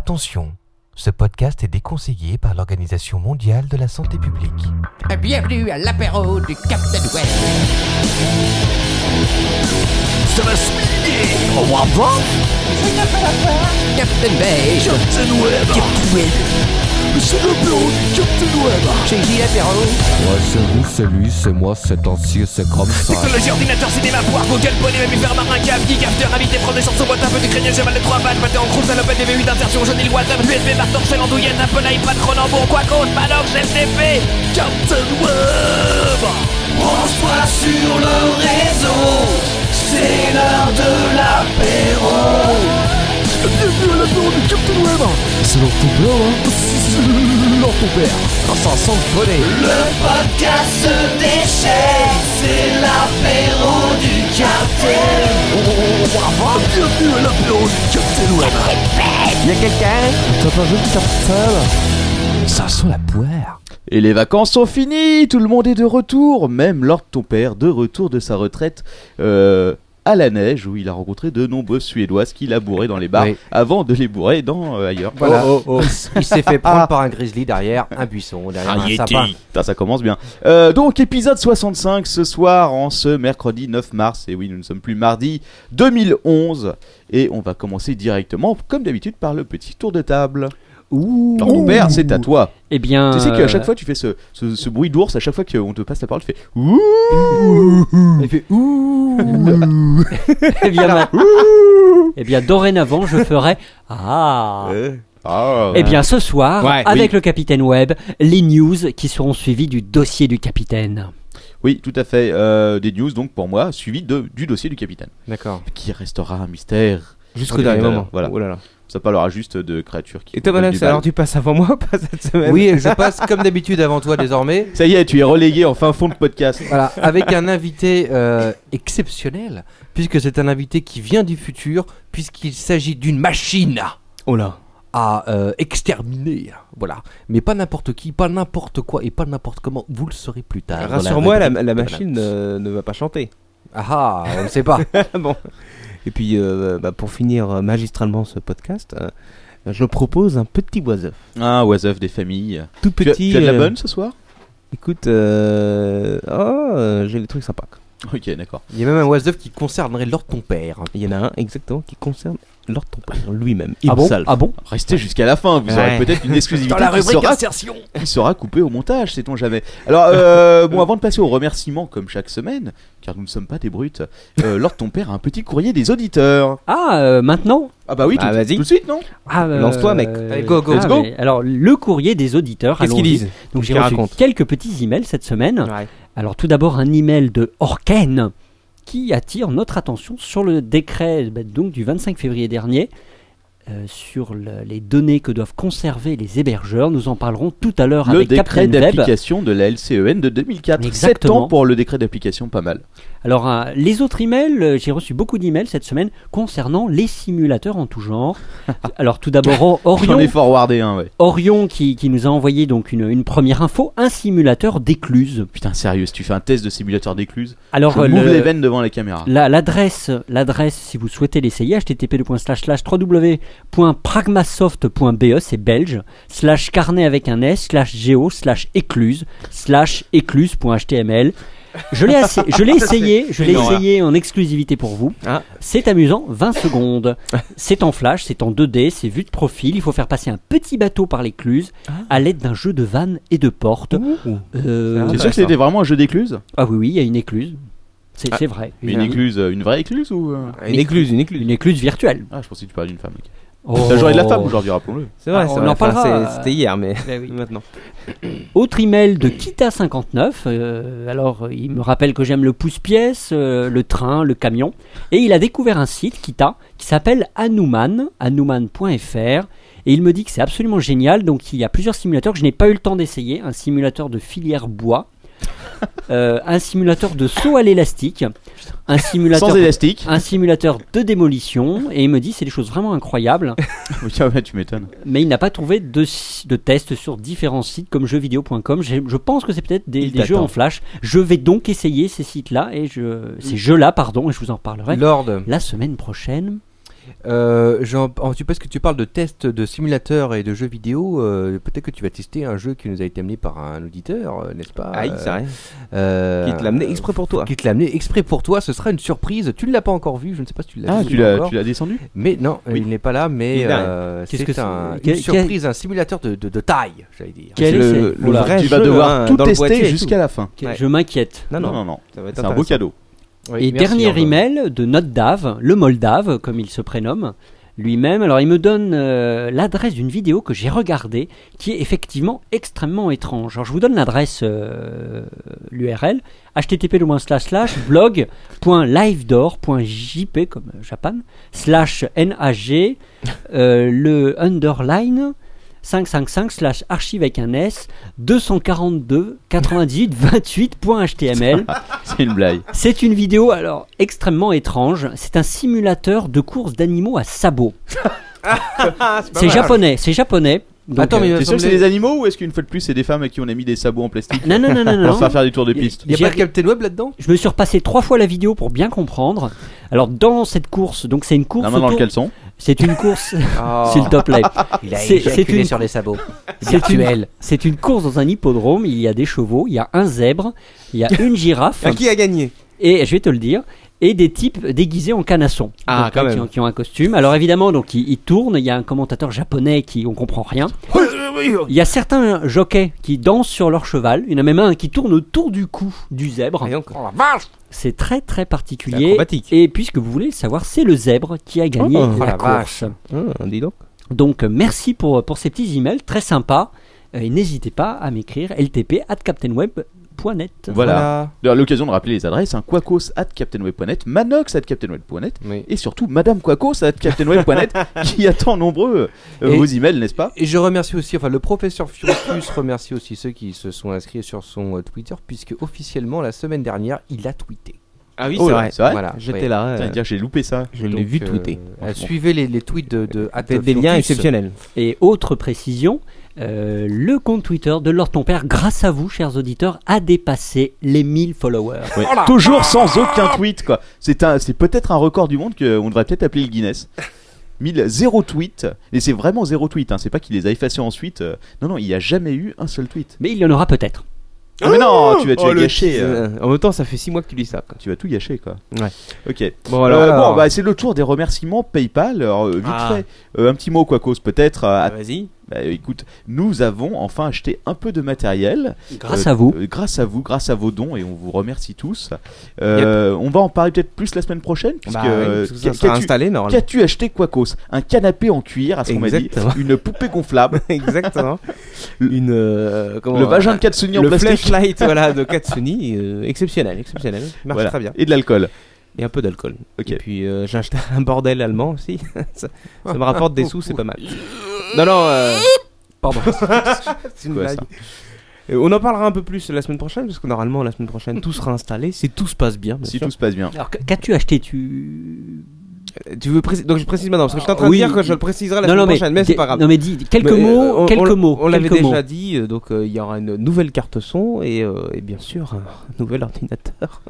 Attention, ce podcast est déconseillé par l'Organisation mondiale de la santé publique. Bienvenue à l'apéro du Captain Web. Ça va se miner Au revoir, bon Captain Bay. Captain Web Captain Web C'est le bureau du Captain Web Chez qui l'apéro Moi, c'est vous, c'est lui, c'est moi, c'est ancien, c'est comme ça. Technologie, ordinateur, cinéma, poire, Google, poney, mammifère, marin, cave, geek, after, invité, prenez sur son boîte, un peu de craigneux, cheval de trois pattes, pâté en croûte, salopette, DV8, d'insertion, jaune, WhatsApp, USB, marteau, sel, andouillette, Apple, iPad, Cronenbourg, Quacos, Manox, FTP, Captain Web Branche-toi sur le réseau, c'est l'heure de l'apéro Bienvenue à l'apéro du Captain Web C'est leur ton père, hein C'est leur ton père ça sent le bonnet. podcast se déchaîne, c'est l'apéro du Captain. Oh, bravo, bienvenue à l'apéro du Captain Web. Ça sent la poire. Et les vacances sont finies, tout le monde est de retour, même Lord ton père de retour de sa retraite euh, à la neige où il a rencontré de nombreuses Suédoises qu'il a bourrées dans les bars Oui. avant de les bourrer dans euh, ailleurs. Voilà. Oh, Il s'est fait Ah. prendre par un grizzly derrière un buisson, derrière un, sapin. Putain, ça commence bien. Euh, donc épisode 65 ce soir en ce mercredi 9 mars. Et oui, nous ne sommes plus mardi 2011 et on va commencer directement comme d'habitude par le petit tour de table. Ouh. Ton père, c'est à toi. Eh bien. Tu sais qu'à euh, chaque fois tu fais ce, ce, ce bruit d'ours, à chaque fois qu'on te passe la parole, tu fais Ouh Il fait ouh. eh bien, ma- eh bien, dorénavant, je ferai. Ah. Ah, Eh bien, ce soir, Ouais. avec le capitaine Webb, les news qui seront suivies du dossier du capitaine. Oui, tout à fait. Euh, des news, donc, pour moi, suivi de, du dossier du capitaine. D'accord. Qui restera un mystère. Jusqu'au dernier moment. Voilà. Oh là là. Ça parlera juste de créatures qui. Et toi, Madame, Manox, alors tu passes avant moi ou pas cette semaine Oui, je passe comme d'habitude avant toi désormais. Ça y est, tu es relégué en fin fond de podcast. Voilà, avec un invité euh, exceptionnel, puisque c'est un invité qui vient du futur, puisqu'il s'agit d'une machine Oh là. à euh, exterminer. Voilà, mais pas n'importe qui, pas n'importe quoi et pas n'importe comment. Vous le saurez plus tard. dans la Rassure-moi, la, rubrique. la Voilà. machine euh, ne va pas chanter. Ah, ah, on ne sait pas. bon. Et puis, euh, bah, pour finir euh, magistralement ce podcast, euh, je propose un petit oiseuf. Ah, Oiseuf des familles. Tout Tu as- petit. tu as, de la euh, bonne ce soir Écoute, euh, oh, euh, j'ai des trucs sympas. quoi. Ok, d'accord. Il y a même un oiseau qui concernerait l'ordre de ton père. Il y en a un exactement qui concerne Lord ton père lui-même. Il ah bon salve. Ah bon Restez jusqu'à la fin, vous aurez Ouais. peut-être une exclusivité Dans la qui, rubrique sera, insertion qui sera coupée au montage, sait-on jamais. Alors, euh, bon, avant de passer aux remerciements, comme chaque semaine, car nous ne sommes pas des brutes, euh, Lord ton père a un petit courrier des auditeurs. Ah, euh, maintenant Ah, bah oui, tout, Ah, vas-y. tout de suite, non Ah, euh, Lance-toi, mec. Allez, go, go, ah, let's go. mais Alors, le courrier des auditeurs. Qu'est-ce qu'ils allons-y. disent Donc, j'ai Qu'ils reçu racontent. quelques petits emails cette semaine. Ouais. Alors, tout d'abord, un email de Orken qui attire notre attention sur le décret bah, donc, du 25 février dernier euh, sur le- les données que doivent conserver les hébergeurs. Nous en parlerons tout à l'heure le avec décret Captain Web. d'application de la LCEN de 2004. 7 Exactement. ans pour le décret d'application, pas mal. Alors, euh, les autres emails, euh, j'ai reçu beaucoup d'emails cette semaine concernant les simulateurs en tout genre. Alors, tout d'abord, Or- J'en ai Orion, forwardé un, ouais. Orion qui, qui nous a envoyé donc une, une première info, un simulateur d'écluse. Putain, sérieux, si tu fais un test de simulateur d'écluse, Alors, je euh, m'ouvre le- les veines devant la caméra. la- l'adresse, l'adresse, si vous souhaitez l'essayer, http://www.pragmasoft.be, c'est belge, slash carnet avec un S, slash géo, slash écluse, slash écluse.html. Je l'ai assez- je l'ai essayé, je l'ai énorme, essayé en exclusivité pour vous. Ah. C'est amusant, 20 secondes. C'est en flash, c'est en 2D, c'est vu de profil. Il faut faire passer un petit bateau par l'écluse à l'aide d'un jeu de vannes et de portes. Euh, C'est sûr que c'était vraiment un jeu d'écluse ah oui, oui, il y a une écluse. C'est c'est vrai. Ah. Mais une écluse, euh, une vraie écluse ou. euh Une écluse, une écluse. Une écluse virtuelle. Ah, je pensais que tu parlais d'une femme. ok. Oh. C'est la journée de la femme aujourd'hui, rappelons-le. C'est vrai, Ah, c'est on vrai. en Enfin, parlera. c'est- C'était hier, mais maintenant. Autre email de Kita59. euh, alors, il me rappelle que j'aime le pouce-pièce, euh, le train, le camion. Et il a découvert un site, Kita, qui s'appelle Hanuman, hanuman.fr. Et il me dit que c'est absolument génial. Donc, il y a plusieurs simulateurs que je n'ai pas eu le temps d'essayer. Un simulateur de filière bois, euh, un simulateur de saut à l'élastique, un simulateur. Sans élastique. un simulateur de démolition et il me dit c'est des choses vraiment incroyables Tiens, ah ouais, tu m'étonnes. mais il n'a pas trouvé de, de test sur différents sites comme jeuxvideo.com. J'ai- Je pense que c'est peut-être des, Il des jeux t'attend. en flash. Je vais donc essayer ces sites-là et je, ces jeux-là, pardon, et je vous en parlerai Lord. la semaine prochaine. Euh, j'en- en- tu- parce que tu parles de tests de simulateurs et de jeux vidéo, euh, peut-être que tu vas tester un jeu qui nous a été amené par un auditeur, euh, n'est-ce pas Ah, Aïe, euh, c'est vrai. euh, Qui te l'a amené exprès pour toi. qui te l'a amené exprès pour toi, ce sera une surprise. Tu ne l'as pas encore vu, je ne sais pas si tu l'as Ah, vu. tu l'as, encore. tu l'as descendu Mais non, Oui. il n'est pas là, mais Il est là. euh, Qu'est-ce c'est que c'est un- Quel- une surprise, un simulateur de, de- de taille, j'allais dire. Quel C'est est ce- le, le Oula, vrai Tu vas jeu, hein, devoir tout dans le boîtier et tester tout. jusqu'à la fin. Ok, Ouais. Je m'inquiète. Non, Non, non, non, non. ça va être C'est un intéressant. beau cadeau. Oui, Et merci, dernier Jordan. email de notre Dave, le Moldave, comme il se prénomme lui-même. Alors il me donne euh, l'adresse d'une vidéo que j'ai regardée, qui est effectivement extrêmement étrange. Alors je vous donne l'adresse, euh, l'URL, http://blog.livedor.jp, comme euh, Japan, slash NAG, euh, le underline 555 slash archive avec un S 242 98 28.html C'est une blague. c'est une vidéo alors extrêmement étrange. C'est un simulateur de course d'animaux à sabots. Ah, c'est japonais, c'est japonais. Donc, euh, Attends, mais il T'es m'a sûr que c'est semblé- des animaux ou est-ce qu'une fois de plus c'est des femmes à qui on a mis des sabots en plastique euh, non non non non pour se non. faire faire du tour de Il- piste Il n'y a J'ai- pas de Captain Web là-dedans Je me suis repassé trois fois la vidéo pour bien comprendre. Alors dans cette course, donc c'est une course, La main dans le autour- caleçon. c'est une course, s'il te plaît. Oh. Il a C'est- c'est éjaculé une- sur les sabots. C'est une, Virtuel. c'est une course dans un hippodrome. Il y a des chevaux, il y a un zèbre, il y a une girafe. Enfin, qui a gagné et je vais te le dire, et des types déguisés en canasson. Donc, Ah, euh, quand qui, même. ont- qui ont un costume. Alors évidemment, donc ils, ils tournent, il y a un commentateur japonais qui on comprend rien. Il y a certains jockeys qui dansent sur leur cheval, il y en a même un qui tourne autour du cou du zèbre. Et encore. C'est très très C'est particulier. acrobatique. Et puisque vous voulez le savoir, c'est le zèbre qui a gagné Oh, la, la course. Ah, dis donc. Donc euh, merci pour, pour ces petits emails, très sympas. Euh, Et n'hésitez pas à m'écrire ltp at captainweb.net. Voilà. D'ailleurs, L'occasion de rappeler les adresses hein, Quacos at CaptainWeb.net, Manox at CaptainWeb.net Oui. et surtout Madame Quacos at CaptainWeb.net qui attend nombreux euh, Et- vos emails, n'est-ce pas Et je remercie aussi, enfin le professeur Furtus remercie aussi ceux qui se sont inscrits sur son euh, Twitter, puisque officiellement la semaine dernière, il a tweeté. Ah oui, Oh là, c'est vrai Voilà, J'étais ouais. là. euh, Putain, dire, J'ai loupé ça. je Donc, l'ai vu euh, tweeter. euh, franchement. suivez les, les tweets de, de at Peut-être des liens Furtus. exceptionnels. Et autre précision, euh, le compte Twitter de Lord Ton Père, grâce à vous, chers auditeurs, a dépassé les 1000 followers. Ouais. Toujours sans aucun tweet, quoi. C'est un- c'est peut-être un record du monde qu'on devrait peut-être appeler le Guinness. 1000, zéro tweet, et c'est vraiment zéro tweet, hein, c'est pas qu'il les a effacés ensuite. euh, non, non, il n'y a jamais eu un seul tweet. Mais il y en aura peut-être. Ah, mais non, tu vas, tu Oh, vas le gâcher. tease. euh, En même temps, ça fait 6 mois que tu lis ça. quoi. tu vas tout gâcher, quoi. Ouais. Ok. Bon, Euh, alors. alors, bon, bah, c'est le tour des remerciements PayPal. Alors, euh, vite Ah. fait, euh, un petit mot, quoi cause peut-être. euh, à- Vas-y. bah, écoute, nous avons enfin acheté un peu de matériel. Grâce Euh, à vous. euh, grâce à vous, grâce à vos dons, et on vous remercie tous. Euh, On va en parler peut-être plus la semaine prochaine, puisque Bah, oui, euh, parce que qu'a- ça sera qu'as-tu- installé normalement. qu'as-tu acheté Quacos Un canapé en cuir, à ce qu'on m'a dit, Exactement. une poupée gonflable, Exactement. Une. euh, comment, le euh, vagin de Katsuni en le plastique. flashlight voilà, de Katsuni, euh, exceptionnel, exceptionnel, marche Voilà. très bien. Et de l'alcool. Et un peu d'alcool. Ok. Et puis euh, j'ai acheté un bordel allemand aussi, ça, ça me rapporte des sous, c'est pas mal. Non, non, euh, Pardon. c'est une Quoi, blague. ça Et Euh, on en parlera un peu plus la semaine prochaine, parce que normalement la semaine prochaine tout sera installé, si tout se passe bien. bien Si sûr. tout se passe bien. Alors, qu- qu'as-tu acheté tu... Euh, Tu veux préciser- Donc je précise maintenant, parce que je suis en train Oui. de dire que je le préciserai non, la semaine non, mais, prochaine, mais c'est des- pas grave. non, mais dis quelques Mais, mots. euh, on- quelques on- mots. On l'avait quelques déjà mots. dit, euh, donc euh, il y aura une nouvelle carte son et, euh, et bien sûr un nouvel ordinateur.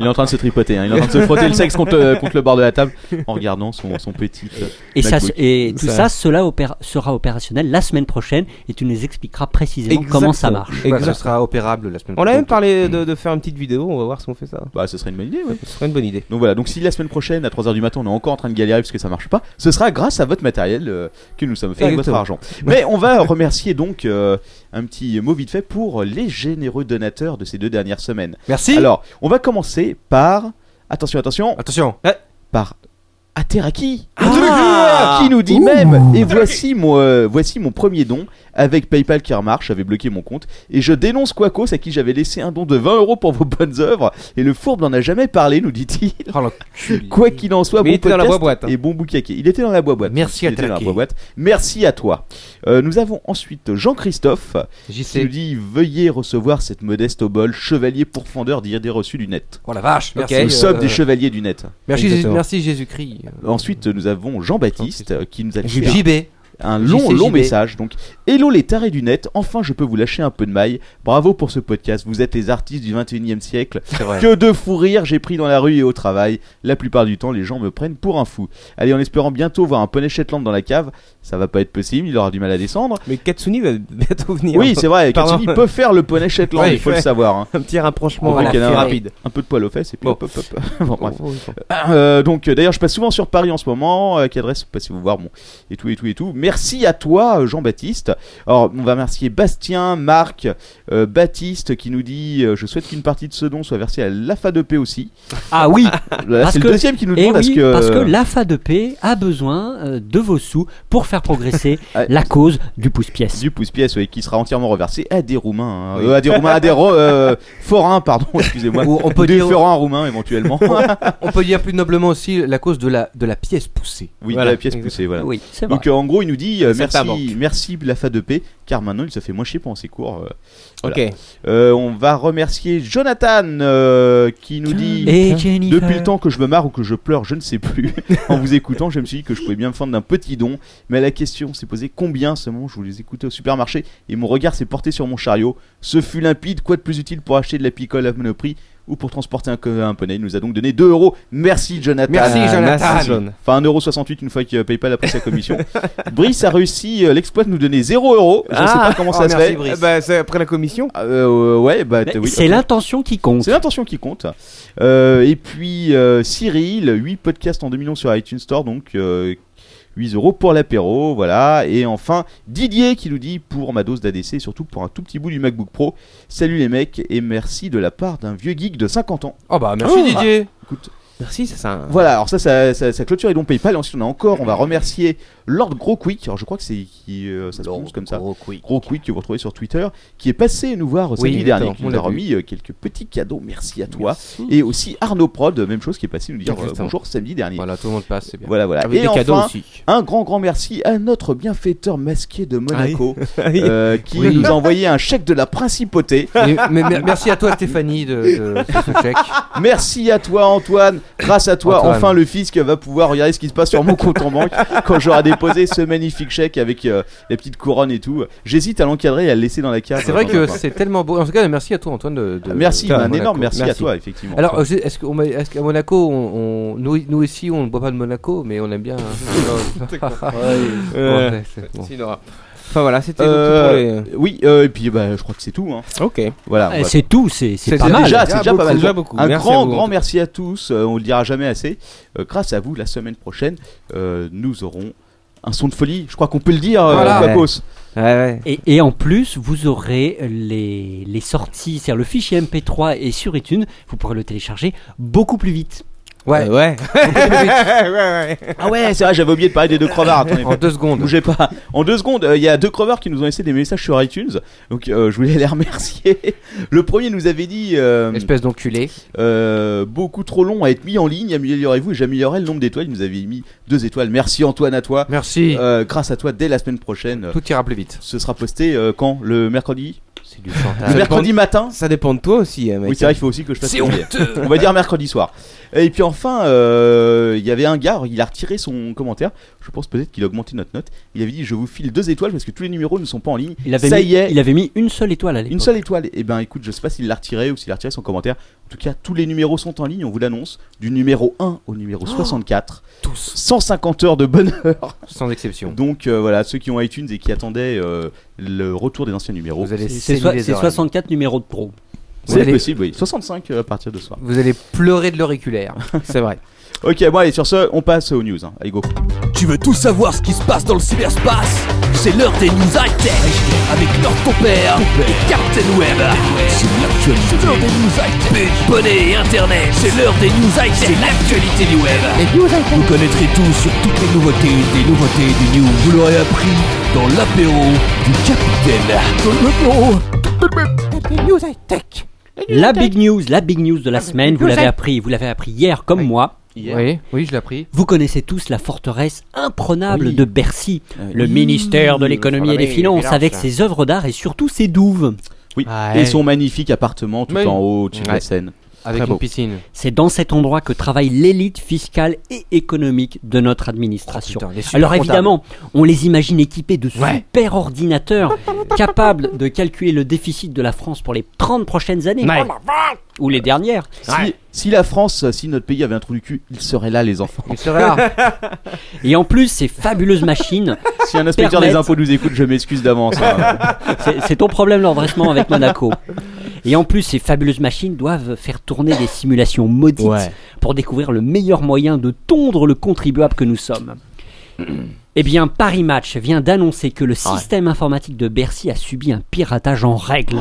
Il est en train de se tripoter, hein, il est en train de se frotter le sexe contre, euh, contre le bord de la table en regardant son, son petit. euh, Et, ça, MacBook. et tout Bah, ça, Ça- cela opéra- sera opérationnel la semaine prochaine et tu nous expliqueras précisément comment ça Exactement. marche. Bah, Exact. ça sera opérable la semaine On a prochaine. même parlé de, de faire une petite vidéo, on va voir si on fait ça. Bah, ce serait une bonne idée, oui. Ce serait une bonne idée. Donc voilà, donc si la semaine prochaine à 3h du matin on est encore en train de galérer parce que ça marche pas, ce sera grâce à votre matériel euh, que nous sommes faits avec votre Exactement. argent. Mais on va remercier donc euh, un petit mot vite fait pour les généreux donateurs de ces deux dernières semaines. Merci. Alors, on va commencer par attention attention, Attention. par Ateraki Ah qui nous dit même et voici mon euh, voici mon premier don avec PayPal qui remarche, j'avais bloqué mon compte et je dénonce Quacos à qui j'avais laissé un don de 20 euros pour vos bonnes œuvres et le fourbe n'en a jamais parlé nous dit-il. Oh, l'enculé. Quoi qu'il en soit, Mais bon il était dans la podcast boîte, hein. et bon boucaquet. Il était dans la boîte. Merci à Taki. Merci à toi. Euh, nous avons ensuite Jean-Christophe J'y qui sais. nous dit Veuillez recevoir cette modeste obole, chevalier pourfendeur d'idées reçues du net. Oh la vache. Ok. Merci. Nous Et, sommes euh, des chevaliers du net. Merci, Jésus- Exactement. merci Jésus-Christ. Ensuite, nous avons Jean-Baptiste euh, qui nous a fait JB. un long, JCJB. long message. Donc, Hello les tarés du net, enfin je peux vous lâcher un peu de maille. Bravo pour ce podcast, vous êtes les artistes du 21 e siècle. Que de fou rire j'ai pris dans la rue et au travail. La plupart du temps, les gens me prennent pour un fou. Allez, en espérant bientôt voir un poney Shetland dans la cave, ça va pas être possible, il aura du mal à descendre. Mais Katsuni va bientôt venir. Oui, c'est vrai, Pardon. Katsuni peut faire le poney Shetland, Ouais, il faut ouais. le savoir. hein. un petit rapprochement On va la avec un faire. rapide. Un peu de poil aux fesses et puis Bon. hop, hop, hop. Bon, bref. Oh, Euh, donc euh, d'ailleurs je passe souvent sur Paris en ce moment, euh, quelle adresse passez-vous voir bon, et tout et tout et tout. Merci à toi euh, Jean-Baptiste. Alors on va remercier Bastien, Marc, euh, Baptiste qui nous dit euh, je souhaite qu'une partie de ce don soit versée à l'AFA2P aussi. Euh, Ah oui Là, Parce c'est que- le deuxième qui nous Et demande oui, parce parce que que l'AFA de paix a besoin euh, de vos sous pour faire progresser Ah, la cause du pouce-pièce. du pouce pièce qui sera entièrement reversé à des roumains, hein. Euh, à des roumains, à des Ro- euh, forains pardon, excusez-moi. Ou on peut des dire- forains roumains éventuellement. On peut dire plus noblement aussi la cause de la, de la pièce poussée. oui, Voilà. la pièce poussée voilà. Oui, c'est vrai. Donc euh, en gros, il nous dit euh, Ça merci, t'aborde. merci la fa de paix, car maintenant il se fait moins chier pendant ses cours. euh. Voilà. Ok. Euh, on va remercier Jonathan euh, qui nous dit. Et Jennifer. Depuis le temps que je me marre ou que je pleure, je ne sais plus. en vous écoutant, je me suis dit que je pouvais bien me fendre d'un petit don. Mais la question s'est posée combien seulement je voulais écouter au supermarché et mon regard s'est porté sur mon chariot. Ce fut limpide, quoi de plus utile pour acheter de la picole à Monoprix ou pour transporter un, co- un poney. Il nous a donc donné 2 euros. Merci Jonathan. Merci, Ah, Jonathan. merci, John. Enfin, 1,68€ une fois que euh, PayPal a pris sa commission. Brice a réussi euh, l'exploit de nous donner 0€. euro. Je ne sais Ah, pas oh, comment ça se fait. Eh ben, c'est après la commission. Euh, ouais, bah Mais t- oui. c'est l'intention qui compte. C'est l'intention qui compte. Euh, et puis euh, Cyril, 8 podcasts en 2 millions sur iTunes Store, donc euh, 8 euros pour l'apéro, voilà. Et enfin Didier qui nous dit pour ma dose d'ADC et surtout pour un tout petit bout du MacBook Pro. Salut les mecs et merci de la part d'un vieux geek de 50 ans. Oh bah merci Oh. Didier. Merci, c'est ça. hein. Voilà, alors ça, ça, ça, ça clôture et donc PayPal. Et ensuite on a encore, on va remercier Lord Gros Quick. Alors je crois que c'est qui euh, ça se prononce comme ça. Gros Quick que vous retrouvez sur Twitter, qui est passé nous voir euh, Oui, samedi exactement, dernier, qui on nous l'a a vu. remis euh, quelques petits cadeaux. Merci à toi. Et aussi Arnaud Prod, même chose, qui est passé nous dire euh, Exactement. bonjour samedi dernier. Voilà, Voilà, tout le monde passe, c'est bien. voilà. Avec et des enfin, cadeaux aussi. un grand, grand merci à notre bienfaiteur masqué de Monaco, Ah oui. euh, qui Oui. nous a envoyé un chèque de la principauté. Et- mais, mais- merci à toi Stéphanie de, de- de ce chèque. Merci à toi, Antoine. Grâce à toi, Antoine. enfin, le fisc va pouvoir regarder ce qui se passe sur mon compte en banque quand j'aurai déposé ce magnifique chèque avec euh, les petites couronnes et tout. J'hésite à l'encadrer et à le laisser dans la cave. C'est vrai Dans que un coin. c'est tellement beau. En tout cas, merci à toi Antoine de. de- Merci, de un Monaco. énorme merci, à toi, effectivement. Alors, euh, je- est-ce qu'on m'a- est-ce qu'à Monaco, on, on- nous, nous ici, on ne boit pas de Monaco, mais on aime bien. Euh, Ouais, c'est bon. merci, Nora. Enfin voilà, c'était Euh, donc tout oui, euh, et puis bah, je crois que c'est tout. hein. pour les. Ok. Voilà. Eh, voilà. C'est tout, c'est c'est C'est pas mal. Déjà, c'est déjà pas beaucoup, mal. déjà beaucoup. Un Merci à grand, vous, en grand tout merci à tous. euh, on le dira jamais assez. Euh, grâce à vous, la semaine prochaine, euh, nous aurons un son de folie. Je crois qu'on peut le dire, euh, Voilà. Quacos. Ouais, ouais. Et, et en plus, vous aurez les, les sorties, c'est-à-dire le fichier MP3 et sur iTunes, vous pourrez le télécharger beaucoup plus vite. Ouais. Euh, ouais. ouais, ouais. Ah ouais, c'est vrai, j'avais oublié de parler des deux crevards. Attendez, En deux secondes. bougez pas. En deux secondes, euh, il y a deux crevards qui nous ont laissé des messages sur iTunes. Donc euh, je voulais les remercier. Le premier nous avait dit euh, Espèce d'enculé. euh, beaucoup trop long à être mis en ligne. Améliorez-vous et j'améliorerai le nombre d'étoiles. Il nous avait mis deux étoiles. Merci Antoine à toi. Merci. Euh, grâce à toi, dès la semaine prochaine, euh, Tout ira plus vite. ce sera posté euh, quand Le mercredi C'est du chantage. Le mercredi matin Ça dépend de toi aussi, euh, mec. Oui, c'est vrai, il faut aussi que je fasse C'est ce que je dis. honteux. On va dire mercredi soir. Et puis enfin, euh, il y avait un gars, il a retiré son commentaire. Je pense peut-être qu'il a augmenté notre note. Il avait dit Je vous file deux étoiles parce que tous les numéros ne sont pas en ligne. Il avait, Ça mis, y est, il avait mis une seule étoile à l'époque. une seule étoile. Et ben écoute, je sais pas s'il l'a retiré ou s'il a retiré son commentaire. En tout cas, tous les numéros sont en ligne, on vous l'annonce. Du numéro 1 au numéro 64. Oh, Tous. 150 heures de bonheur. Sans exception. Donc euh, voilà, ceux qui ont iTunes et qui attendaient euh, le retour des anciens numéros. Vous allez C'est- C'est saigner soi- les c'est oreilles. 64 numéros de pro. Vous C'est allez- possible, oui. 65 euh, à partir de ce soir. Vous allez pleurer de l'auriculaire. c'est vrai. Ok, bon, allez, sur ce, on passe aux news. hein. Allez, go. Tu veux tout savoir ce qui se passe dans le cyberspace C'est l'heure des news high-tech avec Lord ton père et Captain Web. C'est l'actualité. C'est l'heure des news high-tech. Bonnet et Internet. C'est l'heure des news high-tech. C'est l'actualité du web. Vous connaîtrez tout sur toutes les nouveautés, des nouveautés du news. Vous l'aurez appris dans l'apéro du capitaine. La big news, la big news Ah, de la semaine, vous l'avez appris, vous l'avez appris hier comme moi. Oui, oui, je l'ai pris. Vous connaissez tous la forteresse imprenable Oui. de Bercy, le ministère de l'économie et des finances, avec hein. ses œuvres d'art et surtout ses douves. Oui. Ah, et ouais. son magnifique appartement tout Oui. en haut au-dessus de la Ouais. scène. Avec Très une beau. piscine. C'est dans cet endroit que travaille l'élite fiscale et économique de notre administration. Oh, Putain, les super Alors comptables. évidemment, on les imagine équipés de Ouais. super ordinateurs capables de calculer le déficit de la France pour les 30 prochaines années Ouais. ou les dernières. Si, si la France, euh, si notre pays avait un trou du cul, il serait là, les enfants. Il serait là. Et en plus, ces fabuleuses machines, Si un inspecteur des Permettre. impôts nous écoute, je m'excuse d'avance. hein. c'est c'est ton problème l'endressement avec Monaco. Et en plus, ces fabuleuses machines doivent faire tourner des simulations maudites Ouais. pour découvrir le meilleur moyen de tondre le contribuable que nous sommes. Eh bien, Paris Match vient d'annoncer que le système informatique de Bercy a subi un piratage en règle.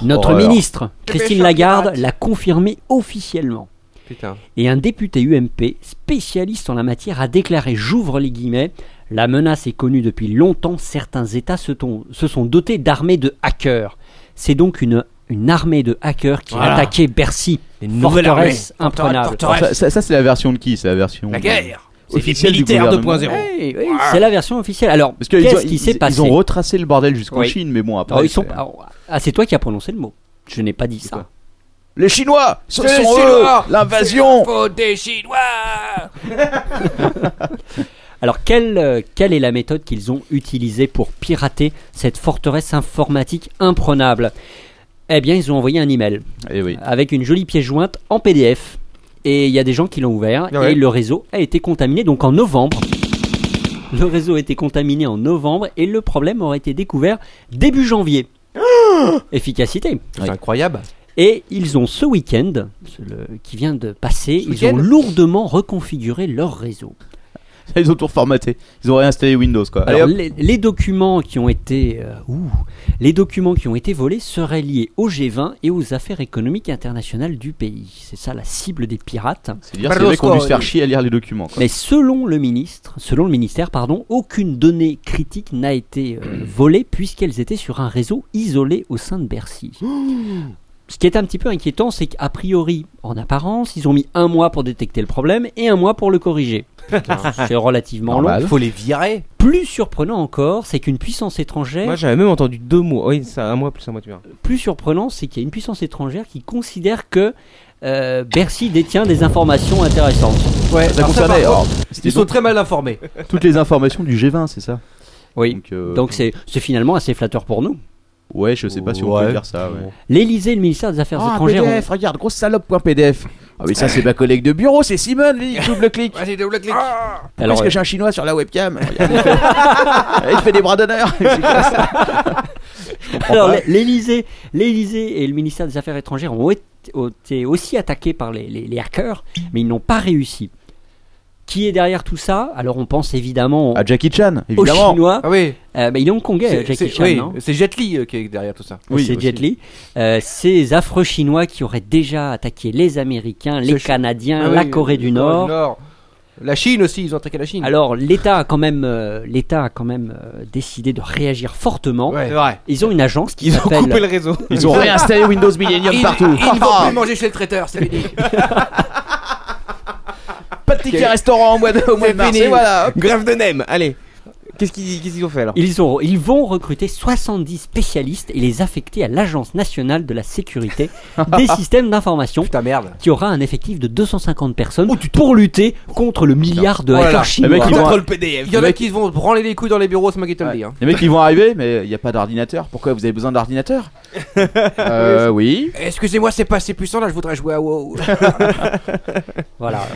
Notre Oh là là. ministre, Christine Lagarde, l'a confirmé officiellement. Putain. Et un député UMP, spécialiste en la matière, a déclaré, j'ouvre les guillemets, la menace est connue depuis longtemps, certains États se, ton- se sont dotés d'armées de hackers. C'est donc une, une armée de hackers qui a attaqué Bercy, Une forteresse imprenable. Ça, ça- ça, c'est la version de qui C'est la version La guerre C'est officielle du militaire gouvernement. 2.0. Ouais, ouais, C'est la version officielle. Alors, Parce que ils ont- qu'est-ce qui ils- s'est passé Ils ont retracé le bordel jusqu'en Oui. Chine, mais bon, après. Alors, ils sont... c'est- alors, Ah, c'est toi qui as prononcé le mot. Je n'ai pas dit ça. Les Chinois Ce C'est les sont eux Chinois L'invasion Faute des Chinois Alors, quelle, euh, quelle est la méthode qu'ils ont utilisée pour pirater cette forteresse informatique imprenable Eh bien, ils ont envoyé un email Eh oui. avec une jolie pièce jointe en PDF. Et il y a des gens qui l'ont ouvert Ouais. et le réseau a été contaminé. Donc en novembre, le réseau a été contaminé en novembre et le problème aurait été découvert début janvier. Efficacité. C'est incroyable. Et ils ont ce week-end, ce- le- qui vient de passer, ils ont lourdement reconfiguré leur réseau. Ils ont tout reformaté. Ils ont réinstallé Windows, quoi. Alors, les, les documents qui ont été, euh, ouh, les documents qui ont été volés seraient liés au G20 et aux affaires économiques internationales du pays. C'est ça la cible des pirates. C'est dire, c'est les mecs qui ont dû se faire chier à lire les documents, quoi. Mais selon le ministre, selon le ministère, pardon, aucune donnée critique n'a été euh, volée puisqu'elles étaient sur un réseau isolé au sein de Bercy. Oh Ce qui est un petit peu inquiétant, c'est qu'a priori, en apparence, ils ont mis un mois pour détecter le problème et un mois pour le corriger. c'est relativement long. Il faut les virer. Plus surprenant encore, c'est qu'une puissance étrangère Moi j'avais même entendu deux mots. Oui, ça, un mois plus un mois, tu vois. plus surprenant, c'est qu'il y a une puissance étrangère qui considère que euh, Bercy détient des informations intéressantes. Ouais. Ça concernait. alors, Ils C'était sont donc très mal informés. toutes les informations du G20, c'est ça Oui. Donc, euh, Donc c'est c'est finalement assez flatteur pour nous. Ouais, je sais pas si on Ouais. peut dire ça. Ouais. L'Elysée et le ministère des Affaires étrangères ont- regarde, grosse salope.pdf. Ah oui, ça c'est ma collègue de bureau, c'est Simone, lui, double clic. Vas-y, double clic Ah. Alors, j'ai un chinois sur la webcam Il fait des bras d'honneur. alors, l'Élysée, l'Élysée et le ministère des Affaires étrangères ont été- ont été aussi attaqués par les, les- les hackers, mais ils n'ont pas réussi. Qui est derrière tout ça Alors on pense évidemment À Jackie Chan, aux évidemment. Chinois. Ah oui. Euh, bah, il est hongkongais, Jackie Chan. oui, hein. c'est Jet Li euh, qui est derrière tout ça. Oui, c'est aussi. Jet Li. Euh, ces affreux Chinois qui auraient déjà attaqué les Américains, les Ce chi- Canadiens, Ah oui, la Corée du la Nord. La Chine aussi, ils ont attaqué la Chine. Alors l'État a quand même, euh, l'État a quand même euh, décidé de réagir fortement. Ouais. vrai. Ils ont une agence qui Ils ont s'appelle coupé le réseau. Ils ont réinstallé Windows Millennium Ils partout. Ah, ils ne vont Ah. plus manger chez le traiteur, c'est fini Pas de ticket restaurant au mois de, au mois de mars. fini. et voilà. Grève de Nem, allez. Qu'est-ce qu'ils qu'est-ce qu'ils ont fait alors Ils, ont, ils vont recruter 70 spécialistes et les affecter à l'Agence nationale de la sécurité des systèmes d'information Putain merde. qui aura un effectif de 250 personnes Oh, pour lutter contre le milliard de Oh là là. hackers Les mecs, chinois. ils vont, Contrôle PDF. Il y en a mec- qui se vont branler les couilles dans les bureaux, c'est moi qui te le dis. hein. les mecs, ils vont arriver, mais il n'y a pas d'ordinateur. Pourquoi vous avez besoin d'ordinateur Euh, oui. Excusez-moi, c'est pas assez puissant là, je voudrais jouer à WoW Voilà.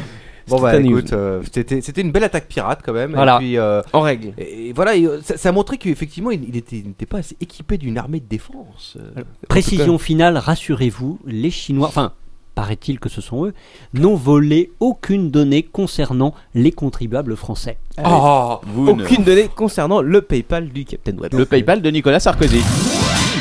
Bon bah C'était news. écoute, euh, c'était c'était une belle attaque pirate quand même. Voilà. Et puis euh, En règle. et voilà, et, euh, ça, ça montrait qu'effectivement il il était- il n'était pas assez équipé d'une armée de défense. euh. Précision finale, rassurez-vous, les Chinois, enfin, paraît-il que ce sont eux, n'ont volé aucune donnée concernant les contribuables français. Oh Vous ne- Aucune donnée concernant le PayPal du Captain Web. Le PayPal de Nicolas Sarkozy.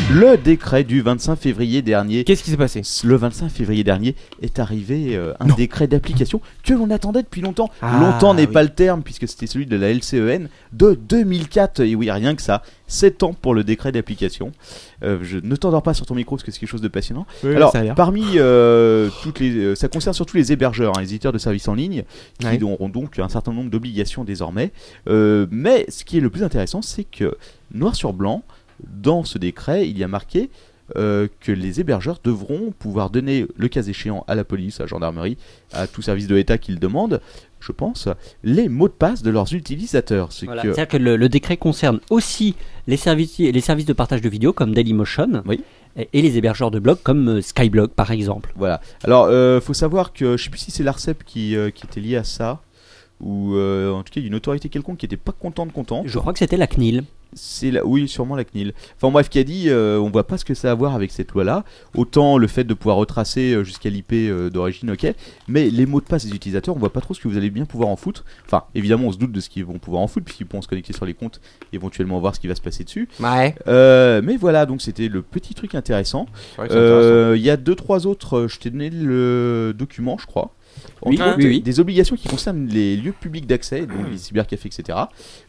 Le décret du 25 février dernier Qu'est-ce qui s'est passé Le 25 février dernier est arrivé euh, un décret d'application que l'on attendait depuis longtemps. Ah, longtemps n'est oui. pas le terme puisque c'était celui de la LCEN de 2004. Et oui, rien que ça. 7 ans pour le décret d'application. Euh, je ne t'endors pas sur ton micro parce que c'est quelque chose de passionnant. Alors, ça a l'air. parmi euh, toutes les, euh, ça concerne surtout les hébergeurs, hein, les éditeurs de services en ligne, qui Ouais. auront donc un certain nombre d'obligations désormais. Euh, mais ce qui est le plus intéressant, c'est que noir sur blanc, dans ce décret, il y a marqué euh, que les hébergeurs devront pouvoir donner, le cas échéant, à la police, à la gendarmerie, à tout service de l'État qu'ils demandent, je pense, les mots de passe de leurs utilisateurs. Ce Voilà. que- C'est-à-dire que le, le décret concerne aussi les services, les services de partage de vidéos comme Dailymotion Oui. et, et les hébergeurs de blogs comme euh, Skyblog par exemple. Voilà. Alors, euh, faut savoir que je sais plus si c'est l'ARCEP qui, euh, qui était lié à ça, ou euh, en tout cas une autorité quelconque qui était pas contente, content. Je crois que c'était la CNIL. C'est la... Oui, sûrement la CNIL. Enfin bref, qui a dit, euh, on voit pas ce que ça a à voir avec cette loi-là. Autant le fait de pouvoir retracer euh, jusqu'à l'IP euh, d'origine, ok. Mais les mots de passe des utilisateurs, on voit pas trop ce que vous allez bien pouvoir en foutre. Enfin, évidemment, on se doute de ce qu'ils vont pouvoir en foutre, puisqu'ils pourront se connecter sur les comptes, et éventuellement voir ce qui va se passer dessus. Ouais. Euh, mais voilà, donc c'était le petit truc intéressant. Euh, Il y a deux trois autres. euh, Je t'ai donné le document, je crois. En Oui, gros, oui, oui. Des obligations qui concernent les lieux publics d'accès, donc les cybercafés, etc.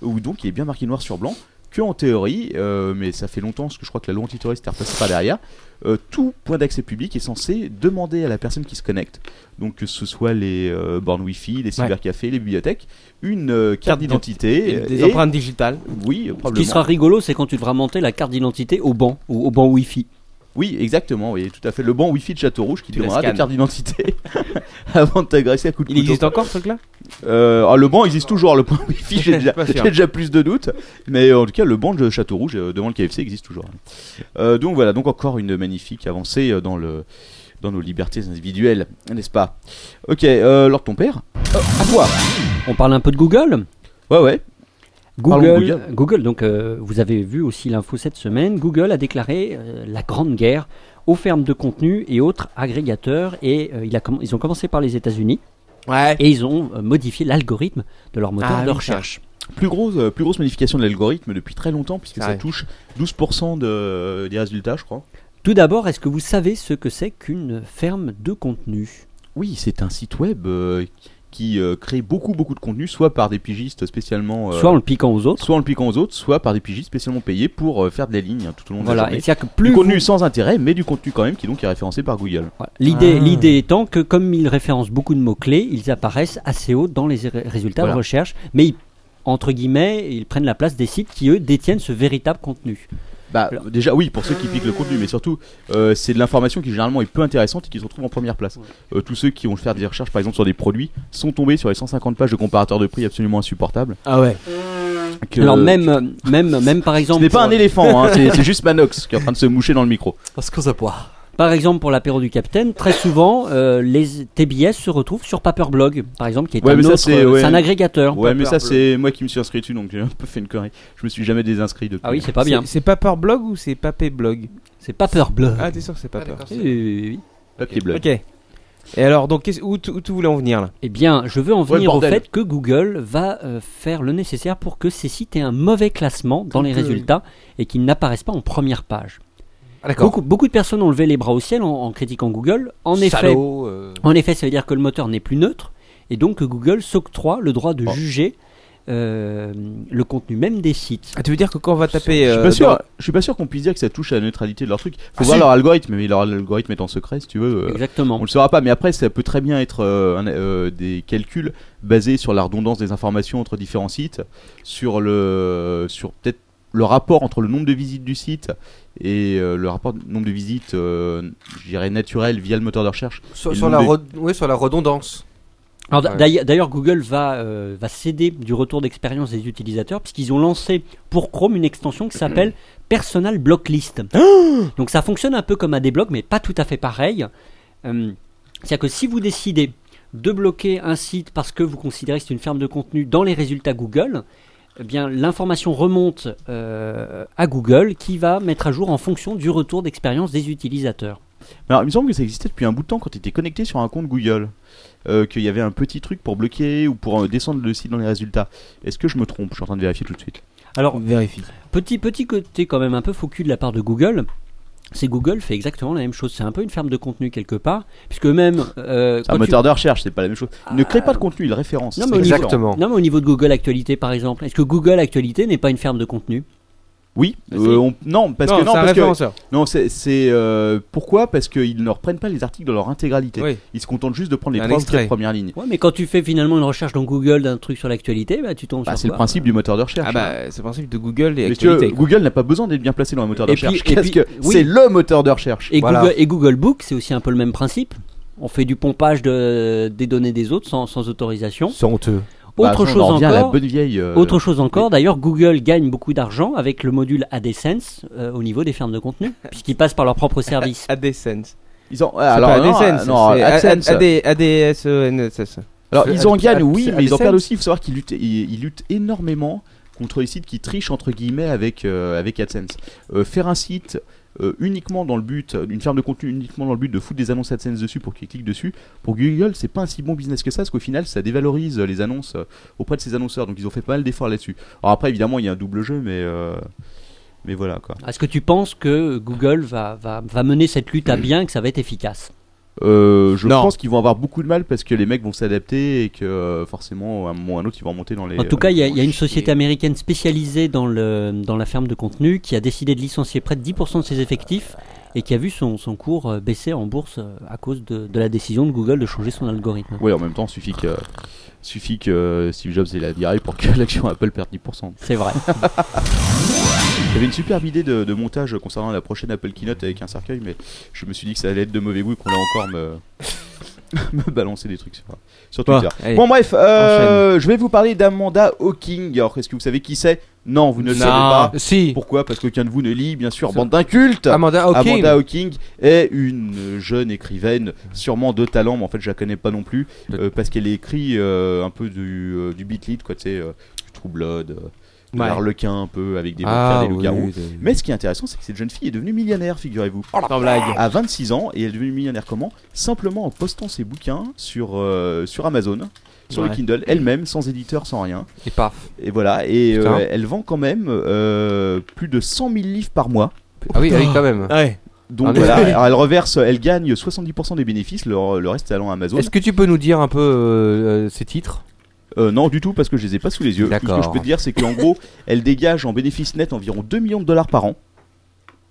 Où donc il est bien marqué noir sur blanc que en théorie, euh, mais ça fait longtemps, parce que je crois que la loi antiterroriste est repassée par derrière. euh, tout point d'accès public est censé demander à la personne qui se connecte, donc que ce soit les euh, bornes Wi-Fi, les cybercafés, les bibliothèques, une euh, carte Carte d'identité. Et euh, des et- empreintes digitales. Oui, euh, Ce qui probablement. sera rigolo, c'est quand tu devras monter la carte d'identité au banc ou au banc Wi-Fi. Oui, exactement, oui, tout à fait. Le banc Wi-Fi de Château Rouge qui te Tu la demandera des scannes. cartes d'identité avant de t'agresser à coups de Il couteau. existe encore ce truc-là Euh, ah, le banc existe toujours, le point Wi-Fi, j'ai déjà, Pas sûr. j'ai déjà plus de doutes. Mais en tout cas, le banc de Château Rouge euh, devant le KFC existe toujours. Euh, donc voilà, donc encore une magnifique avancée euh, dans, le, dans nos libertés individuelles, n'est-ce pas Ok, euh, Lord ton père Euh, À toi On parle un peu de Google. Ouais, ouais. Parlons de Google, Google. Google. donc euh, vous avez vu aussi l'info cette semaine, Google a déclaré euh, la grande guerre aux fermes de contenu et autres agrégateurs et euh, il a comm- ils ont commencé par les États-Unis Ouais. et ils ont euh, modifié l'algorithme de leur moteur Ah, de oui, recherche. Plus grosse, euh, plus grosse modification de l'algorithme depuis très longtemps, puisque C'est ça vrai. touche 12% de, des résultats, je crois. Tout d'abord, est-ce que vous savez ce que c'est qu'une ferme de contenu Oui, c'est un site web euh, qui euh, crée beaucoup beaucoup de contenu, soit par des pigistes spécialement, euh, Soit en le piquant aux autres. soit en le piquant aux autres, soit par des pigistes spécialement payés pour euh, faire des lignes hein, tout au long de la Voilà, et journée. c'est-à-dire que Du plus contenu vous- sans intérêt, mais du contenu quand même qui donc est référencé par Google. Voilà. L'idée, Ah. l'idée étant que comme ils référencent beaucoup de mots-clés, ils apparaissent assez haut dans les ré- résultats Voilà. de recherche, mais ils- entre guillemets, ils prennent la place des sites qui, eux, détiennent ce véritable contenu. Bah Alors- déjà oui pour ceux qui piquent le contenu, mais surtout euh, c'est de l'information qui généralement est peu intéressante et qui se retrouve en première place. Euh, tous ceux qui vont faire des recherches par exemple sur des produits sont tombés sur les 150 pages de comparateurs de prix absolument insupportables. Ah ouais. que- Alors même, euh, même, même par ce exemple, n'est pas un pour- éléphant, hein, c'est c'est juste Manox qui est en train de se moucher dans le micro. Parce qu'on ça boit. par exemple pour l'apéro du Capitaine, très souvent euh, les TBS se retrouvent sur Paperblog, par exemple, qui est Ouais, un mais ça, autre, c'est- euh, ouais. c'est un agrégateur. Ouais, mais ça peur, bleu. c'est moi qui me suis inscrit dessus, donc j'ai un peu fait une connerie. Je me suis jamais désinscrit depuis. Ah oui, c'est pas bien. C'est- C'est Paper Blog ou c'est Papé Blog C'est Paperblog. Ah, t'es sûr que c'est Paper Oui, oui, oui, oui. papier bleu. Ok. Et alors, donc, qu'est-ce- où, tu- où tu voulais en venir là Eh bien, je veux en Ouais, venir au bordel. fait que Google va euh, faire le nécessaire pour que ces sites aient un mauvais classement dans les résultats et qu'ils n'apparaissent pas en première page. Ah, d'accord. Beaucoup, beaucoup de personnes ont levé les bras au ciel en, en critiquant Google. En effet, Salaud, euh, en effet, ça veut dire que le moteur n'est plus neutre et donc que Google s'octroie le droit de Oh. juger euh, le contenu même des sites. Ah, Tu veux dire que quand on va taper. Je suis euh, pas sûr, dans- je suis pas sûr qu'on puisse dire que ça touche à la neutralité de leur truc. Faut Ah, voir si. leur algorithme, mais leur algorithme est en secret si tu veux. euh, Exactement. on le saura pas, mais après ça peut très bien être euh, un- euh, des calculs basés sur la redondance des informations entre différents sites, sur le sur peut-être le rapport entre le nombre de visites du site et euh, le rapport de nombre de visites, euh, je dirais naturel via le moteur de recherche. sur, Ils sur l'ont la des- red- ouais, sur la redondance. Alors, d- Ouais. d'ailleurs- D'ailleurs, Google va, euh, va céder du retour d'expérience des utilisateurs puisqu'ils ont lancé pour Chrome une extension qui s'appelle Personal Block List. Donc ça fonctionne un peu comme ADBlock, mais pas tout à fait pareil. Euh, C'est-à-dire que si vous décidez de bloquer un site parce que vous considérez que c'est une ferme de contenu dans les résultats Google, eh bien l'information remonte euh, à Google qui va mettre à jour en fonction du retour d'expérience des utilisateurs. Alors, il me semble que ça existait depuis un bout de temps quand tu étais connecté sur un compte Google. Euh, qu'il y avait un petit truc pour bloquer ou pour euh, descendre le site dans les résultats. Est-ce que je me trompe Je suis en train de vérifier tout de suite. Alors Vérifie. Petit, petit côté quand même un peu faux cul de la part de Google, c'est Google fait exactement la même chose. C'est un peu une ferme de contenu quelque part, puisque même. euh, C'est quand tu- un Ah. moteur de recherche, c'est pas la même chose. Il ne crée pas de contenu, il référence. Non, C'est mais au niveau- différent. Exactement. Non, mais au niveau de Google Actualité par exemple, est-ce que Google Actualité n'est pas une ferme de contenu Oui, Vas-y. euh, on- non, parce que non, c'est un parce que- référenceur. non, c'est c'est, euh, pourquoi Parce qu'ils ne reprennent pas les articles dans leur intégralité. Oui. Ils se contentent juste de prendre les Un trois ou extrait. quatre premières lignes. Ouais, mais quand tu fais finalement une recherche dans Google d'un truc sur l'actualité, bah, tu tombes Bah, sur c'est le quoi principe du moteur de recherche. Ah bah, c'est le principe de Google et Mais si tu veux, actualité. quoi. Google n'a pas besoin d'être bien placé dans le moteur de Et puis- recherche. et Parce puis- que oui. c'est le moteur de recherche. Et, Voilà. Google, et Google Book, c'est aussi un peu le même principe. On fait du pompage de, des données des autres sans, sans autorisation. C'est honteux. Bah, autre, on en chose revient à la encore, bonne vieille. euh, autre chose encore, d'ailleurs, Google gagne beaucoup d'argent avec le module AdSense euh, au niveau des fermes de contenu, puisqu'ils passent par leur propre service. AdSense. Ils ont, C'est alors, pas non, AdSense, non, c'est AdSense. A- A- AD- ADSENSS. Alors, ils en Ad- gagnent, Ad- oui, mais ils en AdSense. perdent aussi. Il faut savoir qu'ils luttent, ils, ils luttent énormément contre les sites qui trichent, entre guillemets, avec, euh, avec AdSense. Euh, faire un site euh, uniquement dans le but, une ferme de contenu uniquement dans le but de foutre des annonces AdSense dessus pour qu'ils cliquent dessus, pour Google, c'est pas un si bon business que ça, parce qu'au final, ça dévalorise euh, les annonces euh, auprès de ses annonceurs. Donc, ils ont fait pas mal d'efforts là-dessus. Alors, après, évidemment, il y a un double jeu, mais. euh, mais voilà quoi. Est-ce que tu penses que Google va, va, va mener cette lutte à bien et que ça va être efficace Euh, je Non. pense qu'ils vont avoir beaucoup de mal parce que les mecs vont s'adapter et que euh, forcément, à un moment ou à un autre, ils vont remonter dans les. En tout cas, il y, a- il y a une société Et- américaine spécialisée dans, le, dans la ferme de contenu qui a décidé de licencier près de 10% de ses effectifs et qui a vu son, son cours euh, baisser en bourse euh, à cause de, de la décision de Google de changer son algorithme. Oui, en même temps, suffit que, suffit que euh, Steve Jobs ait la diarrhée pour que l'action Apple perde 10%. C'est vrai. J'avais une superbe idée de, de montage concernant la prochaine Apple Keynote avec un cercueil, mais je me suis dit que ça allait être de mauvais goût et qu'on allait encore me, me balancer des trucs sur, sur Bon, Twitter. allez. Bon, bref, euh, je vais vous parler d'Amanda Hawking. Alors, est-ce que vous savez qui c'est Non, vous ne le Non. savez pas. Si. Pourquoi Parce qu'aucun de vous ne lit, bien sûr, bande d'incultes Ah, Amanda Ah Hawking. Amanda Hawking est une jeune écrivaine, sûrement de talent, mais en fait je la connais pas non plus, De- euh, parce qu'elle écrit euh, un peu du, euh, du beat lead, quoi, tu sais, euh, du True Blood, euh, de Ouais. l'arlequin un peu, avec des vampires, Ah, des oui, loups-garous. oui, Oh, oui. Mais ce qui est intéressant, c'est que cette jeune fille est devenue millionnaire, figurez-vous. Sans blague. À 26 ans, et elle est devenue millionnaire comment Simplement en postant ses bouquins sur, euh, sur Amazon, sur le Ouais. Kindle, elle-même, sans éditeur, sans rien. Et paf. Et voilà, et euh, Putain. elle vend quand même euh, plus de 100 000 livres par mois. Ah oui, oui, quand même. Ouais. Donc En voilà, effet. alors elle reverse, elle gagne 70% des bénéfices, le, le reste allant à Amazon. Est-ce que tu peux nous dire un peu euh, euh, ces titres Euh, non, du tout, parce que je les ai pas sous les yeux. Tout ce que D'accord. je peux te dire, c'est qu'en gros, elle dégage en bénéfice net environ 2 millions de dollars par an,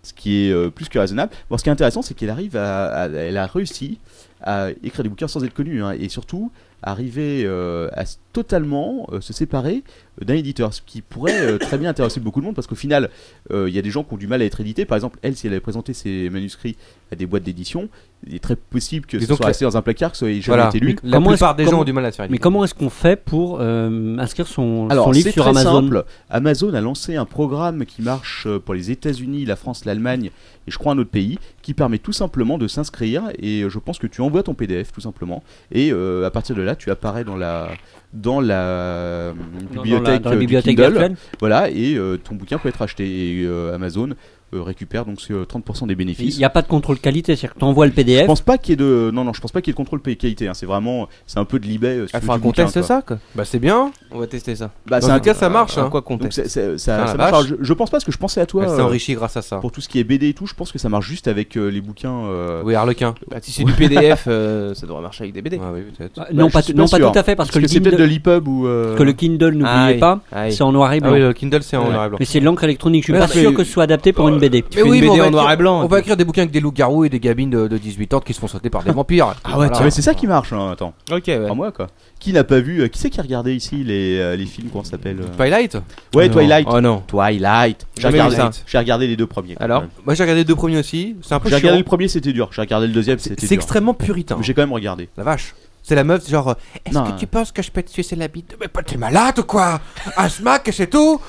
ce qui est euh, plus que raisonnable. Bon, ce qui est intéressant, c'est qu'elle arrive à, à- elle a réussi à écrire des bouquins sans être connue, hein, et surtout arriver euh, à s- totalement euh, se séparer d'un éditeur, ce qui pourrait euh, très bien intéresser beaucoup de monde, parce qu'au final, euh, il y a des gens qui ont du mal à être édités. Par exemple, elle, si elle avait présenté ses manuscrits à des boîtes d'édition, il est très possible que ce Disons soit que la- resté dans un placard, que ce soit jamais Voilà. été lu. La Comment est-ce- plupart des gens comment- ont du mal à se faire Mais éditer. comment est-ce qu'on fait pour euh, inscrire son, son Alors, livre c'est sur très Amazon simple. Amazon a lancé un programme qui marche euh, pour les États-Unis, la France, l'Allemagne et je crois un autre pays, qui permet tout simplement de s'inscrire. Et euh, je pense que tu envoies ton PDF tout simplement. Et euh, à partir de là, tu apparais dans la dans la euh, Dans- dans bibliothèque, la- dans la euh, du bibliothèque Kindle. virtuelle Voilà, et euh, ton bouquin peut être acheté. Et euh, Amazon euh, récupère donc ce, euh, 30% des Il bénéfices. n'y a pas de contrôle qualité, c'est-à-dire que tu envoies le Je PDF. pense pas qu'il y ait de non non, je pense pas qu'il y ait de contrôle pays qualité. hein. C'est vraiment c'est un peu de l'eBay. euh, si Ah, tu faut veux, un du bouquin, contexte quoi. ça quoi. Bah c'est bien. On va tester ça. Bah, Dans c'est ce un cas, ça marche. À hein. quoi donc contexte c'est- c'est- ça, Ah, la ça marche. vache. Alors, je, je pense pas parce que je pensais à toi. Elle s'est euh, enrichie grâce à ça. pour tout ce qui est BD et tout, je pense que ça marche juste avec euh, les bouquins. euh, Oui, Harlequin. Bah, Si c'est du PDF, euh, ça devrait marcher avec des BD. Ah oui, peut-être. Ah, non, je pas, suis non pas pas sûr. tout à fait, parce Parce que, que, le c'est peut-être de Kindle, l'EPUB ou. euh, que le Kindle, Ah, n'oubliez oui. pas, Ah, oui. c'est en noir et Ah blanc. oui, le Kindle c'est en Ouais. noir et blanc. Mais c'est l'encre électronique, je suis Mais pas non, mais- sûr que ce soit adapté pour une BD. fais une mais BD on va en noir écrire- et blanc, On va puis- écrire des bouquins avec des loups-garous et des gamines de, de 18 ans qui se font sauter par des vampires. Ah ouais, Ah, mais c'est ça qui marche, hein, attends. Ok, ouais. Enfin, moi, quoi. Qui n'a pas vu. euh, qui c'est qui a regardé ici les, euh, les films, comment ça s'appelle euh Twilight Ouais, Non. Twilight. Oh non. Twilight. J'ai Jamais vu regardé, ça. j'ai regardé les deux premiers. quand Alors même. Moi j'ai regardé les deux premiers aussi. C'est un peu J'ai chiant. regardé le premier, c'était dur. J'ai regardé le deuxième, c'était C'est dur. extrêmement puritain. Mais J'ai quand même regardé. La vache. C'est la meuf, c'est genre, euh, est-ce Non, que euh. tu penses que je peux te sucer la bite Mais pas- t'es malade ou quoi Un smack et c'est tout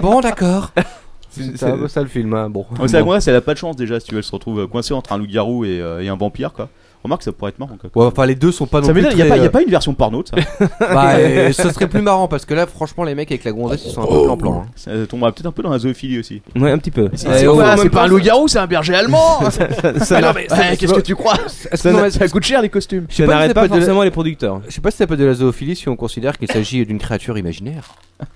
Bon, d'accord. C'est un peu ça le film, hein, bon. Ouais, c'est la grande, c'est elle a pas de chance déjà si tu veux. Elle se retrouve euh, coincée entre un loup-garou et, euh, et un vampire, quoi. Remarque, ça pourrait être marrant, quoi. enfin, les deux sont pas non Ça plus. m'étonne, il y a, très, pas- y a euh, pas une version porno de ça. bah, euh, ça serait plus marrant parce que là, franchement, les mecs avec la gonzesse, ils sont un peu Oh. plan-plan. hein. ça tombera peut-être un peu dans la zoophilie aussi. Ouais, un petit peu. Eh, C'est oh, quoi, en c'est même pas un temps, loup-garou, c'est un berger allemand Ça n'a- Ouais, Qu'est-ce que tu crois Est-ce qu'on va- coûte cher les costumes. sais ça pas si n'arrête c'est pas pas de la- forcément les producteurs. Je sais pas si ça peut être de la zoophilie si on considère qu'il s'agit d'une créature imaginaire.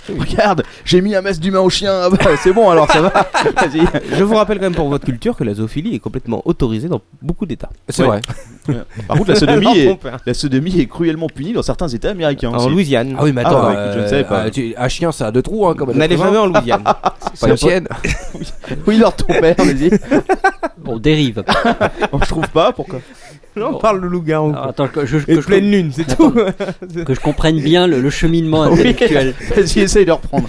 Regarde, j'ai mis un masque d'humain au chien. Ah bah, c'est bon, alors ça va. Vas-y. Je vous rappelle quand même pour votre culture que la zoophilie est complètement autorisée dans beaucoup d'États. C'est Ouais. vrai. Par contre, la Non, sodomie, est, pompe, hein. la sodomie est cruellement punie dans certains États américains. En aussi. Louisiane. Ah oui, mais Ah attends, ouais, écoute, je ne euh, savais pas. ah, tu- un chien, ça a deux trous, hein, comme N'allez l'être humain. jamais en Louisiane. Pas la sienne. Oui, leur ton père, vas-y. Bon, dérive. Bon, je trouve pas, pourquoi Là, on parle de loup-garou. Alors, Ah, attends, que je, que Et je- de pleine lune, c'est tout. que je comprenne bien le, le cheminement intellectuel. Vas-y, essaye de reprendre.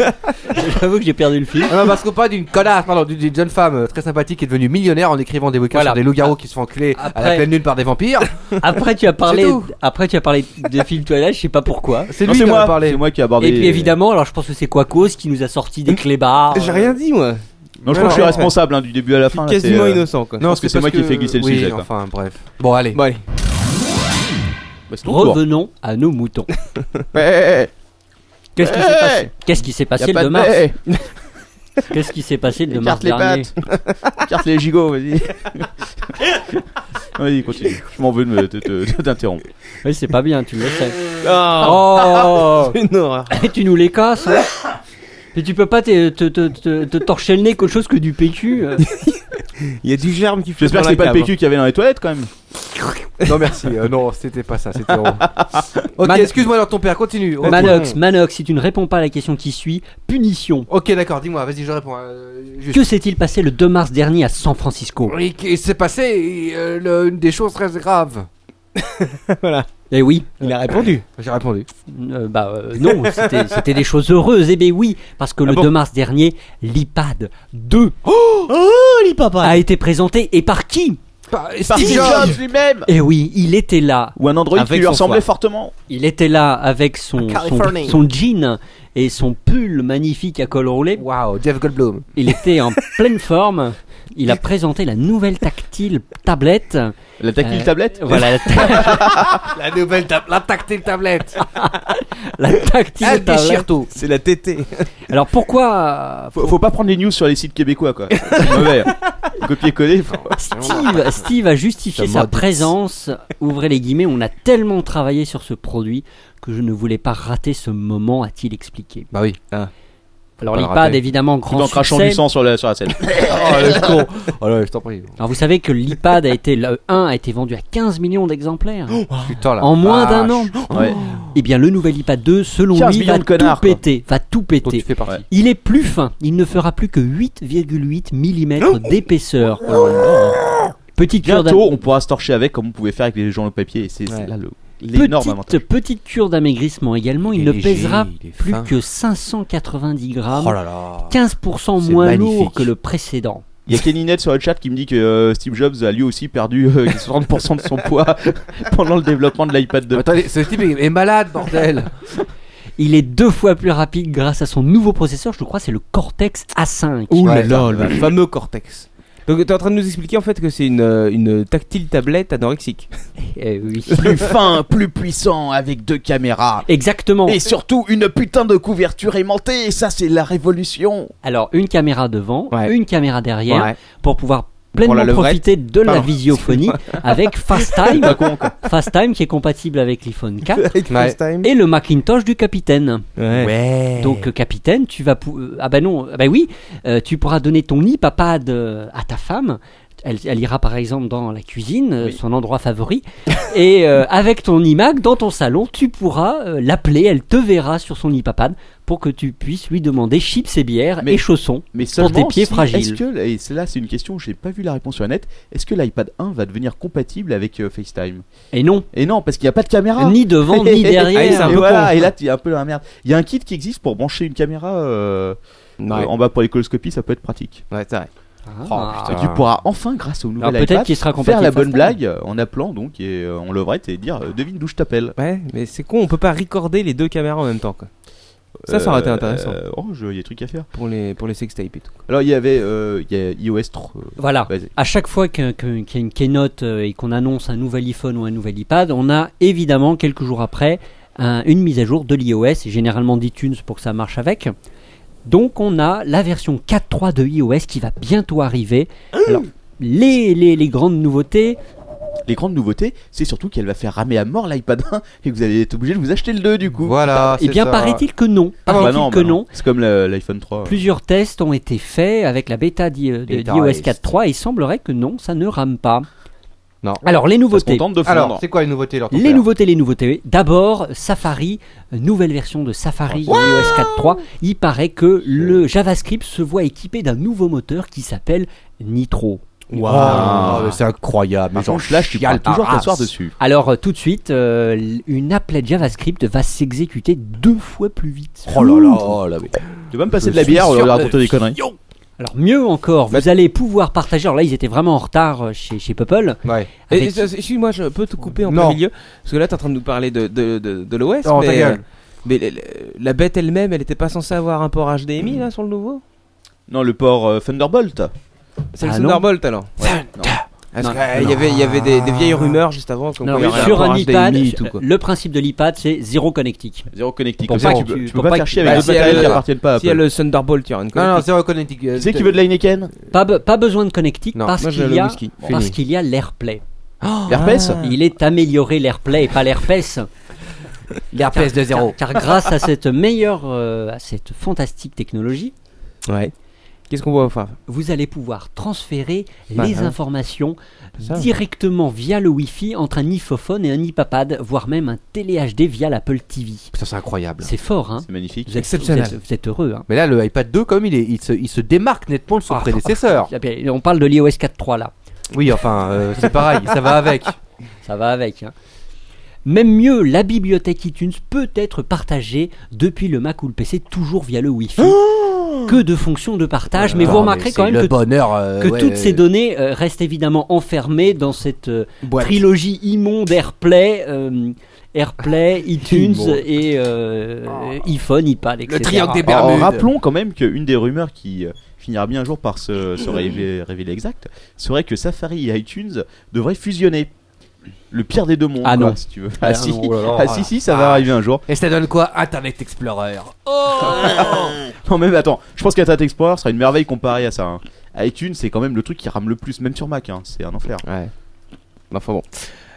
J'avoue que j'ai perdu le fil. Ah non, parce qu'on parle d'une connasse, pardon, d'une- d'une jeune femme euh, très sympathique qui est devenue millionnaire en écrivant des bouquins Voilà. sur des loups-garous qui se font enculer à la Après- pleine lune par des vampires. Après, tu as parlé, tout. après, tu as parlé des films Twilight, je sais pas pourquoi. C'est Non, lui qui c'est euh, en a moi, parlé. c'est moi qui ai abordé. Et puis évidemment, alors je pense que c'est Quacos qui nous a sorti des clébards. J'ai rien dit, moi. Non, je crois que je suis Ouais. responsable hein, du début à la fin. là, c'est, Quasiment euh, innocent, quoi. pense que c'est parce moi qui ai fait glisser le oui, sujet, quoi. enfin, bref. Bon, allez. Bon, allez. bah, c'est ton tour. Revenons à nos moutons. Ouais, Qu'est-ce qui s'est passé Qu'est-ce qui s'est y a passé pas le 2 de mars paix. Qu'est-ce qui s'est passé le 2 mars Écarte les dernier pattes. Écarte les gigots, vas-y. Vas-y, continue. Je m'en veux de me- de- de- de t'interrompre. Oui, c'est pas bien, tu le sais. Ah. Oh Ah, Une horreur. Et tu nous les casses. hein. Mais tu peux pas te, te, te, te- te torcher le nez qu'autre chose que du PQ. euh. Il y a du germe qui fait. J'espère que c'est pas le PQ qu'il y avait dans les toilettes quand même. Non, merci. euh, non, c'était pas ça, c'était drôle. Ok, Man- excuse-moi alors, ton père, continue. Ok. Manox, Manox, si tu ne réponds pas à la question qui suit, punition. Ok, d'accord, dis-moi, vas-y, je réponds. euh, juste. Que s'est-il passé le 2 mars dernier à San Francisco Oui, qu'il s'est passé euh, le- une des choses très graves. Eh oui, Il a répondu. J'ai répondu. Euh, bah euh, non, c'était c'était des choses heureuses. Eh bien oui, parce que le Ah bon 2 mars dernier, l'iPad 2 Oh, a été présenté et par qui Par- Par Steve Jobs. lui-même Eh oui, il était là. Ou un Android Avec qui lui son ressemblait soir. fortement. Il était là avec son, son, Californie. son jean et son pull magnifique à col roulé. Waouh, Jeff Goldblum. Il était en pleine forme. Il a présenté la nouvelle tactile tablette. La tactile Euh, tablette Voilà, la, ta- La nouvelle table, la tactile tablette. la tactile Elle déchire tablette. tout. C'est la tétée. Alors pourquoi Faut, faut pas prendre les news sur les sites québécois quoi. C'est mauvais. Copier-coller. Steve, Steve a justifié Ça sa m'indique. présence. Ouvrez les guillemets, on a tellement travaillé sur ce produit que je ne voulais pas rater ce moment, a-t-il expliqué. Bah oui. Alors Pas le l'iPad, rater. évidemment, Tout grand en crachant succès. du sang sur la, sur la scène. Oh, le con. Oh là, je t'en prie. Alors vous savez que l'iPad a été, le 1 a été vendu à 15 millions d'exemplaires Oh, Putain, là. en moins Ah, d'un an. Ouais. Eh bien, le nouvel iPad 2, selon 15 lui, millions va de connards, tout quoi. péter. Va tout Donc tu péter. fais partie. Il est plus fin. Il ne fera plus que 8,8 mm d'épaisseur. Petite cure d'am- Oh. Bientôt on pourra se torcher avec comme on pouvait faire avec les gens au papier. Et c'est c'est Ouais. là le- l'énorme petite, avantage. petite cure d'amaigrissement également. Il, est ne léger, pèsera il est plus fin. que 590 grammes, Oh là là. 15% C'est moins magnifique. lourd que le précédent. Il y a Keninette sur le chat qui me dit que euh, Steve Jobs a lui aussi perdu euh, 60% de son poids pendant le développement de l'iPad 2. Attendez, Ah, bah, ce type est est malade, bordel. Il est deux fois plus rapide grâce à son nouveau processeur, je crois c'est le Cortex A5. Ouh là Ouais, là, le fameux cortex. Donc t'es en train de nous expliquer en fait que c'est une, euh, une tactile tablette anorexique. Eh oui. Plus fin, plus puissant, avec deux caméras. Exactement. surtout une putain de couverture aimantée, ça c'est la révolution. Alors une caméra devant, Ouais. une caméra derrière Ouais. pour pouvoir Pour la pleinement levrette. profiter de la Pardon. visiophonie avec FaceTime, Pas con, quoi. FaceTime qui est compatible avec l'iPhone 4 Ouais. et le Macintosh du capitaine. Ouais. Donc euh, capitaine, tu vas pou- euh, ah bah non, ah bah oui, euh, tu pourras donner ton iPad euh, à ta femme. Elle, elle ira par exemple dans la cuisine, euh, son endroit favori, et euh, avec ton iMac dans ton salon, tu pourras euh, l'appeler, elle te verra sur son iPad pour que tu puisses lui demander chips et bières Mais- et chaussons. Mais seulement tes pieds si- fragiles. Est-ce que et c'est là c'est une question où j'ai pas vu la réponse sur la net. Est-ce que l'iPad 1 va devenir compatible avec euh, FaceTime Et non, Et non parce qu'il n'y a pas de caméra. ni devant ni Ah, c'est derrière. un et peu voilà, con. et là tu es un peu dans la merde. Il y a un kit qui existe pour brancher une caméra euh, euh, en bas pour les coloscopies, ça peut être pratique. Ouais, c'est vrai. Ah. Et tu pourras enfin grâce au nouvel Alors, peut-être iPad qu'il sera faire compatible la bonne FaceTime. blague euh, en appelant donc et euh, en levrette et dire euh, devine d'où je t'appelle. Ouais, mais c'est con, on peut pas recorder les deux caméras en même temps quoi. Ça, ça aurait été Euh, intéressant euh, oh, je- il y a des trucs à faire. pour les pour les sextapes et tout. Alors il y avait euh, il y a iOS 3. Voilà. Vas-y. À chaque fois que- que- qu'il y a une keynote euh, et qu'on annonce un nouvel iPhone ou un nouvel iPad, on a évidemment quelques jours après un- une mise à jour de l'iOS, et généralement d'iTunes pour que ça marche avec. Donc on a la version 4.3 Mmh. Ah, de iOS qui va bientôt arriver. Alors, les, les- les grandes nouveautés, les grandes nouveautés, c'est surtout qu'elle va faire ramer à mort l'iPad 1 et que vous allez être obligé de vous acheter le 2 du coup. Voilà. Eh c'est bien, ça. paraît-il que non. Ah, bah Paraît-il non, que bah non. non. C'est comme le- l'iPhone 3. Plusieurs tests ont été faits avec la bêta d'i- euh, de- Bêta d'iOS release. 4.3 et il semblerait que non, ça ne rame pas. Non. Ah, Alors, les Ça se nouveautés. contente de fondre. Alors, c'est quoi les nouveautés leur Les nouveautés, les nouveautés. D'abord, Safari, euh, nouvelle version de Safari Oh. dans iOS 4.3. Il paraît que le JavaScript se voit équipé d'un nouveau moteur qui s'appelle Nitro. Waouh, Ah, mais c'est incroyable. Par mais j'en contre, là, tu chiale peux ta toujours t'asseoir race. dessus. Alors euh, tout de suite, euh, l- une applet JavaScript va s'exécuter deux fois plus vite. Oh là là, oh là, mais- Tu vas me passer de la bière, on va raconter des conneries. Alors mieux encore, vous Bah- allez pouvoir partager. Alors là, ils étaient vraiment en retard euh, chez, chez Purple. Ouais. Et- Avec- et ça- Eh, Excuse-moi, je peux te couper en Non. plein milieu Parce que là, t'es en train de nous parler de, de, de, de l'OS. Non, ta mais, euh, gueule. mais le- le- la bête elle-même, elle était pas censée avoir un port HDMI là sur le nouveau Non, le port euh, Thunderbolt. C'est le Ah, non. Thunderbolt alors non. Parce Non. que, euh, Il y avait, il y avait des, des vieilles rumeurs juste avant. comme Non, quoi il y aurait sur port un iPad, euh, HDMI et tout, quoi. le principe de l'iPad, c'est zéro connectique. Zéro connectique. Pour Comme ça, pas tu que peux, tu- tu peux pour pas pas te faire que- chier bah, avec si des matériels elle- qui appartiennent pas à S'il y a Apple. le Thunderbolt, il y aura une Non, non, connectique. c'est reconnecté. Tu sais qui veut de l'Heineken Pas, be- pas besoin de connectique Non, parce moi, j'ai qu'il le y a whisky. parce Fini. qu'il y a l'AirPlay. L'herpès Il est amélioré l'AirPlay et pas l'herpès. L'herpès de zéro. Car, car grâce à cette meilleure, euh, à cette fantastique technologie, Ouais. Qu'est-ce qu'on voit enfin vous allez pouvoir transférer Bah, les hein. informations Ça. directement via le Wi-Fi entre un iPhone et un iPad, voire même un télé HD via l'Apple TV. Putain, c'est incroyable. C'est fort, hein C'est magnifique. vous êtes, Exceptionnel. vous êtes- vous êtes heureux, hein Mais là, le iPad 2, comme il, est, il, se, il se démarque nettement de son Ah, prédécesseur. On parle de l'iOS 4.3 là. Oui, enfin, euh, c'est pareil, ça va avec. Ça va avec. hein. Même mieux, la bibliothèque iTunes peut être partagée depuis le Mac ou le PC, toujours via le Wi-Fi. que de fonctions de partage, mais vous Non, remarquerez Ah c'est quand même le que, bonheur, euh, que ouais, toutes euh, ces données euh, restent évidemment enfermées dans cette euh, Boîte. trilogie immonde AirPlay, euh, AirPlay, iTunes Immonde. Oh. et euh, iPhone, iPad, etc. Le triangle des Alors, Bermudes. Oh, rappelons quand même qu'une des rumeurs qui euh, finira bien un jour par se, se révé- révéler exacte serait que Safari et iTunes devraient fusionner. Le pire des deux mondes, Ah quoi, non. si tu veux. Ah Ah, si, non, oh ah, si, si, ça va arriver un jour. Et ça donne quoi Internet Explorer. Non, mais attends, je pense qu'Internet Explorer sera une merveille comparée à ça. hein. iTunes, c'est quand même le truc qui rame le plus, même sur Mac, hein, c'est un enfer. Ouais. Enfin bon.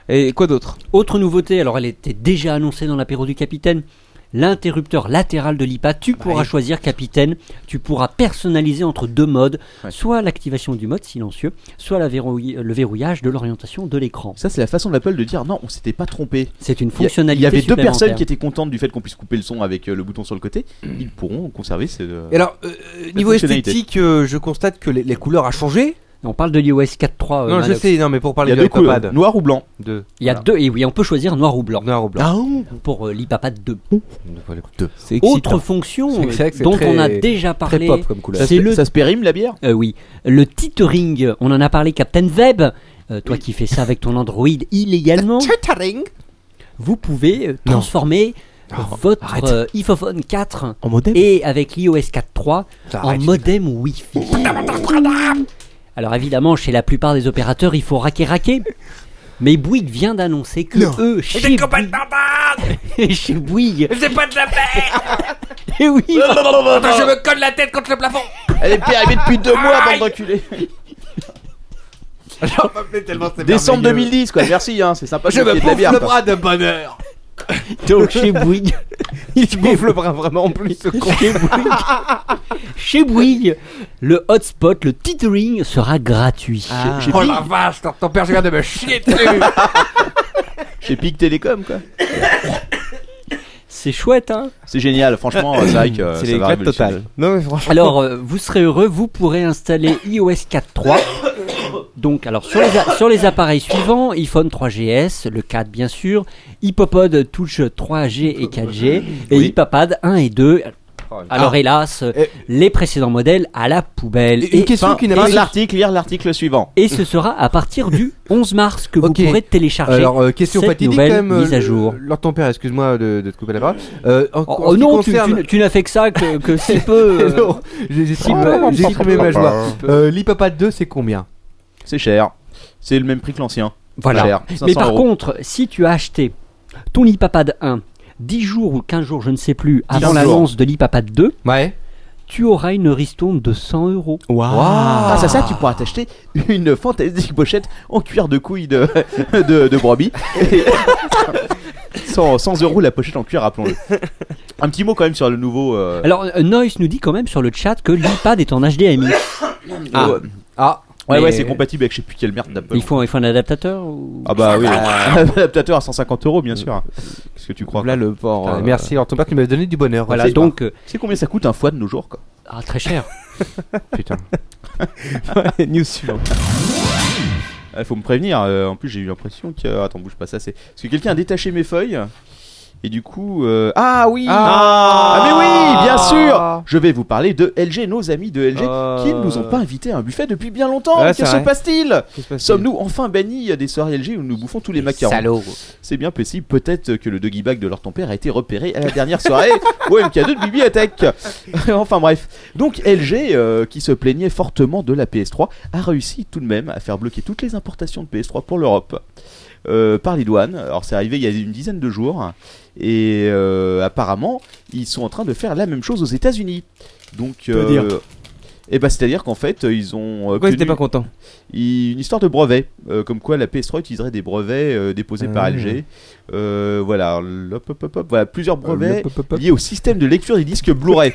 Et quoi d'autre Autre nouveauté, alors elle était déjà annoncée dans l'apéro du capitaine, l'interrupteur latéral de l'IPA, Bah tu pourras choisir capitaine, tu pourras personnaliser entre deux modes, Ouais. soit l'activation du mode silencieux, soit la verrouille- euh, le verrouillage de l'orientation de l'écran. Ça, c'est la façon d'Apple de dire non, on s'était pas trompé. C'est une Il y a- fonctionnalité. Il y avait deux supplémentaire. personnes qui étaient contentes du fait qu'on puisse couper le son avec euh, le bouton sur le côté. Ils pourront conserver ce. Et alors, euh, niveau fonctionnalité. esthétique, euh, je constate que les, les couleurs a changé. On parle de l'iOS 4.3. euh, non, je Manox. sais, non, mais pour Il y parler a de deux couleurs, l'iPad noir ou blanc. 2, Il y a Voilà. deux, et oui, on peut choisir noir ou blanc noir ou Ah, blanc. pour euh, l'IPad 2. Deux. C'est Autre fonction C'est vrai que euh, c'est dont très- on a déjà Très parlé. pop comme couleur. Ça, C'est se, le- ça se périme la bière Euh, oui, le titering, on en a parlé Captain Web, Euh, toi qui fais ça avec ton Android illégalement, vous pouvez euh, Non. transformer Oh, votre arrête. euh, iPhone 4 En modem et avec l'iOS 4.3 Ça, en arrête. modem Wi-Fi. Alors évidemment, chez la plupart des opérateurs, il faut raquer raquer. Mais Bouygues vient d'annoncer que eux, chez Bouygues, chez Bouygues, C'est pas de la peine et oui, Je me colle la tête contre le plafond Elle est périmée depuis deux mois, bande d'enculés Décembre 2010, quoi, merci, hein, c'est sympa. Je de me payer de bouffe le quoi. bras de bonheur. donc chez Bouygues, Il se bouffe le bras vraiment en plus. ce con. chez Bouygues, chez Bouygues, le hotspot, le tethering sera gratuit. Chez, chez Oh Pic- la vache, ton ton père, je viens de me chier dessus. chez Pic Télécom, quoi. C'est chouette, hein C'est génial, Ah, franchement, c'est vrai que. euh, C'est ça les va grades révolutionner. totales. Non, mais franchement. Alors, euh, vous serez heureux, vous pourrez installer iOS 4.3. Donc, alors, sur les, a- sur les appareils suivants, iPhone 3GS, le 4 bien sûr, Hippopod Touch 3G et 4G, et Oui. Hippopad 1 et 2. Alors, hélas, Ah. Et- les précédents modèles à la poubelle. Une Et, question Enfin, qui n'est lire pas l'article, lire l'article suivant. et ce sera à partir du 11 mars que vous Ok. pourrez télécharger. Alors, euh, question cette fatidique quand nouvelle même. euh, mise à le- jour. Lord ton père, excuse-moi de, de te couper la parole. Euh, en, Oh, en ce oh qui non, tu, concerne... tu- tu n'as fait que ça, que, que si peu. euh, Non, j'ai j'ai exprimé j'ai exprimé ma joie. Euh, L'Ipapad 2, c'est combien C'est cher. C'est le même prix que l'ancien. Voilà. Cher, Mais 500 par euros. contre, si tu as acheté ton iPad 1 10 jours ou 15 jours, je ne sais plus, avant 15 l'annonce de l'iPad 2, Ouais. tu auras une ristourne de 100 euros. Oh. Ah, Grâce à ça, tu pourras t'acheter une fantastique pochette en cuir de couille de, de, de brebis. Et- 100, 100 euros la pochette en cuir, rappelons-le. Un petit mot quand même sur le nouveau. euh, Alors, euh, Noise nous dit quand même sur le chat que l'iPad est en HDMI. Ah. Ah. Ouais, Mais- ouais, c'est compatible avec je sais plus quelle merde d'Apple. Il faut, il faut un adaptateur ou... Ah bah oui, un adaptateur à 150 euros, bien sûr. hein. Qu'est-ce que tu crois Là, le port. Putain, euh, Merci, alors ton père, tu m'as donné du bonheur. Voilà, C'est donc. euh, C'est combien ça coûte un foie de nos jours quoi Ah, très cher. pas- Putain. News suivant. Il faut me prévenir. euh, en plus, j'ai eu l'impression que. euh, Attends, bouge pas ça. C'est parce que quelqu'un a détaché mes feuilles. Et du coup, euh, ah oui, ah, mais oui, bien sûr. Je vais vous parler de LG, nos amis de LG, Euh. qui ne nous ont pas invités à un buffet depuis bien longtemps. Ouais, que c'est se vrai. passe-t-il Qu'est-ce qui se passe Sommes-nous enfin bannis des soirées LG où nous bouffons tous les macarons C'est bien possible, peut-être que le doggy bag de leur ton père a été repéré à la dernière soirée au MK2 de bibliothèque. enfin bref. Donc LG, euh, qui se plaignait fortement de la PS3, a réussi tout de même à faire bloquer toutes les importations de PS3 pour l'Europe. euh, par les douanes. Alors c'est arrivé il y a une dizaine de jours et euh, apparemment ils sont en train de faire la même chose aux États-Unis. Donc euh, eh ben c'est-à-dire qu'en fait ils ont euh, Pourquoi ils obtenu- étaient pas contents il- une histoire de brevet, euh, comme quoi la PS3 utiliserait des brevets euh, déposés par Ah. LG. Euh, voilà, hop, hop, hop, hop, voilà, plusieurs brevets Euh, Hop, hop, hop, hop. liés au système de lecture des disques Blu-ray.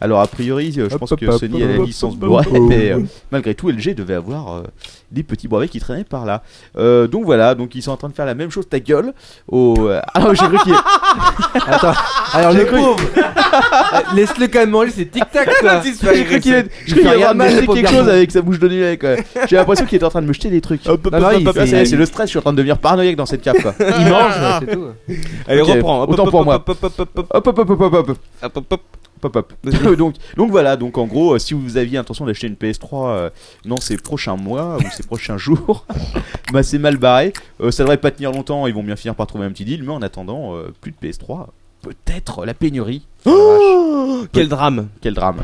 Alors a priori, euh, je Hop, pense hop, que hop, Sony hop, a la hop, licence hop, Oh, Blu-ray, hop, mais euh, hop. malgré tout, LG devait avoir euh, des petits brevets qui traînaient par là. Euh, donc voilà, donc ils sont en train de faire la même chose, ta gueule. Au, euh, Ah, j'ai cru qu'il y ait- Attends, alors J'ai le cru- pauvre Laisse-le quand même manger, c'est tic-tac quoi j'ai cru qu'il allait- j'ai cru qu'il allait avoir mâché quelque chose avec sa bouche de nuit. quoi. J'ai l'impression qu'il était en train de me jeter des trucs. hop, hop, hop, Ah, c'est- c'est c'est le stress, je suis en train de devenir paranoïaque dans cette cave. Quoi. Il mange, Ah, c'est tout Allez, Ok, reprends. Hop, autant hop, pour hop, moi. hop, hop, hop, hop, Hop hop hop hop hop hop hop, hop, hop hop. hop. donc donc voilà donc en gros euh, si vous aviez intention d'acheter une PS3 euh, dans ces prochains mois ou ces prochains jours bah c'est mal barré Euh, ça devrait pas tenir longtemps ils vont bien finir par trouver un petit deal mais en attendant euh, plus de PS3 peut-être la pénurie Quel drame. quel drame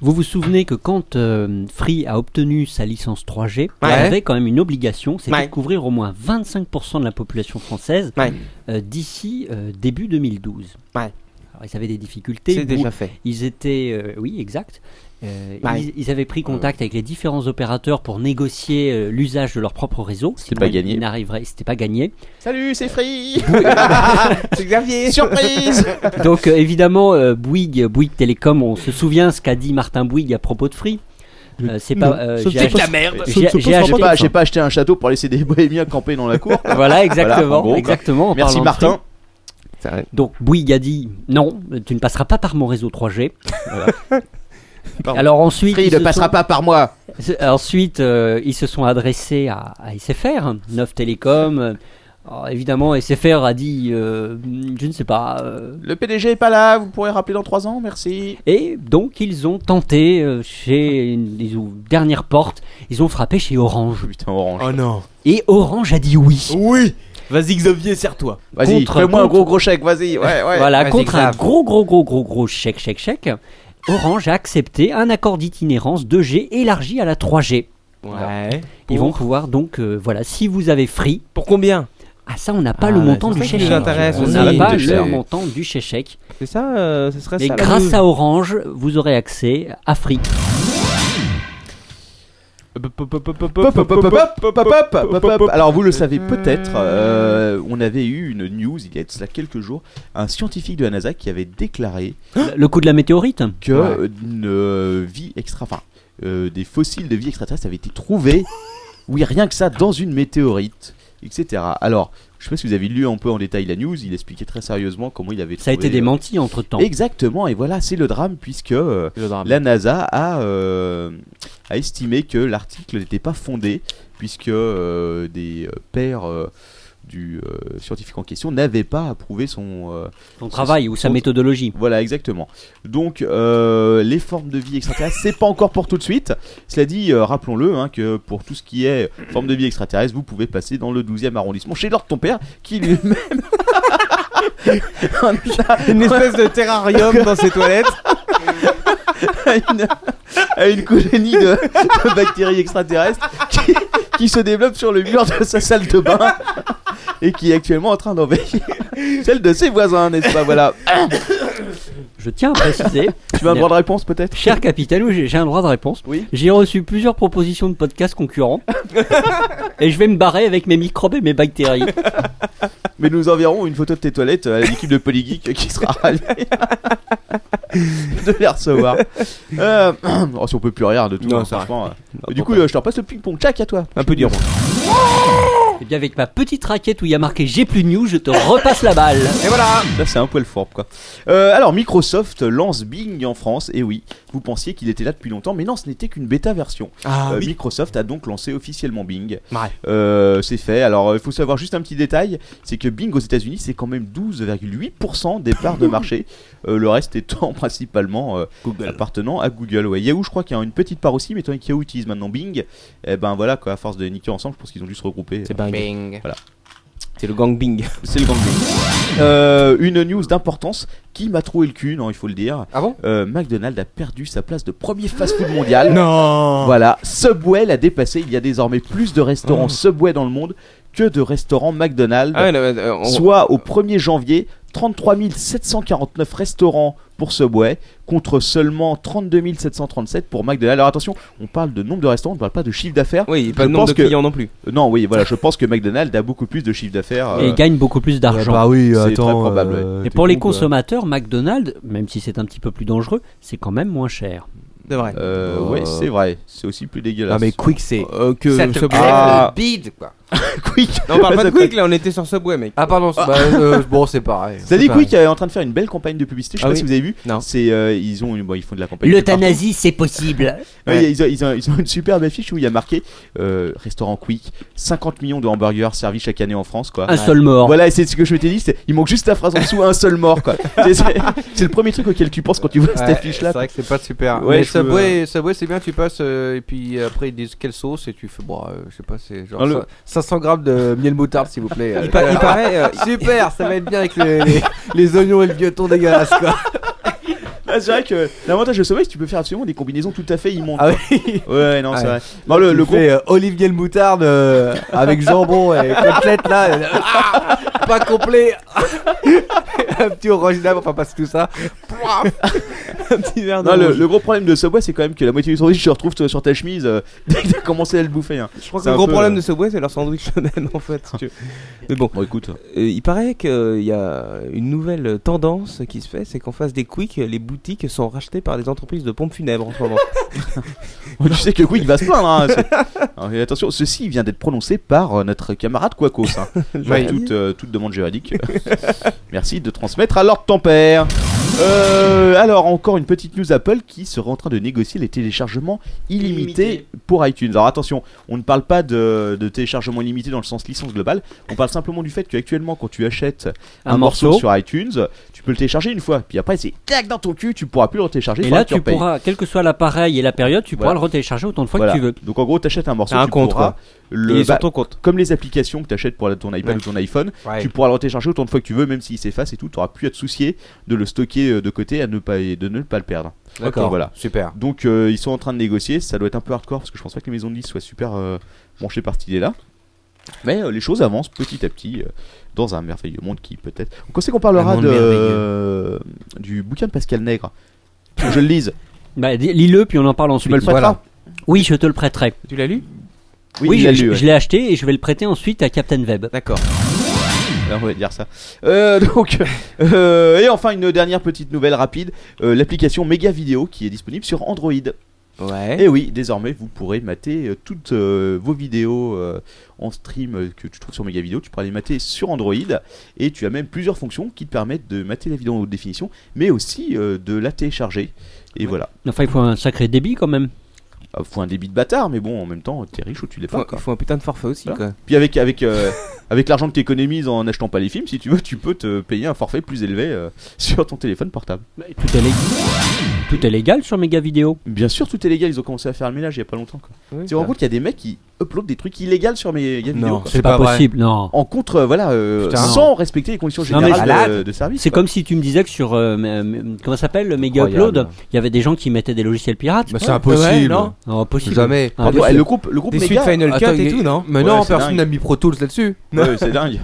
Vous vous souvenez que quand euh, Free a obtenu sa licence 3G, il y Ouais. avait quand même une obligation, c'était Ouais. de couvrir au moins 25% de la population française Ouais. euh, d'ici euh, début 2012. Ouais. Alors, ils avaient des difficultés. C'est Bou- déjà fait. Ils étaient, euh, oui, exact. Euh, Bah, Ouais. ils, ils avaient pris contact avec les différents opérateurs pour négocier euh, l'usage de leur propre réseau. C'était pas gagné. C'était pas gagné. salut c'est Free C'est Xavier. surprise Donc euh, évidemment, euh, Bouygues, Bouygues Télécom, on se souvient ce qu'a dit Martin Bouygues à propos de Free. Euh, c'est pas. euh, j'ai C'est de la acheté- merde. j'ai- Ça ne J'ai se passe j'ai acheté. pas j'ai pas acheté un château pour laisser des bohémiens camper dans la cour Voilà, exactement, en gros, quoi. exactement. en merci parlant de Free. Martin C'est vrai. Donc Bouygues a dit non, tu ne passeras pas par mon réseau 3G. Pardon. Alors ensuite, Free ils ne se passera sont- pas par moi C'est- Ensuite, euh, ils se sont adressés à, à SFR, 9 Télécom. Euh, alors, évidemment, SFR a dit, euh, je ne sais pas. euh, le PDG est pas là vous pourrez rappeler dans 3 ans merci et donc, ils ont tenté euh, chez une des ou- dernières portes, ils ont frappé chez Orange. putain orange Oh non. Et Orange a dit oui. Oui. Vas-y, Xavier, serre-toi. vas-y Contre- fais-moi un contre- gros gros chèque vas-y ouais ouais voilà, vas-y, contre un grave. gros, gros, gros, gros, gros chèque, chèque, chèque, Orange a accepté un accord d'itinérance 2G élargi à la 3G. Ouais. Ils Pour- vont pouvoir donc, euh, voilà, si vous avez Free, Pour combien Ah ça, on n'a pas Ah, le ouais, montant c'est du ça qui nous chèque. intéresse On aussi. n'a Oui, pas le le chèque. montant du chèque. C'est ça, euh, ce serait Mais ça. grâce à Orange, vous aurez accès à Free. Pop, pop, pop, pop, pop, pop, pop, pop. Alors vous le savez peut-être, euh, on avait eu une news il y a de cela quelques jours, un scientifique de la NASA qui avait déclaré Hein Le coup de la météorite que euh, une euh, vie extra, enfin euh, des fossiles de vie extraterrestre avaient été trouvés, oui rien que ça, dans une météorite, etc. Alors je sais pas si vous avez lu un peu en détail la news, il expliquait très sérieusement comment il avait Ça a été trouvé, euh, démenti entre-temps. Exactement, et voilà, c'est le drame puisque euh, Ah la NASA a, euh, a estimé que l'article n'était pas fondé puisque euh, des euh, pairs euh, du euh, scientifique en question n'avaient pas approuvé son... euh, Son travail ou sa méthodologie. voilà, exactement. Donc, euh, les formes de vie extraterrestres, c'est pas encore pour tout de suite. Cela dit, euh, rappelons-le, hein, que pour tout ce qui est forme de vie extraterrestre, vous pouvez passer dans le 12e arrondissement chez Lord ton père, qui lui-même... en a- Une espèce de terrarium dans ses toilettes. à une, à une colonie de, de bactéries extraterrestres qui, qui se développe sur le mur de sa salle de bain et qui est actuellement en train d'envahir celle de ses voisins, n'est-ce pas Voilà. je tiens à préciser, Tu veux un droit de réponse peut-être cher capitaine, oui, j'ai j'ai un droit de réponse. Oui. J'ai reçu plusieurs propositions de podcasts concurrents et je vais me barrer avec mes microbes et mes bactéries. Mais nous enverrons une photo de tes toilettes à l'équipe de Polygeek qui sera ravie de les recevoir. Euh, oh, si on peut plus rien de tout, Non, hein, ça franchement. euh. Et du coup, euh, je te repasse le ping-pong. Tchac à toi. Un peu dur. Et bien avec ma petite raquette où il y a marqué j'ai plus de news, je te repasse la balle. Et voilà Là, c'est un poil fort, quoi. Euh, alors, Microsoft lance Bing en France. Et oui, vous pensiez qu'il était là depuis longtemps, mais non, ce n'était qu'une bêta version. Ah Euh, Microsoft a donc lancé officiellement Bing. Ouais. Euh, c'est fait. Alors, il faut savoir juste un petit détail c'est que Bing aux États-Unis, c'est quand même 12,8% des parts de marché. Euh, le reste étant principalement euh, appartenant à Google. Ouais. Yahoo, je crois qu'il y a une petite part aussi, mais étant donné que Yahoo utilise maintenant Bing, eh ben voilà, quoi, à force de niquer ensemble, je pense qu'ils ont euh, dû se regrouper. C'est Bing. Voilà. C'est le gang Bing. C'est le gang Bing. Euh, une news d'importance qui m'a troué le cul, non, il faut le dire. Ah bon Euh, McDonald's a perdu sa place de premier fast-food mondial. Non Voilà, Subway l'a dépassé. Il y a désormais plus de restaurants Subway dans le monde que de restaurants McDonald's. Ah ouais, non, euh, on- Soit au 1er janvier, 33 749 restaurants pour Subway contre seulement 32 737 pour McDonald's. Alors attention, on parle de nombre de restaurants, on ne parle pas de chiffre d'affaires. Oui, pas Je le nombre pense que- de clients non plus. Euh, non, oui, voilà, je pense que McDonald's a beaucoup plus de chiffre Ah, d'affaires. Et euh, il gagne beaucoup plus d'argent. Bah oui, C'est attends. très probable, euh, Et t'es pour les con, quoi. consommateurs, McDonald's, même si c'est un petit peu plus dangereux, c'est quand même moins cher. C'est vrai. euh, ouais, c'est vrai, c'est aussi plus dégueulasse. Ah mais Quick c'est. Euh, que ça te Subway- crève Ah. le bide quoi. Quick Non, on parle pas de Ça Quick là, on était sur Subway, mec. Ah pardon, c'est- bah, euh, bon c'est pareil. Ça dit C'est pareil. Quick est en train de faire une belle campagne de publicité. Je sais Ah pas oui. si vous avez vu. Non. C'est euh, ils ont une- bon, ils font de la campagne. de partout. L'euthanasie, c'est possible. Ouais, Ils, ont, ils ont- ils ont une superbe affiche où il y a marqué euh, restaurant Quick, 50 millions de hamburgers servis chaque année en France Ah, quoi. Un seul mort. Voilà, et c'est ce que je m'étais dit. c'est- Il manque juste la phrase en dessous, un seul mort quoi. C'est- C'est c'est le premier truc auquel tu penses quand tu vois cette Ouais, affiche là. C'est vrai que c'est pas euh, super. Ouais, mais je peux, Subway, Subway, c'est bien, tu passes euh, et puis après ils disent quelle sauce et tu fais, bon, euh, je sais pas, c'est genre Dans le- cin- 500 grammes de miel moutarde s'il vous plaît. Il, pa- il paraît. euh, Super, ça va être bien avec les, les- les oignons et le vieux thon dégueulasse quoi. Ah, c'est vrai que l'avantage de Subway, c'est que tu peux faire absolument des combinaisons tout à fait immondes. Ah oui, Ouais, non, c'est Ouais. vrai. Bon, le, le il fait euh, olive miel moutarde euh, avec jambon et côtelette là. et- Ah, pas complet. Un petit orange d'âme, enfin passe tout ça. un petit verre de Non, le, rouge. le gros problème de Subway, c'est quand même que la moitié du sandwich se retrouve sur- sur ta chemise euh, dès que t'as commencé à le bouffer. hein. Je crois que c'est le un gros peu, problème euh, de Subway, c'est leur sandwich eux-mêmes en fait. si tu veux. Mais bon, Bon, écoute, Euh, il paraît qu'il y a une nouvelle tendance qui se fait, c'est qu'en face des Quick, les boutiques sont rachetées par des entreprises de pompes funèbres en ce moment. tu sais que Quick va se plaindre. hein, c'est- Alors, et attention, ceci vient d'être prononcé par euh, notre camarade Quacos. hein. Genre, Oui. toute, euh, toute demande juridique. Merci de transmettre à l'ordre ton père. Euh, alors, encore une petite news Apple qui serait en train de négocier les téléchargements illimités Illimités. pour iTunes. Alors, attention, on ne parle pas de, de téléchargement illimité dans le sens licence globale. On parle simplement du fait qu'actuellement, quand tu achètes un, Un morceau. morceau. sur iTunes, tu peux le télécharger une fois. Puis après, c'est tac dans ton cul, tu pourras plus le télécharger. Et faudra là, que tu tu repayes. pourras, quel que soit l'appareil et la période, tu pourras Voilà. le retélécharger autant de fois Voilà. que tu veux. Donc en gros, t'achètes un morceau, T'as un tu compte, pourras quoi. le- Il est bah, sur ton compte. comme les applications que t'achètes pour la- ton iPad Ouais. ou ton iPhone, Ouais. tu pourras le télécharger autant de fois que tu veux, même s'il s'efface et tout, t'auras plus à te soucier de le stocker euh, de côté à ne pas, et de ne pas le perdre. D'accord, voilà. super. Donc euh, ils sont en train de négocier, ça doit être un peu hardcore parce que je pense pas que les maisons de disques soient super euh, branchées par cette idée-là. Mais euh, les choses avancent petit à petit euh, dans un merveilleux monde qui peut-être. Quand c'est qu'on parlera Un monde de, merveilleux. euh, du bouquin de Pascal Nègre Faut que je le lise. Bah, dis- lis-le, puis on en parle Tu ensuite. me le prêteras Oui, je te le prêterai. Tu l'as lu Oui, oui, il je, l'a lu, ouais. je l'ai acheté et je vais le prêter ensuite à Captain Web. D'accord. Alors, Ah, on va dire ça. Euh, donc, euh, et enfin une dernière petite nouvelle rapide, euh, l'application Mega Vidéo qui est disponible sur Android. Ouais. Et oui, désormais vous pourrez mater euh, toutes euh, vos vidéos euh, en stream euh, que tu trouves sur Mega Vidéo, tu pourras les mater sur Android et tu as même plusieurs fonctions qui te permettent de mater la vidéo en haute définition, mais aussi euh, de la télécharger. Et voilà, Enfin, il faut un sacré débit quand même. Ah, faut un débit de bâtard, mais bon, en même temps, t'es riche ou tu l'es Faut, pas. il quoi. faut un putain de forfait aussi, quoi. Puis avec avec euh, avec l'argent que t'économises en n'achetant pas les films, si tu veux, tu peux te payer un forfait plus élevé euh, sur ton téléphone portable. Bah, Tout est, lég- Tout est légal sur Mega Vidéo. Bien sûr, tout est légal. Ils ont commencé à faire le ménage il y a pas longtemps. Quoi. Oui, tu te rends compte qu'il y a des mecs qui uploadent des trucs illégaux sur mes mes vidéos. quoi. C'est pas, pas vrai. possible, non. En contre, euh, voilà, euh, Putain. sans respecter les conditions Non, mais générales je- de, de service. C'est quoi. comme si tu me disais que sur euh, m- m- comment ça s'appelle le Mega Incroyable. Upload, il y avait des gens qui mettaient des logiciels pirates. Bah, c'est Ouais, impossible. ouais, non. Non, possible. Jamais. Ah, Pardon, bien eh, sûr. le groupe, le groupe Des suites Mega, Final Attends, Cut et il- tout, non Mais Ouais, non, c'est personne dingue. n'a mis Pro Tools là-dessus. ouais, c'est dingue.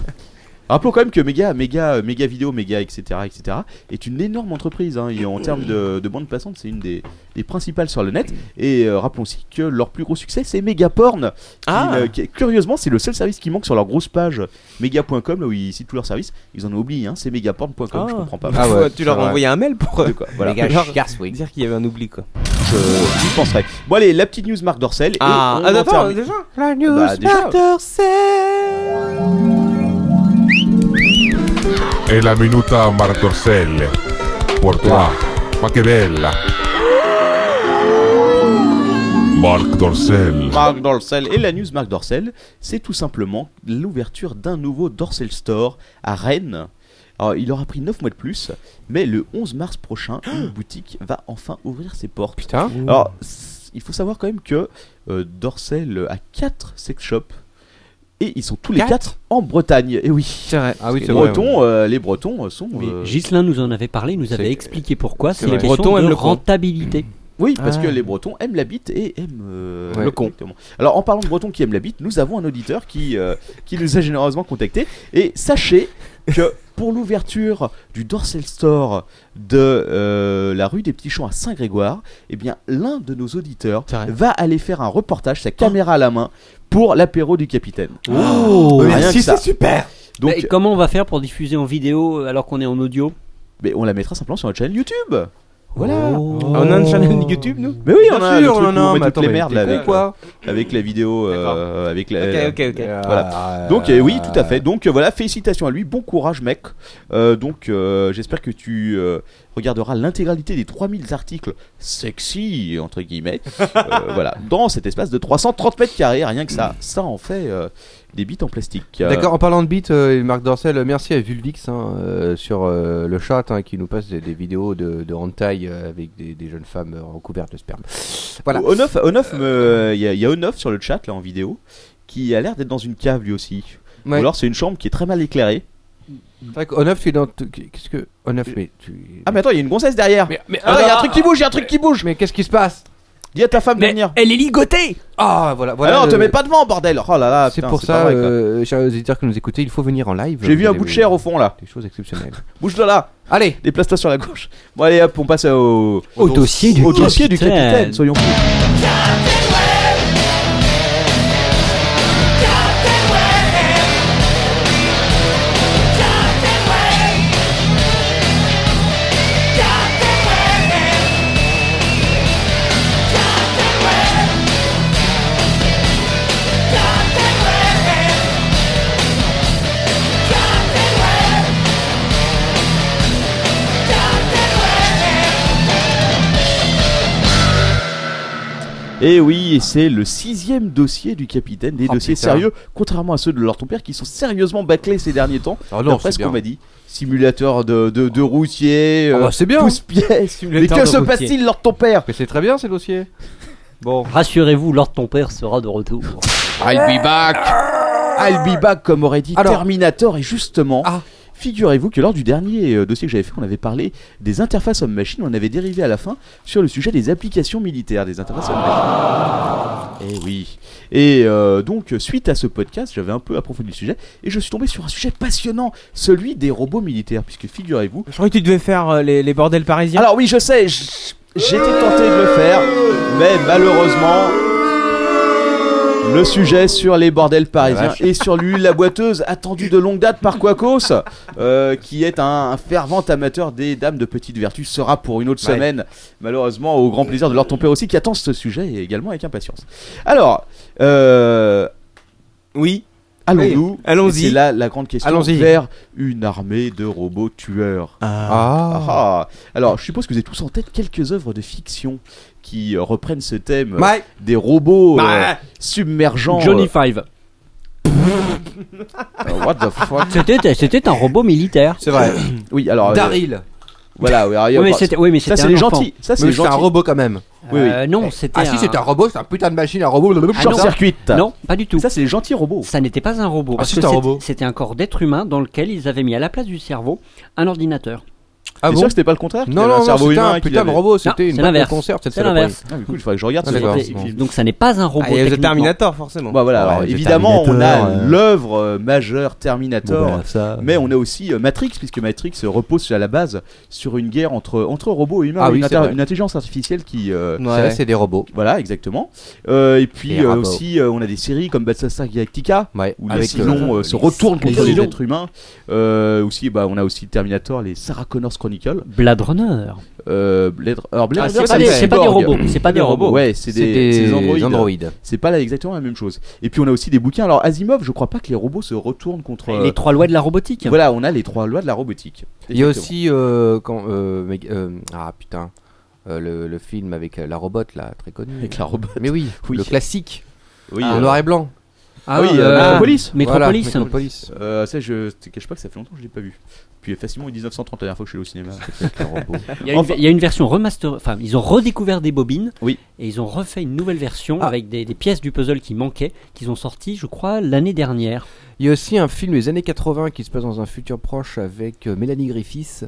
Rappelons quand même que Mega, Mega, Mega Vidéo, Mega, etc., etc., est une énorme entreprise. hein. Et en termes de, de bande passante, c'est une des, des principales sur le net. Et euh, rappelons aussi que leur plus gros succès, c'est Megaporn. qui, Ah. euh, qui est- curieusement, c'est le seul service qui manque sur leur grosse page Mega.com, là où ils citent tous leurs services. Ils en ont oublié, hein, c'est Megaporn.com, je Ah. comprends pas. Ah Faut- ouais, tu c'est leur as vrai. envoyé un mail pour euh, De quoi, voilà. Les gars, Genre- je casse, oui. dire qu'il y avait un oubli quoi. Je j'y penserai. Bon allez, la petite news Marc Dorcel. et Ah. on en termine. déjà Bah, déjà. È la minuta Martorcelle. Pour toi, ma che bella. Marc Dorcel. Marc Dorcel. Et la news Marc Dorcel, c'est tout simplement l'ouverture d'un nouveau Dorcel Store à Rennes. Alors, il aura pris 9 mois de plus, mais le 11 mars prochain, Ah une boutique va enfin ouvrir ses portes. Putain. Ah Alors, s- il faut savoir quand même que euh, Dorcel a 4 sex shops. Et ils sont tous les Quatre 4 en Bretagne. Et oui. vrai. Ah oui, Les c'est vrai. Bretons, euh, les Bretons euh, sont. Mais euh, Ghislain nous en avait parlé, nous c'est- avait expliqué pourquoi. C'est vrai. les Les Bretons Bretons de aiment le con. rentabilité. Oui, parce Ah. que les Bretons aiment la bite et aiment euh, Ouais. le con. Exactement. Alors, en parlant de Bretons qui aiment la bite, nous avons un auditeur qui, euh, qui nous a généreusement contacté. Et sachez que pour l'ouverture du Dorsal Store de euh, la rue des Petits Champs à Saint-Grégoire, eh bien, l'un de nos auditeurs C'est vrai. va aller faire un reportage, sa caméra à la main, pour l'apéro du capitaine. Oh, Rien que merci, ça. c'est super. Donc, euh, Mais comment on va faire pour diffuser en vidéo alors qu'on est en audio mais on la mettra simplement sur notre chaîne YouTube. Voilà. On a un Oh. channel YouTube nous Oh. Mais oui, on Bien a sûr, le truc on en a où un, on mais met toutes attends, les mais merdes t'es là, con, avec, euh. quoi. avec la vidéo, euh, avec la, Ok ok ok. Voilà. Donc euh, oui, tout à fait. Donc euh, voilà, félicitations à lui, bon courage mec. Euh, donc euh, j'espère que tu euh, regarderas l'intégralité des 3000 articles sexy entre guillemets euh, voilà, dans cet espace de 330 mètres carrés, rien que ça. Ça en fait euh, des bites en plastique. Euh, D'accord, en parlant de beat, euh, Marc Dorcel, euh, merci à Vulvix hein, euh, sur euh, le chat hein, qui nous passe des, des vidéos de, de hentai euh, avec des, des jeunes femmes euh, recouvertes de sperme. Voilà. Onof, Onof me- euh, il y a- il y a Onof sur le chat là en vidéo qui a l'air d'être dans une cave lui aussi. Ouais. Ou alors c'est une chambre qui est très mal éclairée. C'est vrai qu'Onof, tu es dans. tu- Qu'est-ce que. Onof, mais tu. Ah mais attends, il y a une gonzesse derrière. mais, mais- Ah, il y a un truc qui bouge, il y a un truc qui bouge. mais qu'est-ce qui se passe Dis à ta femme de Mais venir. elle est ligotée Ah, voilà, voilà. ah non, te le- mets pas devant, bordel! Oh là là, C'est putain, pour pas ça, vrai, quoi. euh, chers auditeurs que nous écoutez, il faut venir en live. J'ai vu Vous un allez bout de vous- chair au fond là. Des choses exceptionnelles. Bouge de là. Allez Déplace-toi sur la gauche. Bon allez hop, on passe au, Au dossier du au dossier du capitaine. capitaine. Soyons fous. Et Eh oui, et c'est le sixième dossier du capitaine des Oh, dossiers putain. sérieux, contrairement à ceux de leur ton père qui sont sérieusement bâclés ces derniers temps. Ah D'après ce qu'on m'a dit, simulateur de de, de routier, Ah bah, c'est bien. pousse pièce. Mais que se passe-t-il lors de ton père Mais c'est très bien ces dossiers. Bon. Rassurez-vous, Lord ton père sera de retour. I'll be back. Ah, I'll be back, comme aurait dit Alors- Terminator. Et justement, Ah. figurez-vous que lors du dernier euh, dossier que j'avais fait, on avait parlé des interfaces homme-machine. On avait dérivé à la fin sur le sujet des applications militaires des interfaces homme-machine. Et oui. Et euh, donc, suite à ce podcast, j'avais un peu approfondi le sujet et je suis tombé sur un sujet passionnant, celui des robots militaires. Puisque figurez-vous. Je crois que tu devais faire euh, les, les bordels parisiens. Alors, oui, je sais, j- j'étais tenté de le faire, mais malheureusement. Le sujet sur les bordels parisiens et sur lui la boiteuse, attendue de longue date par Quacos, euh, qui est un, un fervent amateur des dames de petite vertu, sera pour une autre Ouais. semaine, malheureusement, au grand plaisir de leur ton père aussi, qui attend ce sujet également avec impatience. Alors, euh, oui. allons-nous, Oui, allons-y. et c'est là la grande question, Allons-y. vers une armée de robots tueurs. Ah, Ah. ah. Alors, je suppose que vous avez tous en tête quelques œuvres de fiction qui euh, reprennent ce thème euh, Mike. des robots euh, Bah. submergents. Johnny Five. euh, what the fuck C'était c'était un robot militaire. C'est vrai. Oui, ah, alors euh, Daryl. voilà. oui, alors, il y a- Oui, mais enfin, c'était oui, mais ça, c'était c'est un les enfant. gentils. Ça, c'est Mais les c'est un gentils. robot quand même. Oui, oui. Euh, non, c'était Ah si, c'est un robot, c'est un putain de machine, un robot. Ah non. Short-circuit. Non, pas du tout. Ça, c'est les gentils robots. Ça n'était pas un robot. Ah, parce si, que c'est un c'est- robot. C'était un corps d'être humain dans lequel ils avaient mis à la place du cerveau un ordinateur. Ah T'es bon sûr que c'était pas le contraire qu'il Non, avait un non, non, cerveau c'était un humain et qu'il putain de avait- robot, c'était c'est une boîte de l'inverse. concert, c'est C'est le l'inverse. Ah, du coup, il faudrait que je regarde ce Ah, d'accord. ce film. Donc ça n'est pas un robot. Ah, il y avait le techniquement. Terminator, forcément. Bah voilà, Ouais, alors le évidemment, on a Terminator, euh, l'œuvre euh, majeure Terminator, Bon, bah, ça, mais on a aussi euh, Matrix, puisque Matrix euh, repose à la base sur une guerre entre, entre robots et humains, Ah une, oui, c'est vrai. une intelligence artificielle qui. euh, Ça, c'est des robots. Voilà, exactement. Euh, et puis Et euh, Rambo. aussi, euh, on a des séries comme Battlestar Galactica, Ouais, où les avec euh, Cylons euh, se retournent contre les les Cylons. êtres humains. Euh, aussi, bah, on a aussi Terminator, les Sarah Connors Chronicle. Blade Runner. Euh, Blade, alors, Blade Ah, Runner, C'est pas, des- des- les c'est pas des Borg. robots. C'est pas des robots. Ouais, c'est des, c'est des androïdes. C'est pas là exactement la même chose. Et puis on a aussi des bouquins. Alors Asimov, je crois pas que les robots se retournent contre. euh, Les trois lois de la robotique. Voilà, on a les trois lois de la robotique. hein. Il y a Exactement. aussi euh, quand euh, mais- euh, ah putain euh, le, le film avec euh, la robote là très connu. Avec la robot. Mais oui, Oui. le classique Oui, en euh, noir et blanc. ah oui, euh, Metropolis. Voilà, Metropolis. Metropolis. Euh, ça, je te cache pas que ça fait longtemps que je l'ai pas vu. Puis facilement en 1930 la dernière fois que je suis allé au cinéma. Avec le robot. Il y, a une, Enfin- il y a une version remaster. Enfin, ils ont redécouvert des bobines. Oui. Et ils ont refait une nouvelle version Ah. avec des, des pièces du puzzle qui manquaient, qu'ils ont sorti, je crois, l'année dernière. Il y a aussi un film des années 80 qui se passe dans un futur proche avec euh, Mélanie Griffiths.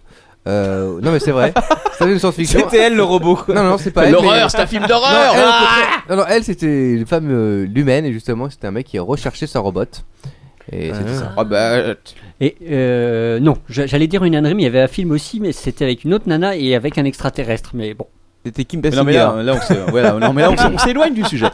Euh, non mais c'est vrai. C'était une science-fiction. C'était elle le robot, quoi. Non non c'est pas elle. mais- euh, L'horreur, c'est un film d'horreur. hein. Non, elle, au contraire- ah non, non, elle, c'était une femme euh, humaine et justement c'était un mec qui recherchait sa robot. Et c'était ça. Ah bah, Et euh, non, j'a- j'allais dire une ânerie, mais il y avait un film aussi, mais c'était avec une autre nana et avec un extraterrestre. Mais bon. C'était Kim mais non, Basinger. mais là, là, on s'est- voilà, non, mais là, on s'est- on s'éloigne du sujet.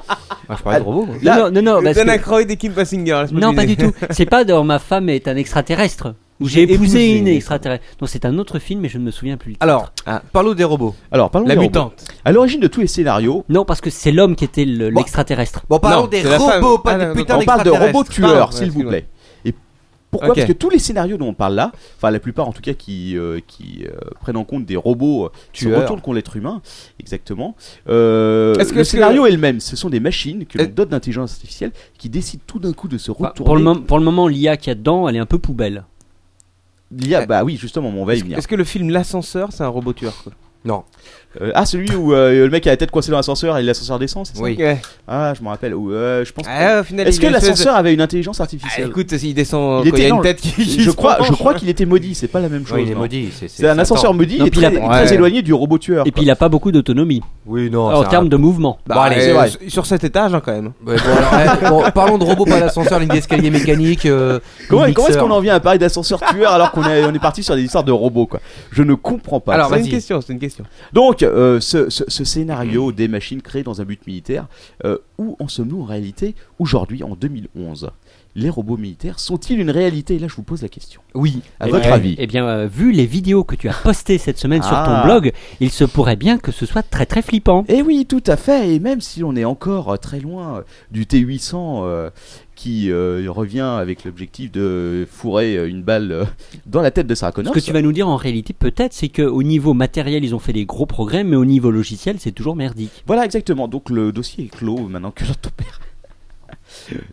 Ah, je parlais de robot. moi. Là- non, non, non, Le parce Dan que- Aykroyd et Kim Basinger. laisse-moi non, te pas dire. du tout. C'est pas dans Ma femme est un extraterrestre. Où j'ai épousé une extraterrestre. Non, c'est un autre film, mais je ne me souviens plus. du titre. Alors, parlons des robots. Alors parlons La des robots. mutante. À l'origine de tous les scénarios, non, parce que c'est l'homme qui était le- Bon. l'extraterrestre. Bon, parlons Non, des c'est la robots, femme. pas Ah, des non, putains on parle de d'extraterrestres. robots tueurs, Pardon, s'il vous excuse-moi. plaît. Et pourquoi Ok. Parce que tous les scénarios dont on parle là, enfin la plupart en tout cas qui, euh, qui euh, prennent en compte des robots euh, qui se Tueurs. retournent contre l'être humain, exactement. Euh, Est-ce que- Euh, le est-ce que- scénario est le même. Ce sont des machines que l'on Est- dote d'intelligence artificielle qui décident tout d'un coup de Bah, se Enfin, retourner. pour, le mom- pour le moment, l'IA qu'il y a dedans, elle est un peu poubelle. Il y a- bah oui, justement, on va y venir. euh, Est-ce que le film L'ascenseur, c'est un robot tueur quoi Euh, ah, celui où euh, le mec a la tête coincée dans l'ascenseur et l'ascenseur descend, c'est ça Oui. Ouais. Ah, je me rappelle. Ou, euh, je pense. que- Ah, au final, Est-ce il que a une espèce de- l'ascenseur avait une intelligence Ah, artificielle écoute, il descend Il quand il y était a dans une le- tête qui. qui Je se crois, je penche. crois qu'il était maudit. C'est pas la même chose. Oui, il est non. maudit. C'est un ascenseur maudit Non, et puis il très, a- très ouais. éloigné du robot tueur. Et quoi. puis il n'a pas beaucoup d'autonomie Oui, non. en termes de mouvement. Bon, Bah, allez, euh, c'est vrai. sur- Sur cet étage, hein, quand même. Eh, parlons de robots, pas d'ascenseur, ligne d'escalier mécanique. euh, Comment, ligne comment est-ce mixeur. qu'on en vient à parler d'ascenseur tueur alors qu'on est, on est parti sur des histoires de robots quoi Je ne comprends pas. Alors, ça. c'est une question, c'est une question. Donc, euh, ce, ce- ce scénario des machines créées dans un but militaire, euh, où en sommes-nous en réalité aujourd'hui en 2011 Les robots militaires sont-ils une réalité Là, je vous pose la question. Oui. À Eh votre bien, avis Eh bien, euh, vu les vidéos que tu as postées cette semaine sur Ah. ton blog, il se pourrait bien que ce soit très très flippant. Eh oui, tout à fait. Et même si on est encore euh, très loin euh, du T800 euh, qui euh, revient avec l'objectif de fourrer euh, une balle euh, dans la tête de Sarah Ce Connor. que tu vas nous dire en réalité, peut-être, c'est qu'au niveau matériel, ils ont fait des gros progrès, mais au niveau logiciel, c'est toujours merdique. Voilà, exactement. Donc le dossier est clos maintenant que ton père.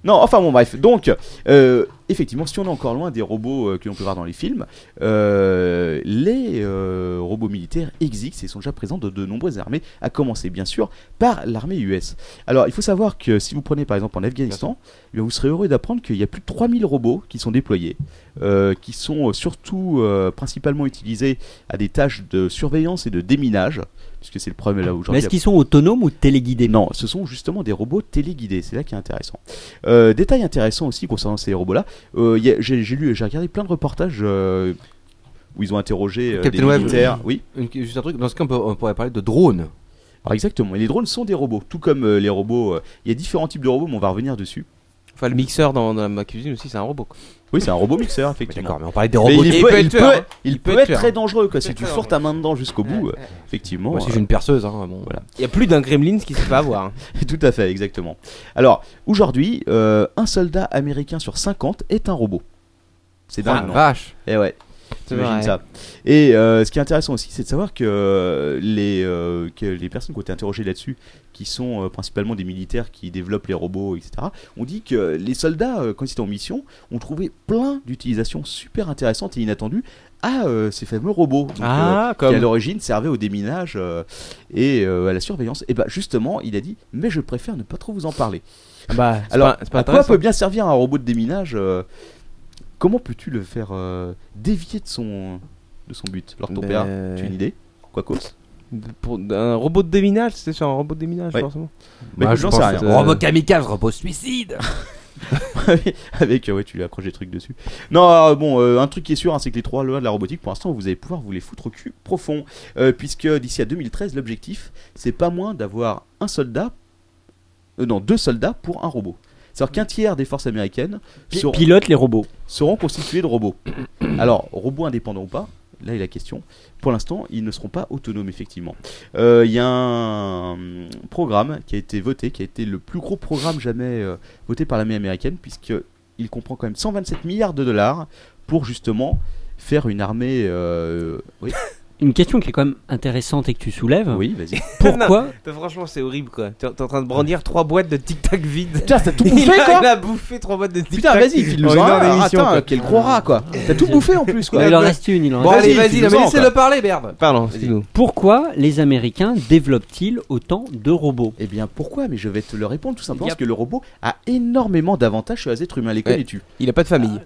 Non, enfin bon, bref. Donc, euh, effectivement, si on est encore loin des robots euh, que l'on peut voir dans les films, euh, les euh, robots militaires existent et sont déjà présents dans de nombreuses armées, à commencer bien sûr par l'armée US. Alors, il faut savoir que si vous prenez par exemple en Afghanistan, eh bien, vous serez heureux d'apprendre qu'il y a plus de 3000 robots qui sont déployés, euh, qui sont euh, surtout euh, principalement utilisés à des tâches de surveillance et de déminage, puisque c'est le problème là Mais aujourd'hui. est-ce qu'ils sont autonomes ou téléguidés Non, ce sont justement des robots téléguidés, c'est là qui est intéressant. Euh, détail intéressant aussi concernant ces robots-là, euh, il y a- j'ai j'ai lu, j'ai regardé plein de reportages euh, où ils ont interrogé euh, des Captain Web. militaires. Oui, Une- juste un truc, dans ce cas, on, peut- on pourrait parler de drones. alors exactement. Et les drones sont des robots, tout comme euh, les robots. euh, Il y a différents types de robots, mais on va revenir dessus. Enfin, le mixeur dans, dans ma cuisine aussi, c'est un robot. quoi. Oui, c'est un robot mixeur, Mais effectivement. D'accord, mais on parlait des Mais robots. il, Et est- il peut, peut il être peut- tueur, hein. il Il peut peut être être très tueur. dangereux quoi, si peut tu être fourres ta tueur. main dedans jusqu'au bout. euh, Effectivement. Moi aussi, euh, j'ai une perceuse. Hein, bon. Voilà. Il y a plus d'un Gremlin qui se fait pas avoir. hein. euh, Tout à fait, exactement. Alors, aujourd'hui, euh, un soldat américain sur 50 est un robot. C'est Ah, dingue, non vache. Eh ouais. C'est T'imagines vrai. ça. Et euh, ce qui est intéressant aussi, c'est de savoir que euh, les, euh, que les personnes qui ont été interrogées là-dessus, qui sont euh, principalement des militaires qui développent les robots, etc., ont dit que les soldats, euh, quand ils étaient en mission, ont trouvé plein d'utilisations super intéressantes et inattendues à euh, ces fameux robots. Donc, euh, Ah, qui à comme. l'origine servait au déminage euh, et euh, à la surveillance. Et bah justement, il a dit, mais je préfère ne pas trop vous en parler. Bah, Alors, alors, c'est pas à quoi intéressant. peut bien servir un robot de déminage euh, Comment peux-tu le faire euh, dévier de son, de de son but Alors ton Ben, père, euh, tu as une idée Quoi cause Pour un robot de déminage, c'était sur un robot de déminage, Ouais. forcément. Bah, écoute, j'en sais rien. euh, Robot kamikaze, robot suicide Avec, euh, ouais, tu lui accroches des trucs dessus. Non, alors, bon, euh, un truc qui est sûr, hein, c'est que les trois lois de la robotique, pour l'instant, vous allez pouvoir vous les foutre au cul profond. Euh, puisque d'ici à 2013, l'objectif, c'est pas moins d'avoir un soldat, euh, non, deux soldats pour un robot. C'est-à-dire qu'un tiers des forces américaines Pi- seront, Pilote les robots. seront constitués de robots. Alors, robots indépendants ou pas Là est la question. Pour l'instant, ils ne seront pas autonomes, effectivement. Euh, Il y a un euh, programme qui a été voté, qui a été le plus gros programme jamais euh, voté par l'armée américaine, puisqu'il comprend quand même 127 milliards de dollars pour justement faire une armée. euh, Oui, Une question qui est quand même intéressante et que tu soulèves. oui vas-y. Pourquoi Bah, Franchement, c'est horrible quoi. T'es t'es en train de brandir trois boîtes de Tic Tac vides. Putain, t'as tout Il bouffé, a, quoi il a bouffé trois boîtes de Tic Putain, Tac. vas-y, file-nous en en une heure un. d'émission, Attends, quoi. quel gros rat, quoi. Ah. T'as tout bouffé en plus, quoi. Il en reste une. il en Bon, reste- allez, Vas-y, vas-y, non, dis-nous-en, mais laissez-le parler, merde. Pardon, Vas-y. dis-nous. Pourquoi les Américains développent-ils autant de robots Eh bien pourquoi Mais je vais te le répondre tout simplement Yep. parce que le robot a énormément d'avantages sur les êtres humains. Les connais-tu Il a pas de famille.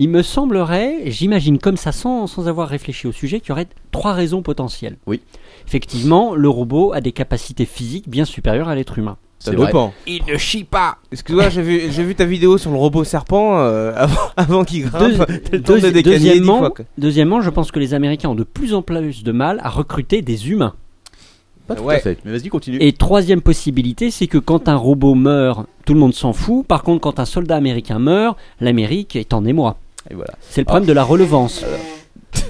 Il me semblerait, j'imagine comme ça sans, sans avoir réfléchi au sujet, qu'il y aurait trois raisons potentielles. Oui. Effectivement, le robot a des capacités physiques bien supérieures à l'être humain. C'est vrai. Il ne chie pas Excuse-moi, j'ai vu, j'ai vu ta vidéo sur le robot serpent euh, avant, avant qu'il Deux- grimpe. T'as le temps de deuxi- le décagner dix deuxièmement, fois, quoi. deuxièmement, je pense que les Américains ont de plus en plus de mal à recruter des humains. Pas tout à Ouais. fait. Mais vas-y, continue. Et troisième possibilité, c'est que quand un robot meurt, tout le monde s'en fout. Par contre, quand un soldat américain meurt, l'Amérique est en émoi. Et voilà. C'est le problème de la relevance.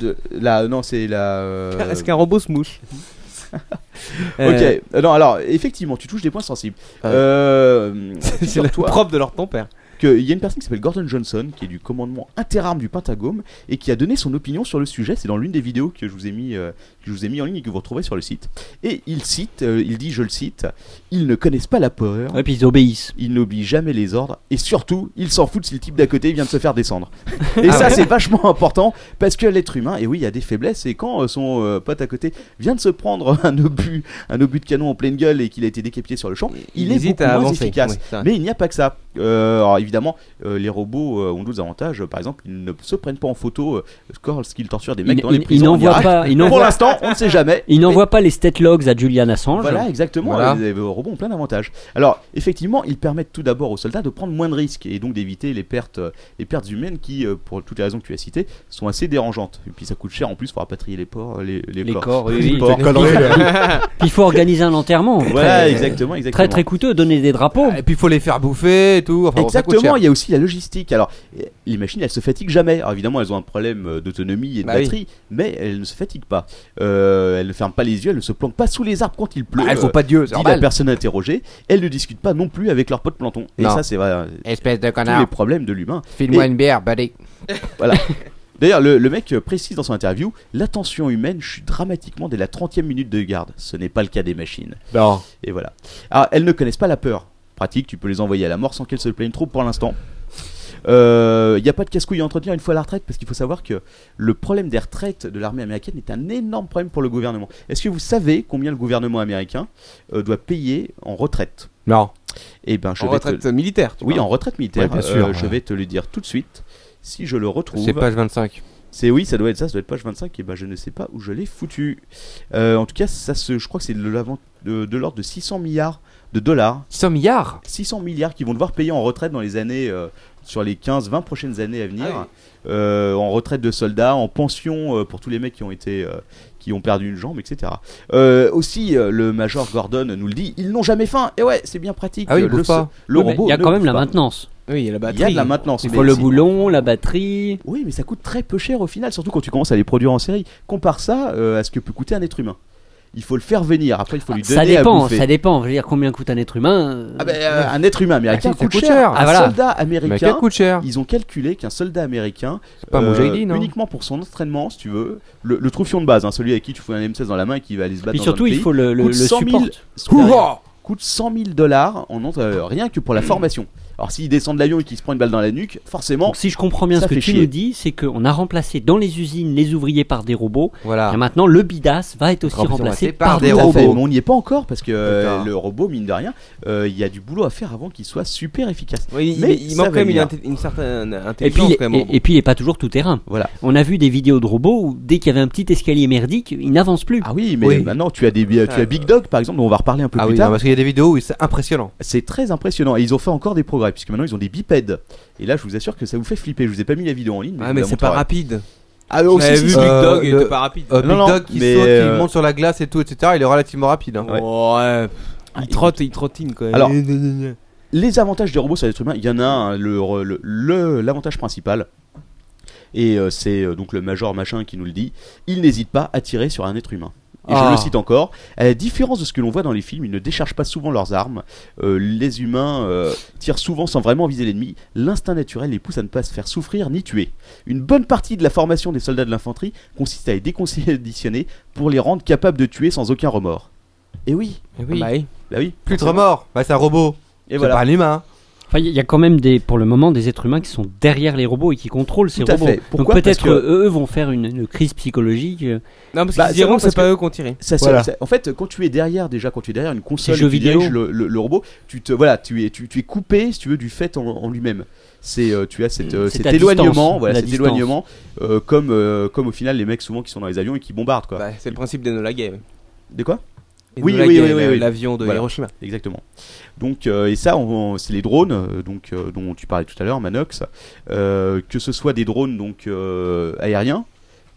De- là, non, c'est la. euh, Est-ce qu'un robot se mouche Euh, Ok. Euh, Non, alors effectivement, tu touches des points sensibles. Euh, C'est la Figure-toi propre de leur ton père. qu'il y a une personne qui s'appelle Gordon Johnson, qui est du commandement interarmes du Pentagone, et qui a donné son opinion sur le sujet. C'est dans l'une des vidéos que je vous ai mis, euh, que je vous ai mis en ligne et que vous retrouverez sur le site. Et il cite, euh, il dit, je le cite, ils ne connaissent pas la Ah. peur. Et puis ils obéissent. il n'oublie jamais les ordres et surtout il s'en fout si le type d'à côté vient de se faire descendre. Ah Et ça c'est vachement important parce que l'être humain, et oui il y a des faiblesses et quand euh, son euh, pote à côté vient de se prendre un obus, un obus de canon en pleine gueule et qu'il a été décapité sur le champ, il, est beaucoup moins efficace. Oui, ça. Mais il n'y a pas que ça. Euh, alors évidemment, euh, les robots euh, ont d'autres avantages. Par exemple, ils ne se prennent pas en photo euh, score ce qu'ils torturent des mecs Il- dans il- les il prisons. n'en en voit Irak. pas, il n'en Pour voit- l'instant, on ne sait jamais. Ils n'envoient pas les state logs à Julian Assange. Voilà, exactement. Voilà. Les, les robots ont plein d'avantages. Alors, effectivement, ils permettent tout d'abord aux soldats de prendre moins de risques et donc d'éviter les pertes, euh, les pertes humaines qui, euh, pour toutes les raisons que tu as citées, sont assez dérangeantes. Et puis, ça coûte cher en plus pour rapatrier les, porcs, les, les Les corps. corps, oui, Les oui. porcs. Puis Il faut organiser un enterrement. Voilà, Très- exactement, Ah, exactement. Très très coûteux, donner des drapeaux. Et puis il faut les faire bouffer et tout. Enfin, bon, ça coûte Exactement, cher. il y a aussi la logistique. Alors, euh, les machines, elles se fatiguent jamais. Alors, évidemment, elles ont un problème euh, d'autonomie et de Bah oui. batterie, mais elles ne se fatiguent pas. Euh, elles ne ferment pas les yeux, elles ne se planquent pas sous les arbres quand il pleut. Ah, elles sont euh, pas dieux, c'est dit la normal. personne interrogée. Elles ne discutent pas non plus avec leur pote planton. Et Non. ça, c'est vrai. euh, Espèce de tous les problèmes de l'humain. File-moi une bière, buddy. D'ailleurs, le, le mec euh, précise dans son interview L'attention humaine chute dramatiquement dès la 30e minute de garde. Ce n'est pas le cas des machines. Non. Et voilà. Alors, elles ne connaissent pas la peur. Pratique, tu peux les envoyer à la mort sans qu'elles se plaignent trop pour l'instant. Euh, Il n'y a pas de casse-couille à entretenir une fois à la retraite parce qu'il faut savoir que le problème des retraites de l'armée américaine est un énorme problème pour le gouvernement. Est-ce que vous savez combien le gouvernement américain euh, doit payer en retraite Non. Eh ben, je En vais te- retraite militaire. tu Oui, vois. en retraite militaire. Ouais, bien sûr, Euh, Je ouais. vais te le dire tout de suite. Si je le retrouve. C'est page 25. C'est oui, ça doit être ça, ça doit être page 25, et ben je ne sais pas où je l'ai foutu. Euh, en tout cas, ça se, je crois que c'est de, l'avant- de, de l'ordre de 600 milliards de dollars. 100 milliards 600 milliards qu'ils vont devoir payer en retraite dans les années, euh, sur les 15-20 prochaines années à venir. Euh, en retraite de soldats, en pension euh, pour tous les mecs qui ont été... euh, qui ont perdu une jambe, etc. Euh, aussi, euh, le major Gordon nous le dit, ils n'ont jamais faim. Et ouais, c'est bien pratique. Ah oui, ils le, bouffent so- pas. le Oui, mais robot. il y a ne quand même bouffe la pas. maintenance. Oui, il y a la batterie. Il y euh, a de la maintenance. Bah, Il mais faut le c'est- boulon, la batterie. oui, mais ça coûte très peu cher au final, surtout quand tu commences à les produire en série. Compare ça euh, à ce que peut coûter un être humain. Il faut le faire venir, après il faut lui donner Ça à dépend, bouffer. ça dépend. Je veux dire, combien coûte un être humain euh, Ah ben, euh, un être humain américain Ah, ça coûte, coûte cher. cher. Un Ah, voilà. soldat Mais quel américain, coûte cher ils ont calculé qu'un soldat américain, C'est pas euh, Moujahidine, hein uniquement pour son entraînement, si tu veux, le, le troufion de base, hein, celui à qui tu fous un M16 dans la main et qui va aller se battre Puis dans surtout, un autre il faut le, le, coûte le 100 000 support. pays, coûte 100 000 dollars en ent- euh, rien que pour la formation. Alors s'il descend de l'avion et qu'il se prend une balle dans la nuque, forcément, Donc, si je comprends bien ça ce que fait tu chier. nous dis, c'est qu'on a remplacé dans les usines les ouvriers par des robots. Voilà. Ah. Et maintenant, le bidas va être aussi remplacé, Remplacé par, par des des tout à robots. fait, robots. mais on n'y est pas encore parce que euh, D'accord. le robot, mine de rien, euh, il y a du boulot à faire avant qu'il soit super efficace. Oui, il- Mais il, ça manque quand va même une, venir. inté- une certaine Et puis, intelligence il est- quand même. et, et puis, il n'est pas toujours tout terrain. Voilà. On a vu des vidéos de robots où dès qu'il y avait un petit escalier merdique, il n'avance plus. Ah oui, mais Oui. maintenant tu as des tu as Big Dog par exemple, dont on va reparler un peu Ah plus oui, tard. non, parce qu'il y a des vidéos où c'est impressionnant. C'est très impressionnant et ils ont fait encore des progrès puisque maintenant ils ont des bipèdes. Et là, je vous assure que ça vous fait flipper. Je vous ai pas mis la vidéo en ligne. Ah, mais c'est pas rapide rapide. Ah non, si, J'avais si, vu si. Big Euh, Dog, il le- était pas rapide. Euh, Big non, Dog qui mais, saute, euh, qui monte sur la glace et tout, etc. Il est relativement rapide. hein. Ouais. Ouais. Ah, Il trotte, il trottine quand même. Eh, Alors, les avantages des robots sur les êtres humains, il y en a un, le re- le- le- l'avantage principal. Et euh, c'est euh, donc le major machin qui nous le dit. Il n'hésite pas à tirer sur un être humain. Et je Ah. le cite encore. À la différence de ce que l'on voit dans les films, ils ne déchargent pas souvent leurs armes. Euh, les humains euh, tirent souvent sans vraiment viser l'ennemi. L'instinct naturel les pousse à ne pas se faire souffrir ni tuer. Une bonne partie de la formation des soldats de l'infanterie consiste à les déconditionner pour les rendre capables de tuer sans aucun remords. Et oui, Bah oui. bah oui. Plus de remords. Bah, c'est un robot. Et c'est pas voilà. un humain. hein. Enfin, il y a quand même des, pour le moment, des êtres humains qui sont derrière les robots et qui contrôlent ces Tout à robots. fait. Donc Pourquoi peut-être Parce que- eux vont faire une, une crise psychologique. euh, Non, parce Bah, qu'ils diront seulement que c'est parce pas eux qui ont tiré. Ça, se- Voilà. ça- en fait, quand tu es derrière déjà, quand tu es derrière une console, Ces jeux et que tu vidéo. diriges le, le- le robot, tu te voilà, tu es tu, tu es coupé si tu veux du fait en, en lui-même. C'est euh, tu as cette, euh, C'est cet à éloignement, distance, voilà, la cet distance. éloignement, euh, comme euh, comme au final les mecs souvent qui sont dans les avions et qui bombardent quoi. Bah, c'est le principe d'Enola Gay. oui. De quoi Oui, Enola oui, Gay, oui, oui, le- oui. L'avion de Voilà. Hiroshima. Exactement. Donc euh, et ça, on- on- c'est les drones, euh, donc euh, dont tu parlais tout à l'heure, Manox, Euh, que ce soit des drones donc euh, aériens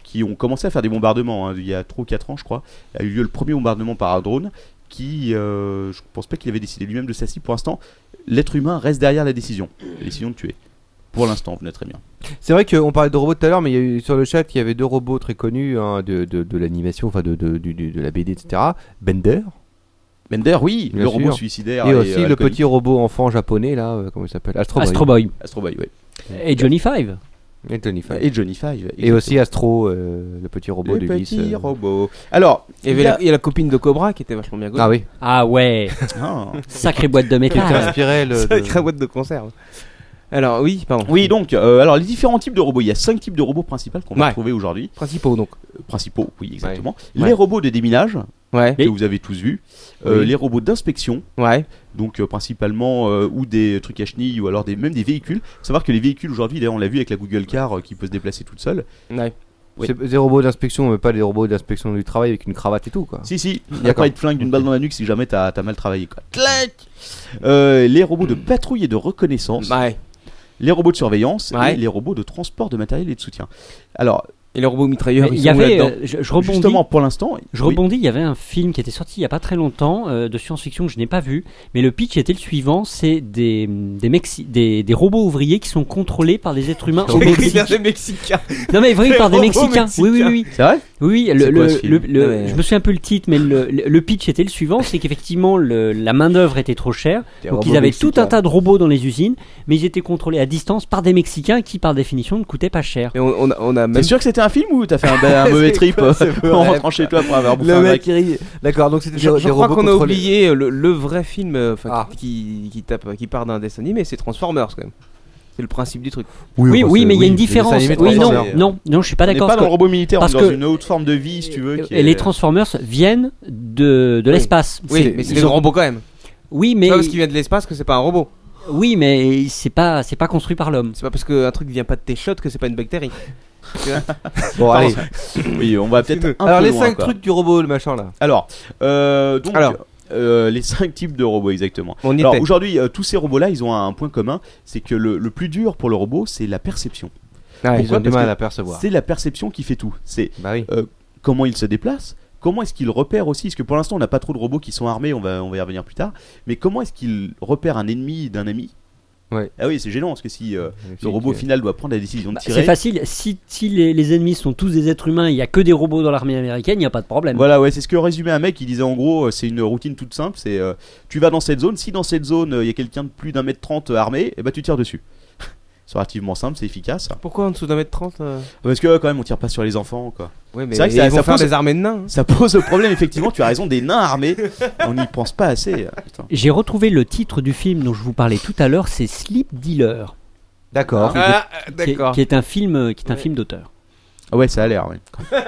qui ont commencé à faire des bombardements hein, il y a 3 ou 4 ans, je crois, a eu lieu le premier bombardement par un drone qui, euh, je pense pas qu'il avait décidé lui-même de sa cible. Pour l'instant, l'être humain reste derrière la décision, la décision de tuer. Pour l'instant, vous n'êtes très bien. C'est vrai qu'on parlait de robots tout à l'heure, mais il y a eu, sur le chat, il y avait deux robots très connus hein, de, de, de l'animation, enfin de, de, du- du- de la BD, etc. Bender. Bender, oui, Bien le sûr. robot suicidaire. Et, aussi euh, le alcoolique. petit robot enfant japonais, là, euh, comment il s'appelle Astro Boy. Astro Boy Astro Boy, ouais. et Johnny Five. Et Johnny Five. Et Johnny Five. Et aussi Astro, euh, le petit robot le de euh. petit robot. Alors, Il y avait il y la- il y a la copine de Cobra qui était vachement bien Ah gaulée. oui. Ah ouais, Ah. sacrée boîte de Qui était métal. inspiré le. de- Avec la boîte de conserve. Alors, oui, pardon. Oui, donc, euh, alors les différents types de robots, il y a cinq types de robots principaux qu'on va Ouais. trouver aujourd'hui. Principaux donc. Euh, Principaux, oui, exactement. Ouais. Les robots de déminage, Ouais. que vous avez tous vus. Euh, Les robots d'inspection, Ouais. donc euh, principalement, euh, ou des trucs à chenilles, ou alors des, même des véhicules. Faut savoir que les véhicules aujourd'hui, d'ailleurs, on l'a vu avec la Google Car euh, qui peut se déplacer toute seule. Ouais. Oui. C'est des robots d'inspection, mais pas des robots d'inspection du travail avec une cravate et tout, quoi. Si, si, il n'y a D'accord. pas de flingue d'une balle dans la nuque si jamais t'as as mal travaillé. Quoi. Clac Euh, les robots de patrouille et de reconnaissance, Ouais. les robots de surveillance Bah. Ouais. et les robots de transport de matériel et de soutien. Alors, Et les robots mitrailleurs, Il ils y sont où avait, là-dedans euh, je, je rebondis. justement, pour l'instant, Je oui. rebondis, il y avait un film qui était sorti il y a pas très longtemps euh, de science-fiction que je n'ai pas vu, mais le pitch était le suivant, c'est des des, Mexi- des des robots ouvriers qui sont contrôlés par des êtres humains au J'ai écrit Mexique. vers des Mexicains. Non mais vraiment Des par des robots Mexicains. Oui oui mexicains. oui. C'est vrai Oui, oui, le, C'est quoi le- ce film le- le- Ouais. je me souviens un peu le titre, mais le, le- le pitch était le suivant, c'est qu'effectivement le- la main d'œuvre était trop chère, donc ils avaient tout un tas de robots dans les usines, mais ils étaient contrôlés à distance par des Mexicains qui, par définition, ne coûtaient pas cher. Mais on, on a, on a T'es même. sûr que c'était un film ou t'as fait un, ba- un mauvais trip euh, en rentrant chez toi pour avoir bouffé Le un mec, mec il rit. D'accord, donc c'était des, Je, des je crois robots qu'on a contrôlés. oublié euh, le, le vrai film euh, enfin, Ah. qui, qui, tape, qui part d'un dessin animé, c'est Transformers quand même. C'est le principe du truc. Oui, enfin, oui, c'est- mais il y a une les dessins différence. animés Oui, non, Transformers. non, non, je suis pas On n'est Ah, d'accord. pas dans euh, le parce robot militaire, on est parce dans que- une autre forme de vie, si tu veux. que- qui Et est- les Transformers viennent de, de Oui. l'espace. Oui, C'est- mais c'est ils des ont- robots quand même. Oui, C'est mais pas parce qu'il vient de l'espace que c'est pas un robot. oui, mais c'est pas c'est pas construit par l'homme. C'est pas parce qu'un truc vient pas de tes shots que c'est pas une bactérie. Bon, Pardon. allez. Oui, on va peut-être. un Alors, peu les loin, 5 quoi. trucs du robot, le machin là. Alors, euh, donc. Alors. euh, les 5 types de robots exactement. On y Alors était. aujourd'hui, euh, tous ces robots-là, ils ont un, un point commun, c'est que le, le plus dur pour le robot, c'est la perception. Ah, ils Pourquoi ont du Parce mal que à percevoir. C'est la perception qui fait tout. C'est Bah oui. comment il se déplace, comment est-ce qu'il repère aussi, parce que pour l'instant on n'a pas trop de robots qui sont armés, on va, on va y revenir plus tard, mais comment est-ce qu'il repère un ennemi d'un ami Ouais. Ah oui, c'est gênant, parce que si euh, le C'est robot que- final doit prendre la décision de Bah, tirer... C'est facile. Si, si les, les ennemis sont tous des êtres humains, il y a que des robots dans l'armée américaine, il n'y a pas de problème. Voilà, ouais, c'est ce que résumait un mec, il disait en gros, euh, c'est une routine toute simple, c'est euh, eh tu vas dans cette zone, si dans cette zone euh, il y a quelqu'un de plus d'un mètre trente euh, armé, et bah tu tires ben, dessus. C'est relativement simple, c'est efficace. Pourquoi en dessous d'un mètre trente euh Parce que quand même, on tire pas sur les enfants, quoi. Ouais, mais C'est vrai que ils ça- vont ça faire pose- des armées de nains. hein. Ça pose le problème, effectivement, tu as raison, des nains armés. On n'y pense pas assez. hein, Putain. J'ai retrouvé le titre du film dont je vous parlais tout à l'heure, c'est Sleep Dealer, D'accord. Ah, qui est, d'accord. qui est un film, qui est un film d'auteur. Ah ouais, ça a l'air, ouais.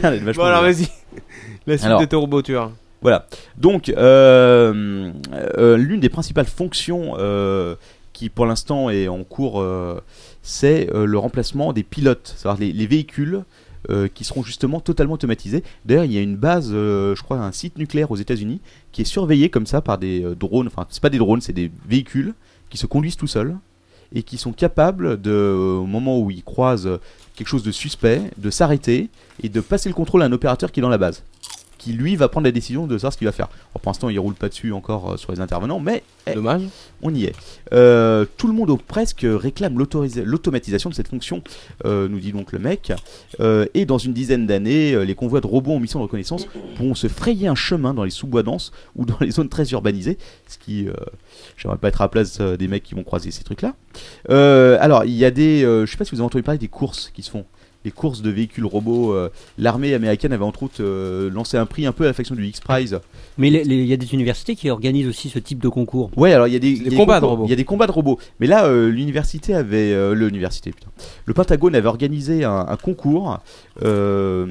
Ça a l'air vachement Bon, alors bien. vas-y. La suite Alors. des Turbo tu vois. Voilà. Donc, euh, euh, l'une des principales fonctions euh, qui, pour l'instant, est en cours, euh, c'est euh, le remplacement des pilotes, c'est-à-dire les, les véhicules euh, qui seront justement totalement automatisés. D'ailleurs, il y a une base, euh, je crois, un site nucléaire aux États-Unis qui est surveillé comme ça par des euh, drones. Enfin, c'est pas des drones, c'est des véhicules qui se conduisent tout seuls et qui sont capables de, euh, au moment où ils croisent quelque chose de suspect, de s'arrêter et de passer le contrôle à un opérateur qui est dans la base qui lui va prendre la décision de savoir ce qu'il va faire. Alors, pour l'instant, il roule pas dessus encore euh, sur les intervenants, mais eh, Dommage. on y est. Euh, tout le monde au presque réclame l'autorisa- l'automatisation de cette fonction, euh, nous dit donc le mec. Euh, et dans une dizaine d'années, euh, les convois de robots en mission de reconnaissance pourront se frayer un chemin dans les sous-bois denses ou dans les zones très urbanisées. Ce qui, euh, j'aimerais pas être à la place euh, des mecs qui vont croiser ces trucs-là. Euh, alors, il y a des, euh, je sais pas si vous avez entendu parler des courses qui se font. Les courses de véhicules robots. euh, L'armée américaine avait entre autres euh, lancé un prix un peu à la faction du X-Prize Mais les- les- il y a des universités qui organisent aussi ce type de concours. Ouais, alors il y a des, il y a combats de concours- robots. Il y a des combats de robots. Mais là, euh, l'université avait. euh, l'université, putain. Le Pentagone avait organisé un, un concours euh,